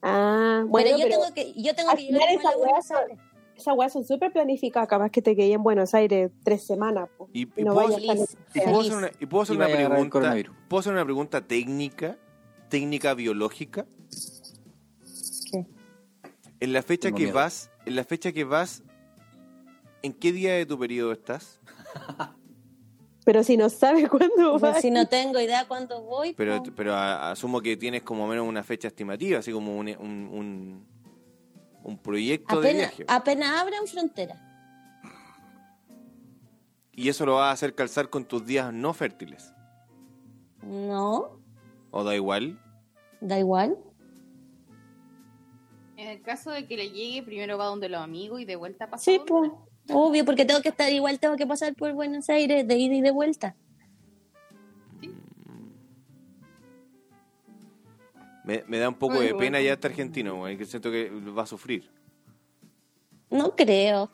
S4: Ah, bueno,
S6: pero yo
S4: pero
S6: tengo que, yo tengo
S4: al
S6: que
S4: final
S6: llegar igual
S4: esa
S6: a Buenos
S4: hueá-
S6: Aires.
S4: esas weas son súper planificadas. Capaz que te quedé en Buenos Aires tres semanas. po.
S1: Y- y
S4: no
S1: puedo-
S4: vayas tan
S6: Feliz,
S1: ¿Y puedo hacer una,
S6: feliz.
S1: y puedo hacer
S2: Y
S1: una
S2: vaya a agarrar el
S1: pregunta?
S2: coronavirus.
S1: ¿Puedo hacer una pregunta técnica? ¿Técnica biológica?
S6: ¿Qué?
S1: En la fecha
S2: Tengo
S1: que
S2: miedo.
S1: vas, en la fecha que vas, ¿en qué día de tu periodo estás?
S4: Pero si no sabes cuándo
S6: Pero
S4: vas.
S6: Si no tengo idea cuándo voy,
S1: Pero,
S6: po.
S1: pero a- asumo que tienes como menos una fecha estimativa, así como un, un, un- un proyecto de
S6: apenas,
S1: viaje.
S6: apenas abran fronteras.
S1: Y eso lo vas a hacer calzar con tus días no fértiles.
S6: No,
S1: ¿O da igual?
S6: da igual.
S7: En el caso de que le llegue, primero va donde los amigos y de vuelta pasa.
S6: Sí,
S7: donde-
S6: pues, obvio, porque tengo que estar igual, tengo que pasar por Buenos Aires de ida y de vuelta.
S1: Me, me da un poco
S7: Ay,
S1: de
S7: bueno.
S1: pena ya este argentino, güey, que siento que va a sufrir.
S6: No creo,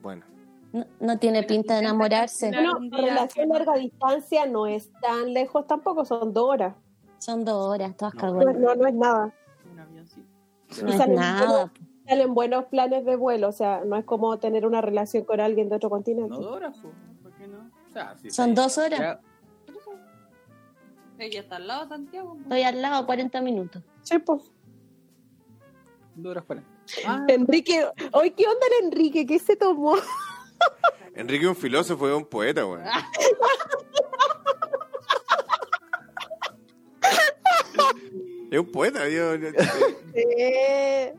S1: Bueno.
S6: no, no tiene pinta de enamorarse.
S7: Claro.
S4: No, relación larga distancia no es tan lejos tampoco, son dos horas.
S6: Son dos horas, todas
S4: No,
S6: cagüenas.
S4: no, no es nada.
S7: Un avioncito.
S6: No,
S4: y
S6: es
S4: salen
S6: nada. po.
S4: Salen buenos planes de vuelo, o sea, no es como tener una relación con alguien de otro continente.
S2: No dos horas, po. ¿por qué no? O sea, sí,
S6: Son
S2: está
S6: dos
S2: bien.
S6: horas.
S2: Ya,
S7: Ella está al lado de Santiago. po.
S6: Estoy al lado, 40 minutos.
S4: Sí, pues.
S2: dos horas cuarenta. Ah,
S4: Enrique, hoy qué onda el Enrique, ¿qué se tomó?
S1: Enrique es un filósofo, es un poeta, güey. es un poeta, yo- yo-
S4: Eh,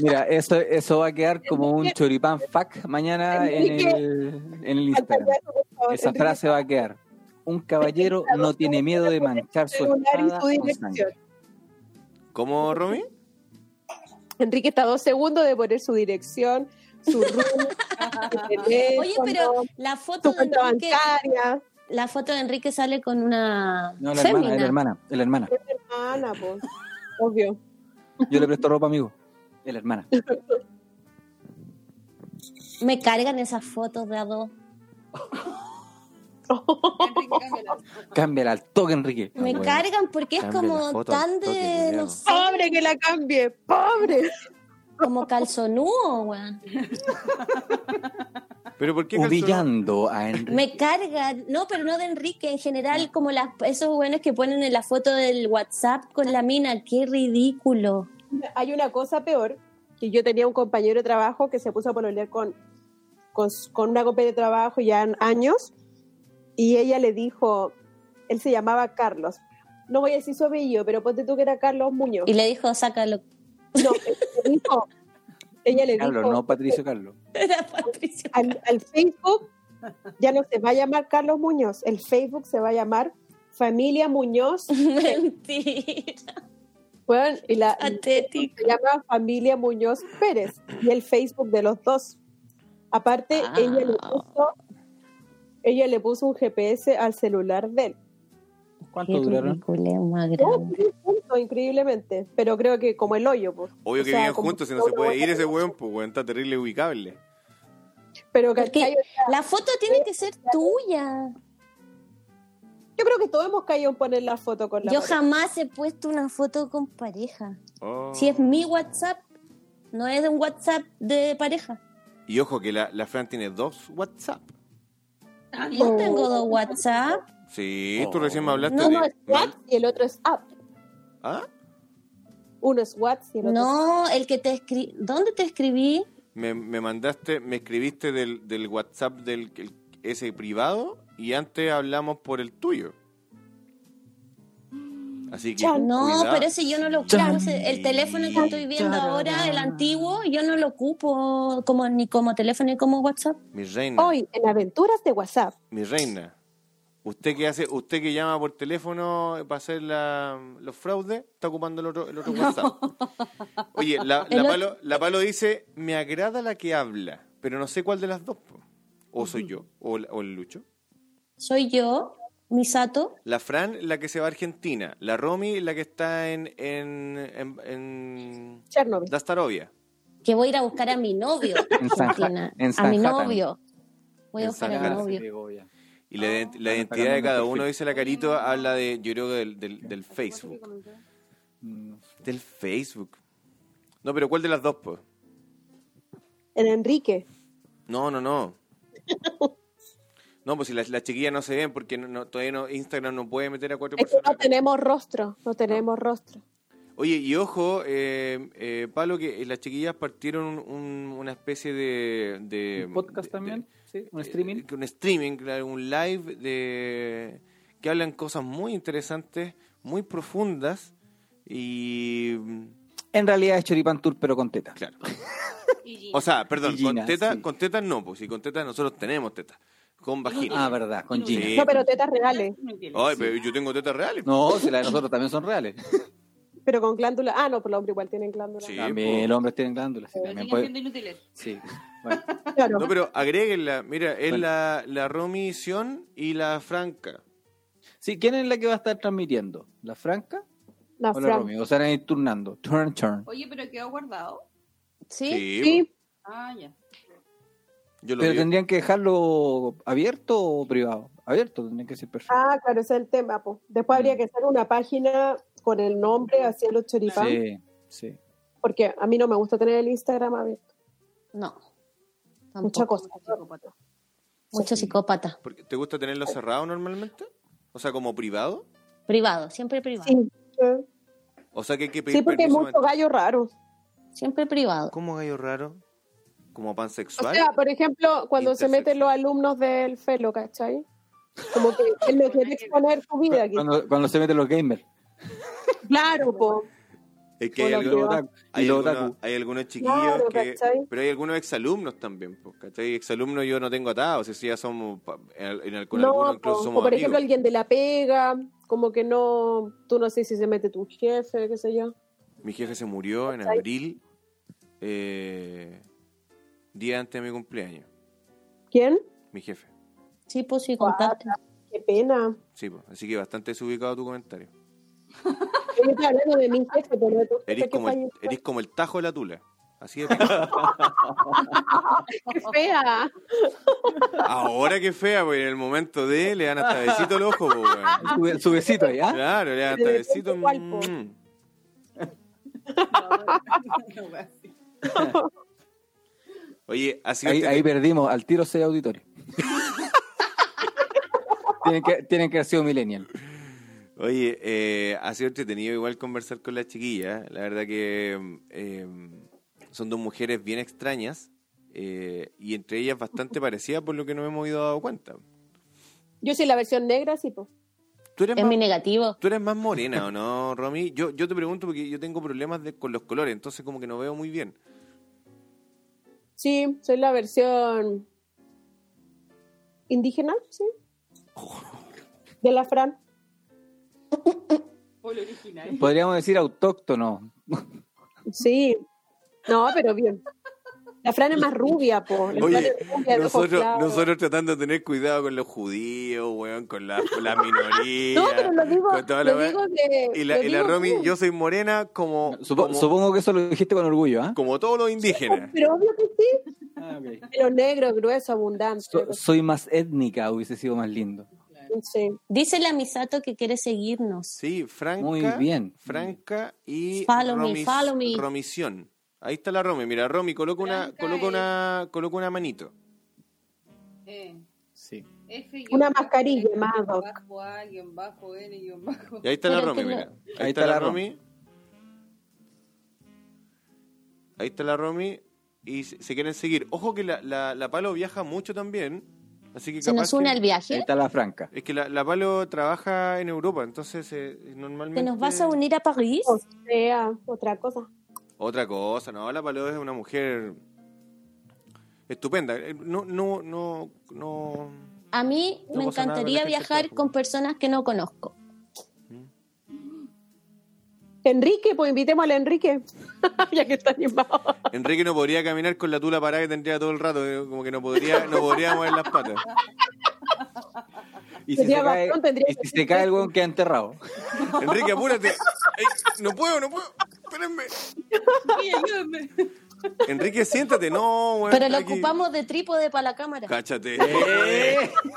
S2: Mira, eso, eso va a quedar como un choripán fuck mañana en el, en el
S4: falta
S2: Instagram.
S4: algo, por favor,
S2: Esa
S4: Enrique,
S2: frase va a quedar. Un caballero no tiene miedo de manchar su
S4: celular y
S2: espada
S4: su
S2: con
S4: dirección.
S2: sangre.
S1: ¿Cómo, Romy?
S4: Enrique está a dos segundos de poner su dirección, su room, el teléfono,
S6: Oye, pero la foto,
S4: su
S6: de
S4: cuenta
S6: Enrique,
S4: bancaria.
S6: la foto de Enrique sale con una
S3: No, la hermana,
S6: fémina.
S3: es la hermana, es la hermana.
S4: Es hermana, pues. Obvio.
S3: Yo le presto ropa, amigo. Es la hermana.
S6: Me cargan esas fotos de a dos.
S3: Ah,
S7: Enrique, cámbiala.
S3: Cámbiala al toque, Enrique.
S1: Ah,
S6: Me
S1: bueno.
S6: cargan porque es
S1: Cambia la
S6: como
S1: foto al
S6: tan
S1: toque,
S6: de,
S1: culiao.
S6: no sé,
S4: Pobre que la cambie, pobre.
S6: como calzonudo, weón.
S1: Pero ¿por qué calzó-
S3: Humillando a Enrique.
S6: Me cargan, no, pero no de Enrique, en
S3: Ah.
S6: general, como las, esos buenos que ponen en la foto del WhatsApp con la mina, qué ridículo.
S4: Hay una cosa peor, que yo tenía un compañero de trabajo que se puso a pololear con, con, con una compañera de trabajo ya en años, y ella le dijo, él se llamaba Carlos. No voy a decir su apellido, pero ponte tú que era Carlos Muñoz.
S6: Y le dijo, sácalo.
S4: No, le dijo- ella le
S3: Carlos,
S4: dijo
S3: no Patricio Carlos.
S6: Era Patricio.
S4: al, al Facebook, ya no se va a llamar Carlos Muñoz, el Facebook se va a llamar Familia Muñoz.
S6: Mentira.
S4: Bueno, y la,
S6: Patético.
S4: se llama Familia Muñoz Pérez y el Facebook de los dos. Aparte,
S6: Ah.
S4: ella, le puso, ella le puso un GPS al celular de él.
S3: ¿Cuánto
S6: Qué
S3: duraron?
S6: ridículo, más grande.
S4: Juntos, increíblemente, pero creo que como el hoyo, pues.
S1: Obvio
S4: O
S1: que
S4: sea,
S1: viven
S4: como-
S1: juntos, si no se puede ir ese weón, pues weón está terrible ubicable.
S4: Pero
S6: Porque
S4: ¿cachai?
S6: La foto tiene que ser tuya.
S4: yo creo que todos hemos caído en poner la foto con la
S6: Yo
S4: pareja.
S6: jamás he puesto una foto con pareja.
S1: Oh.
S6: Si es mi WhatsApp, no es un WhatsApp de pareja.
S1: Y ojo que la, la Fran tiene dos WhatsApp.
S6: Yo no tengo dos WhatsApp.
S1: Sí, tú recién me hablaste
S6: No,
S1: de...
S4: Uno es WhatsApp y el otro es app.
S1: ¿Ah?
S4: Uno es WhatsApp y el otro es
S6: No, el que te escribí. ¿Dónde te escribí?
S1: Me, me mandaste, me escribiste del, del WhatsApp del el- ese privado y antes hablamos por el tuyo. Así que
S4: Chan.
S6: No,
S1: cuidado.
S6: pero ese yo no lo ocupo. Ese- el teléfono que estoy viendo ahora, el antiguo, yo no lo ocupo como ni como teléfono ni como WhatsApp.
S1: mi reina,
S4: Hoy en Aventuras de WhatsApp.
S1: mi reina. Usted que hace, usted que llama por teléfono para hacer la- los fraudes, está ocupando el otro, el otro WhatsApp. Oye, la, la
S6: El otro-
S1: palo, la palo dice, me agrada la que habla, pero no sé cuál de las dos. po. O soy yo, o, la- o el Lucho.
S6: Soy yo, Misato.
S1: La Fran, la que se va a Argentina. La Romy, la que está en, en, en, en
S4: Chernobyl.
S1: Dastarovia.
S6: que voy a ir a buscar a mi novio
S3: En San
S6: Argentina,
S3: Ja- en
S6: a mi
S3: San Jatan.
S6: novio. Voy a
S1: En
S6: buscar
S1: San
S6: a mi
S1: Jatan.
S6: novio.
S1: Y la, ident- la identidad
S3: Ah,
S1: de
S3: está
S1: cada
S3: cambiando
S1: uno,
S3: perfil.
S1: dice la Carito, habla de, yo creo que del, del, del Facebook.
S3: Mm,
S1: Del Facebook. No, pero ¿cuál de las dos, pues?
S4: En Enrique.
S1: No, no, no. No, pues si las, las chiquillas no se ven porque no- no- todavía no, Instagram no puede meter a cuatro
S4: Es que
S1: personas.
S4: no tenemos rostro. No tenemos rostro.
S1: Oye, y ojo, eh, eh, Pablo, que las chiquillas partieron un- un- una especie de... de
S3: ¿Un podcast
S1: de-
S3: también? ¿Sí? ¿Un
S1: eh,
S3: streaming?
S1: que un streaming, claro, un live de que hablan cosas muy interesantes, muy profundas y
S3: En realidad es Choripán Tour, pero con teta.
S1: claro.
S7: Y Gina.
S1: O sea, perdón,
S3: Y Gina,
S1: con tetas,
S3: sí.
S1: con tetas no, pues si con tetas nosotros tenemos tetas, con vagina.
S3: Ah, verdad, con Gina.
S1: Sí.
S4: No, pero tetas reales.
S1: Ay, pero yo tengo tetas reales.
S3: No, si las de nosotros también son reales.
S4: Pero con glándula. Ah, no, por los hombres igual tienen glándula.
S1: Sí,
S3: También los hombres tienen glándulas.
S4: Oh,
S3: Sí,
S7: Pero
S3: también
S7: siguen
S3: puede-
S7: siendo inútiles.
S3: sí. Bueno,
S4: Claro.
S1: No, pero agréguenla. Mira, es
S3: Bueno.
S1: la, la Romy Sion y la Franca.
S3: sí, ¿quién es la que va a estar transmitiendo? ¿La Franca
S4: La
S3: o la
S4: Fran.
S3: Romy? O sea, van a ir turnando. Turn, turn.
S7: Oye, pero quedó guardado.
S6: ¿Sí?
S4: Sí,
S7: Ah, ya.
S1: Yo lo
S3: Pero
S1: vi.
S3: tendrían que dejarlo abierto o privado. Abierto, tendrían que ser perfecto.
S4: ah, claro, ese es el tema. po. Después
S1: Mm.
S4: habría que hacer una página con el nombre hacia los choripán,
S3: Sí, sí.
S4: porque a mí no me gusta tener el Instagram abierto.
S6: No. Tampoco.
S4: Mucha
S6: Mucho,
S4: cosa.
S6: psicópata.
S1: Porque- ¿Te gusta tenerlo cerrado normalmente? O sea, como privado.
S6: Privado, siempre privado.
S4: Sí, eh.
S1: O sea, que hay que pedir
S4: sí porque hay
S1: permiso
S4: mucho
S1: antes.
S4: gallo raro.
S6: Siempre privado.
S1: ¿Cómo gallo raro? ¿Como
S4: O
S1: pansexual?
S4: sea, por ejemplo, cuando se meten los alumnos del Felo, ¿cachai? Como que él no quiere exponer su vida aquí.
S3: Cuando, cuando se meten los gamers.
S4: Claro, po.
S1: es que hay,
S4: Hola,
S1: algo-
S3: Los
S4: Pero-
S3: otaku.
S1: hay
S3: Y los
S1: algunos-
S3: otaku.
S1: hay algunos chiquillos
S4: Claro,
S1: que...
S4: ¿cachai?
S1: Pero hay algunos exalumnos también, po, ¿cachai? Exalumnos yo no tengo atados, si ya somos... pa- En, en- con
S4: no,
S1: algunos
S4: po.
S1: incluso
S4: o
S1: somos
S4: por ejemplo
S1: amigos.
S4: alguien de la pega, como que no, tú no sé si se mete tu jefe, qué sé yo.
S1: Mi jefe se murió en
S4: ¿cachai?
S1: abril. eh, día antes de mi cumpleaños,
S4: ¿Quién?
S1: mi jefe.
S6: Sí, pues sí, contaste.
S4: Qué pena.
S1: Sí, po. así que bastante desubicado tu comentario.
S4: Yo estaba hablando de mi jefe, pero de tu jefe
S1: Eres
S4: que
S1: como, el,
S4: falleció.
S1: eres como el tajo de la tula. Así de
S4: Qué fea.
S1: Ahora que fea, pues en el momento de le dan hasta besito al ojo, po, weón.
S4: Ah.
S3: Su, be- su besito ya.
S1: Claro, le dan hasta
S4: Le
S1: besito.
S4: depende cuál, po.
S1: mm.
S7: No, no, no.
S1: Oye, así
S3: Ahí, ahí perdimos al tiro 6 auditorios. tienen, que, tienen que haber sido millennial.
S1: Oye, eh, ha sido entretenido igual conversar con las chiquillas. La verdad que eh, son dos mujeres bien extrañas eh, y entre ellas bastante parecidas por lo que nos hemos ido dando cuenta.
S4: Yo soy la versión negra, sí, pues. po.
S1: Tú eres,
S6: Es mi
S1: más,
S6: negativo.
S1: tú eres más morena, ¿o no, Romy? Yo, yo te pregunto porque yo tengo problemas de- con los colores, entonces como que no veo muy bien.
S4: Sí, soy la versión indígena, sí. De la Fran.
S7: Polo original.
S3: Podríamos decir autóctono.
S4: Sí. No, pero bien. La Fran es más rubia, po. La Fran
S1: Oye,
S4: es rubia, de ojos
S1: nosotros,
S4: claros.
S1: nosotros tratando de tener cuidado con los judíos, weón, con las con las minorías.
S4: No, pero lo digo,
S1: con toda
S4: lo
S1: la-
S4: digo de...
S1: Y la,
S4: lo
S1: y la
S4: digo
S1: Romy,
S4: bien.
S1: yo soy morena como,
S3: Supo-
S1: como,
S3: Supongo que eso lo dijiste con orgullo, ¿ah?
S1: como todos los indígenas.
S4: Pero obvio que sí. Pero negro, grueso, abundante.
S3: So- soy más étnica, hubiese sido más lindo.
S4: Sí.
S6: Dice la Misato que quiere seguirnos.
S1: Sí, Franca.
S3: Muy bien.
S1: Franca y
S6: Follow me, follow me.
S1: Romisión. Ahí está la Romy. Mira, Romy, coloca una,
S7: Franca
S1: coloca
S7: es-
S1: una, coloca una manito.
S7: Eh,
S3: Sí.
S7: F guión
S4: Una
S7: bajo
S4: mascarilla,
S7: N,
S4: más ad hoc.
S7: bajo A, guión bajo N, guión bajo.
S1: Y ahí está la
S6: Pero
S1: Romy,
S6: que no-
S1: mira. Ahí, está, la Romy. Ahí está la Romy. Y se se quieren seguir. Ojo que la, la, la Palo viaja mucho también. Así que
S6: Se
S1: capaz
S6: nos une
S1: que-
S6: al
S3: Ahí
S6: viaje.
S3: está la franca.
S1: Es que la, la Palo trabaja en Europa, entonces eh, normalmente...
S6: ¿Te nos vas a unir a París?
S4: O sea, otra cosa.
S1: Otra cosa, no, la Paleo es una mujer estupenda. Eh, No, no, no, no.
S6: A mí
S1: No pasa nada con
S6: me encantaría
S1: este
S6: viajar
S1: sector.
S6: con personas que no conozco.
S4: Enrique, pues invitemos al Enrique. ya que está animado.
S1: Enrique no podría caminar con la tula parada que tendría todo el rato, eh, como que no podría, no podría mover las patas.
S3: Y si se
S4: Sería
S3: cae,
S4: bastón, tendría
S3: y si
S4: que
S3: se cae el hueón queda enterrado.
S1: Enrique, apúrate. Ey, no puedo, no puedo. Espérenme.
S7: Oye, ayúdame.
S1: Enrique, siéntate. No, weón.
S6: Pero lo
S1: aquí.
S6: ocupamos de trípode para la cámara.
S1: Cáchate.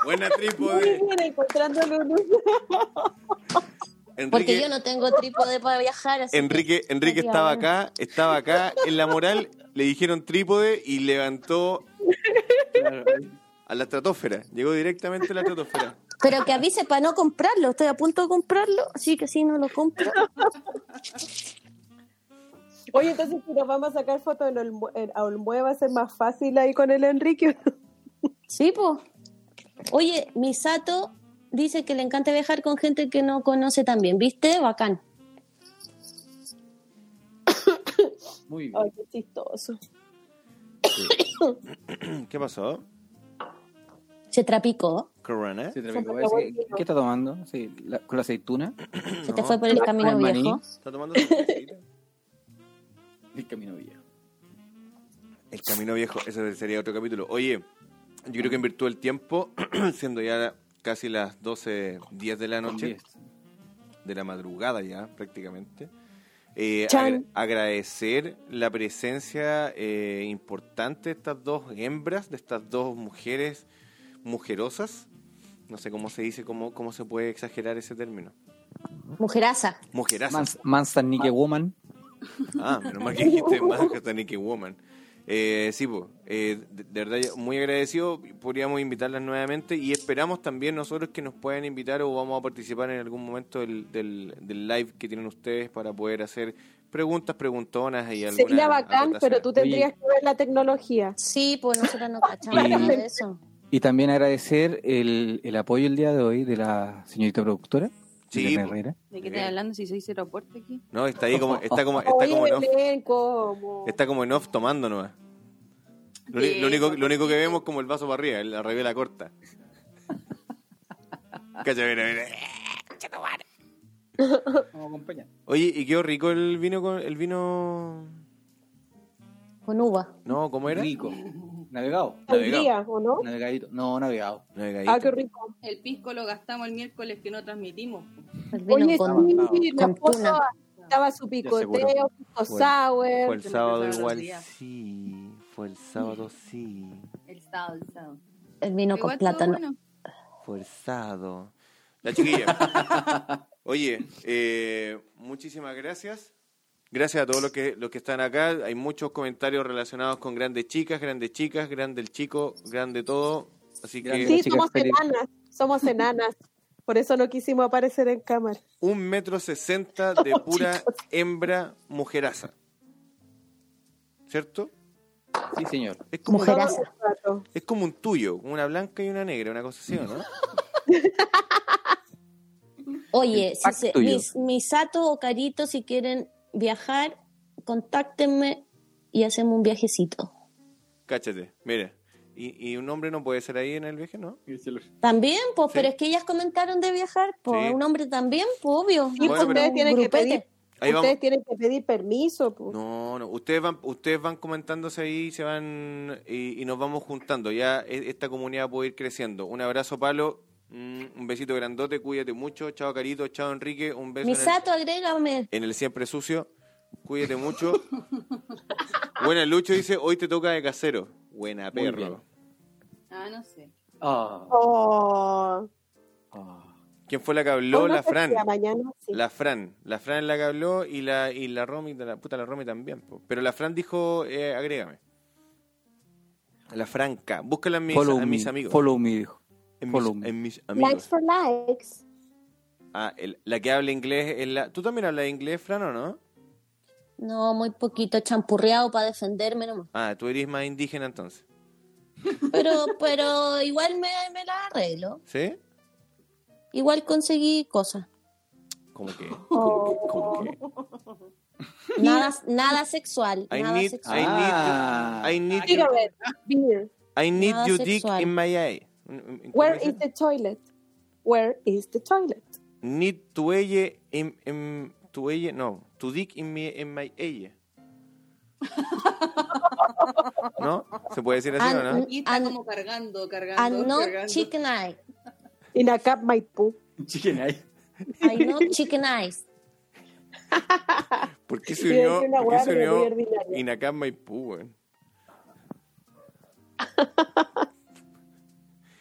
S1: Buena trípode.
S4: Muy bien, encontrando luz.
S1: Enrique,
S6: Porque yo no tengo trípode para viajar. así que
S1: Enrique, Enrique
S6: sería
S1: estaba
S6: bueno.
S1: acá, estaba acá en la moral, le dijeron trípode y levantó a la estratosfera. Llegó directamente a la estratosfera.
S6: Pero que avise para no comprarlo. Estoy a punto de comprarlo, así que si no lo compro.
S4: Oye, entonces si nos vamos a sacar fotos en Olmue, en Olmue va a ser más fácil ahí con el Enrique.
S6: Sí, pues. Oye, Misato dice que le encanta viajar con gente que no conoce también. ¿Viste? Bacán.
S3: Muy bien.
S4: Ay, qué chistoso.
S1: ¿Qué pasó?
S6: Se trapicó.
S1: Corona.
S3: Se trepicó.
S4: Son
S3: Parece que- ¿Qué está tomando? Sí, la- con la aceituna.
S6: Se te fue por el camino
S3: Con el maní.
S6: viejo.
S1: ¿Está tomando su cafecito?
S3: El camino viejo.
S1: El camino viejo, ese sería otro capítulo. Oye, yo creo que en virtud del tiempo, siendo ya casi las 12, 10 de la noche, de la madrugada ya prácticamente. Eh,
S4: Chan.
S1: agra- agradecer la presencia eh, importante de estas dos hembras, de estas dos mujeres mujerosas. No sé cómo se dice, cómo, cómo se puede exagerar ese término.
S6: Mujeraza.
S1: Mujerazas.
S3: Mans- Mansan Nike Woman.
S1: Ah, menos mal que dijiste Manhattan Woman. Eh, sí, po, eh, de, de verdad, yo muy agradecido. Podríamos invitarlas nuevamente y esperamos también nosotros que nos puedan invitar o vamos a participar en algún momento del, del, del live que tienen ustedes para poder hacer preguntas, preguntonas y algunas
S4: Sería bacán,
S1: acotaciones.
S4: pero tú tendrías que ver la tecnología.
S6: Sí, pues nosotros no cachamos
S3: Y-
S6: nada de eso.
S3: Y también agradecer el, el apoyo el día de hoy de la señorita productora.
S1: Sí,
S3: Elena
S1: po.
S3: Herrera.
S7: ¿De qué estás hablando si soy cero aporte aquí?
S1: No, está ahí como, está como, está
S4: Oye,
S1: como en off,
S4: Belén, ¿cómo?
S1: está como en off tomando nomás. Lo, uni- lo
S4: Eh,
S1: único, lo único que vemos es como el vaso para arriba, la revela corta. Cacha, mira, mira.
S3: Vamos a acompañar.
S1: Oye, y quedó rico el vino con el vino.
S6: Con uva.
S1: No, ¿cómo era?
S3: Rico. Navegado.
S1: Navegado.
S4: Sangría, ¿o no?
S3: Navegadito. No, navegado.
S1: Navegadito.
S4: Ah, qué rico.
S7: El pisco lo gastamos el miércoles que no transmitimos.
S6: El vino
S4: Oye,
S6: con-
S4: sí, la
S6: con
S4: foto
S6: tuna.
S4: estaba su picoteo, pico
S1: Fue-
S4: sour.
S1: Fue el
S7: Se me
S1: sábado
S7: pasaron los
S1: igual
S7: días.
S1: sí. Fue el sábado sí.
S7: El sábado, el sábado.
S6: el vino
S7: Igual
S6: con
S7: estuvo
S6: plátano.
S7: bueno.
S1: Fue el sábado. La chiquilla. Oye, eh, muchísimas gracias. Gracias a todos los que, los que están acá. Hay muchos comentarios relacionados con grandes chicas, grandes chicas, grande el chico, grande todo. Así que
S3: Grande.
S4: Sí,
S3: Las chicas
S4: somos
S3: felices.
S4: enanas, somos enanas. Por eso no quisimos aparecer en cámara.
S1: un metro sesenta de
S4: Oh,
S1: pura hembra mujeraza. ¿Cierto?
S3: Sí, señor.
S1: Es como,
S6: Mujeraza.
S4: Todo el rato.
S1: es como un tuyo, una blanca y una negra, una cosa así, ¿o ¿no?
S6: Oye, si se,
S3: tuyo.
S6: mis, Misato o Carito, si quieren viajar, contáctenme y hacemos un viajecito.
S1: Cáchate, mira. Y, y un hombre no puede ser ahí en el viaje, ¿no?
S6: También, pues,
S1: Sí.
S6: pero es que ellas comentaron de viajar, pues,
S1: Sí.
S6: un hombre también, pues, obvio.
S4: Sí,
S1: Bueno,
S4: ustedes
S1: pero-
S4: tienen que
S6: Grupete.
S4: pedir,
S1: Ahí vamos.
S4: ustedes tienen que pedir permiso. po.
S1: No, no. Ustedes van, ustedes van comentándose ahí, se van y, y nos vamos juntando. Ya e- esta comunidad puede ir creciendo. Un abrazo, Palo. Mm, Un besito grandote. Cuídate mucho. Chao, Carito. Chao, Enrique. Un beso. en el-
S6: Misato, agrégame.
S1: en el siempre sucio. Cuídate mucho. Buena, Lucho dice, hoy te toca de casero. Buena,
S3: Muy
S1: perro.
S7: Ah, no sé.
S3: Ah,
S4: Oh,
S3: ah.
S1: ¿Quién fue la que habló?
S4: no
S1: La
S4: sé
S1: Fran.
S4: si a mañana sí.
S1: La Fran. La Fran es la que habló y la, y la Romy, la puta la Romy también. po. Pero la Fran dijo, eh, agrégame. La Franca. Búscala en mis,
S3: Follow
S1: a mis
S3: me,
S1: amigos.
S3: Follow me, dijo.
S1: en,
S3: follow
S1: mis,
S3: me.
S1: en mis
S6: Likes
S1: amigos.
S6: for likes.
S1: Ah, el- la que habla inglés es la... ¿Tú también hablas inglés, Fran, o no?
S6: No, muy poquito champurreado para defenderme nomás.
S1: Ah, tú eres más indígena entonces.
S6: Pero, pero igual me, me la arreglo.
S1: ¿Sí?
S6: Igual conseguí cosas.
S1: Como que... Como
S6: Oh.
S1: que... Como que...
S6: Nada, nada sexual.
S1: I
S6: nada
S1: need,
S6: sexual.
S1: I need,
S3: Ah.
S1: I need, you,
S4: Cigarette, beer.
S1: I need
S6: Nada
S1: you
S6: sexual.
S1: dick in my eye. Mm,
S4: Where
S1: ¿cómo dice?
S4: is the toilet? Where is the toilet?
S1: Need to eye in, in to eye, no, to dick in my, in my eye. ¿No? ¿Se puede decir así o no?
S6: And-
S7: Aquí está
S6: and-
S7: como cargando, cargando,
S6: I not
S7: cargando.
S6: Ah, chicken eye.
S4: In a cup my poo.
S3: Chicken ahí.
S6: I not chicken eyes.
S1: ¿Por qué se
S4: Iba a
S1: unió,
S4: decir una
S1: por qué
S4: hueá,
S1: se
S4: pero muy
S1: unió
S4: ordinaria.
S1: Inacá Maipú, weón?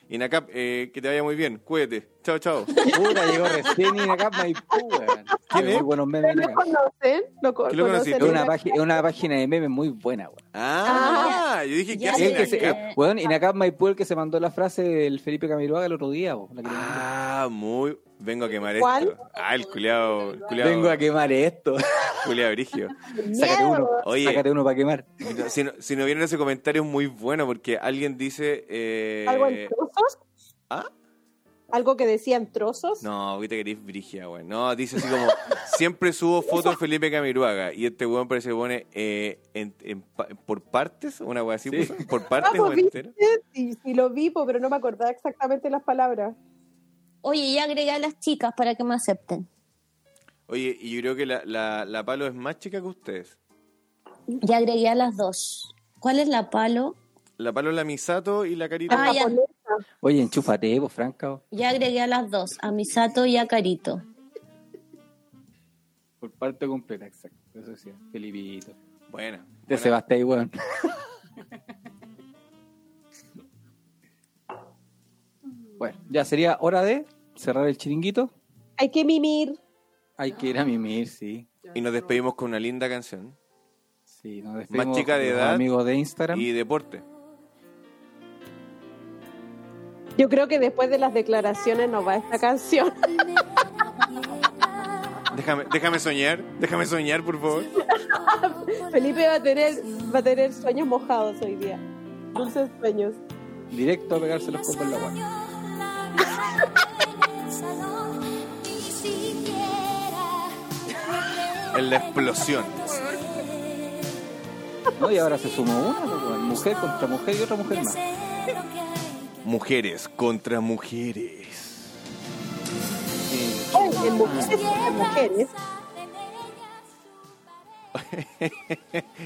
S1: Inacap, eh, que te vaya muy bien. Cuídate. Chao, chao.
S3: Puta, llegó recién y acá Maipú, weón.
S1: ¿Quién es?
S3: Muy buenos memes
S4: ¿Ustedes
S3: en
S4: lo
S3: acá.
S4: conocen? ¿Lo, co-
S1: ¿Qué lo
S4: conocen?
S1: conociste?
S3: Es una, página- es una página de memes muy buena, weón.
S1: Ah, yo dije, ¿qué
S6: Ya
S1: hace
S3: Es que se-
S6: sé.
S1: Inacap?
S6: Eh.
S3: weón, Inacap Maipú el que se mandó la frase del Felipe Camiloaga el otro día, weón. La que le mandó.
S1: Ah, muy. Vengo a quemar
S4: ¿Cuál?
S1: esto. Ah, el culeado. El culeado.
S3: Vengo a quemar esto.
S1: culeado brigio.
S3: Sácate uno.
S1: Oye,
S3: Sácate uno para quemar.
S1: si no, si no vieron ese comentario es muy bueno porque alguien dice. eh,
S4: ¿Algo en trozos?
S1: ¿Ah?
S4: ¿Algo que decían trozos?
S1: No, ahorita querés brigia, weón. No, dice así como: Siempre subo fotos de Felipe Camiruaga. Y este weón parece que pone eh, en- en pa- por partes, una weá así. puso, Por partes
S4: Ah,
S1: o
S4: pues, ¿viste?
S1: entero.
S4: Sí, sí, lo vi, po, pero no me acordaba exactamente las palabras.
S6: Oye, ya agregué a las chicas para que me acepten.
S1: Oye, y yo creo que la, la, la palo es más chica que ustedes.
S6: Ya agregué a las dos. ¿Cuál es la palo?
S1: La palo es la Misato y la carita.
S6: Ah, ya.
S3: Oye, enchúfate, vos, Franca. vos.
S6: Ya agregué a las dos, a Misato y a Carito.
S3: Por parte completa, exacto. Eso sí, Felipito.
S1: Buena.
S3: De
S1: buena.
S3: Sebastián, weón. bueno, ya sería hora de cerrar el chiringuito.
S4: Hay que mimir.
S3: Hay que ir a mimir, sí.
S1: Y nos despedimos con una linda canción.
S3: Sí, nos despedimos
S1: chica de
S3: de los
S1: edad
S3: amigos de Instagram.
S1: Y deporte.
S4: Yo creo que después de las declaraciones nos va esta canción.
S1: Déjame, déjame soñar, déjame soñar, por favor.
S4: Felipe va a tener, va a tener sueños mojados hoy día. Dulces sueños.
S3: Directo a pegarse los copos en la guana.
S1: En la explosión.
S3: No, y ahora se sumó una, pues, weón. mujer contra mujer y otra mujer más.
S1: Mujeres contra mujeres.
S3: Sí. Eh,
S4: Hoy en mujeres, en mujeres.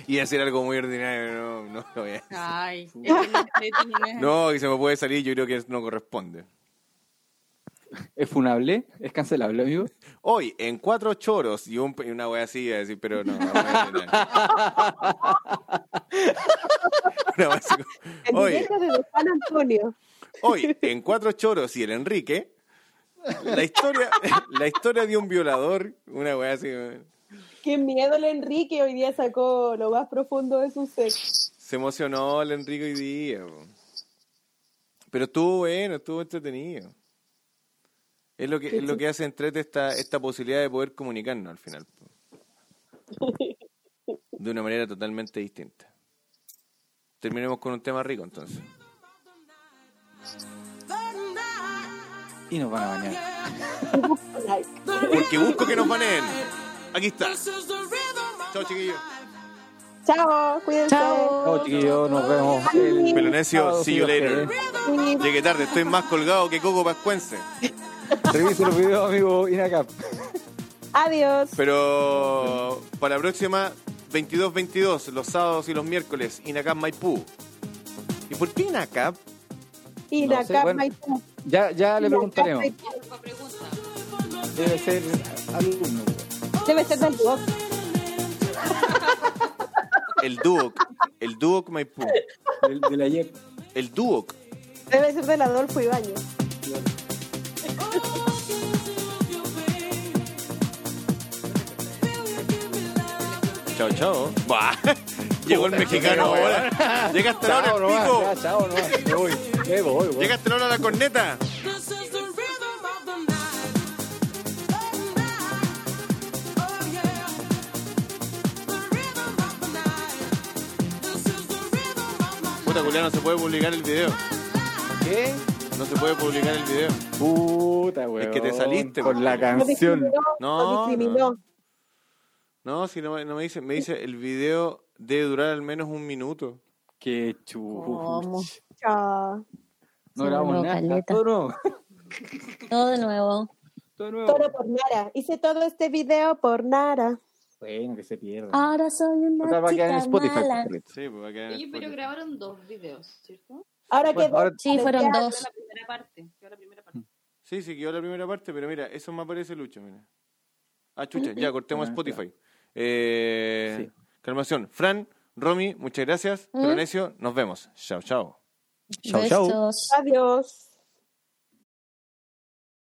S1: y hacer algo muy ordinario, no, no lo voy a decir.
S7: Ay, es que no.
S1: No, que se me puede salir, yo creo que no corresponde.
S3: ¿Es funable? ¿Es cancelable, amigo?
S1: Hoy, en cuatro choros y, un, y una wea así, iba a decir, pero no, no voy a decir nada. Una wea así
S4: El
S1: como, Hoy,
S4: dinero de San Antonio.
S1: hoy, en cuatro choros y el Enrique, la historia, la historia de un violador, una wea así,
S4: Qué miedo el Enrique hoy día sacó lo más profundo de su ser.
S1: se emocionó el Enrique hoy día. po. Pero estuvo bueno, estuvo entretenido. Es lo que, es lo que hace entrete esta, esta posibilidad de poder comunicarnos al final. po. De una manera totalmente distinta. Terminemos con un tema rico entonces.
S3: Y nos van a bañar.
S4: Like.
S1: Porque busco que nos baneen. Aquí está. Chao chiquillos.
S4: Chao, cuídense.
S3: Chao, chiquillos, nos vemos. el
S1: Pelonesio,
S3: sábado,
S1: see you
S3: si Dios
S1: later.
S3: quiere.
S1: Llegué tarde, estoy más colgado que Coco Pascuense.
S3: Revisen los videos, amigo Inacap.
S4: Adiós.
S1: Pero para la próxima, 22-22, los sábados y los miércoles, Inacap Maipú. ¿Y por qué Inacap?
S4: Y
S3: no
S4: la
S3: sé,
S4: cama
S3: bueno,
S4: y tú.
S3: Ya, ya le
S4: La
S3: preguntaremos.
S4: cama
S3: Debe ser alumno. pues,
S4: y- Debe ser del blog.
S1: El Duoc. El Duoc Maipú.
S3: De, de la YEP.
S1: El Duoc.
S4: Debe ser del Adolfo Ibañez.
S1: Chao, chao. Bah, Llegó el mexicano ahora. Llega hasta la hora
S3: Chao,
S1: el
S3: nomás,
S1: pico.
S3: ya, chao, nomás. Me voy, me voy, voy.
S1: Llega hasta la hora la corneta. Puta, Julián, no se puede publicar el video.
S3: ¿Qué?
S1: No se puede publicar el video.
S3: Puta, weón.
S1: Es que te saliste, pues.
S3: Con
S1: weón.
S3: la
S4: Lo
S3: canción.
S4: discriminó.
S1: No,
S4: lo discriminó.
S1: No, si no, me- no me dice, me dice el video debe durar al menos un minuto.
S3: Qué chulo.
S6: ¿Cómo?
S4: Chao.
S3: No
S6: Se
S3: grabamos
S6: voló
S3: nada.
S6: caleta.
S3: Todo nuevo.
S6: Todo de nuevo.
S3: Todo nuevo.
S4: Todo por Nara. Hice todo este video por Nara.
S3: Bueno, que se pierda.
S6: Ahora soy
S3: Ahora
S6: una
S3: va a quedar en
S6: Ah, chica
S3: Spotify.
S6: mala.
S3: completo.
S1: Sí, pues va a quedar en
S7: Oye, pero
S1: Spotify.
S7: grabaron dos videos, ¿cierto?
S4: Ahora
S3: Bueno,
S4: quedó
S3: ahora-
S6: Sí, fueron
S4: Ya,
S6: dos.
S7: La primera parte, yo la primera parte.
S1: Sí, sí, quedó la primera parte, pero mira, eso me aparece Lucho, mira. Ah, chucha, ya cortemos
S3: Ah,
S1: Spotify. Eh,
S3: Sí.
S1: Calmación. Fran, Romy, muchas gracias. Peronesio, nos vemos. Chao, chao.
S3: Chau, chau.
S6: Besos.
S4: Adiós.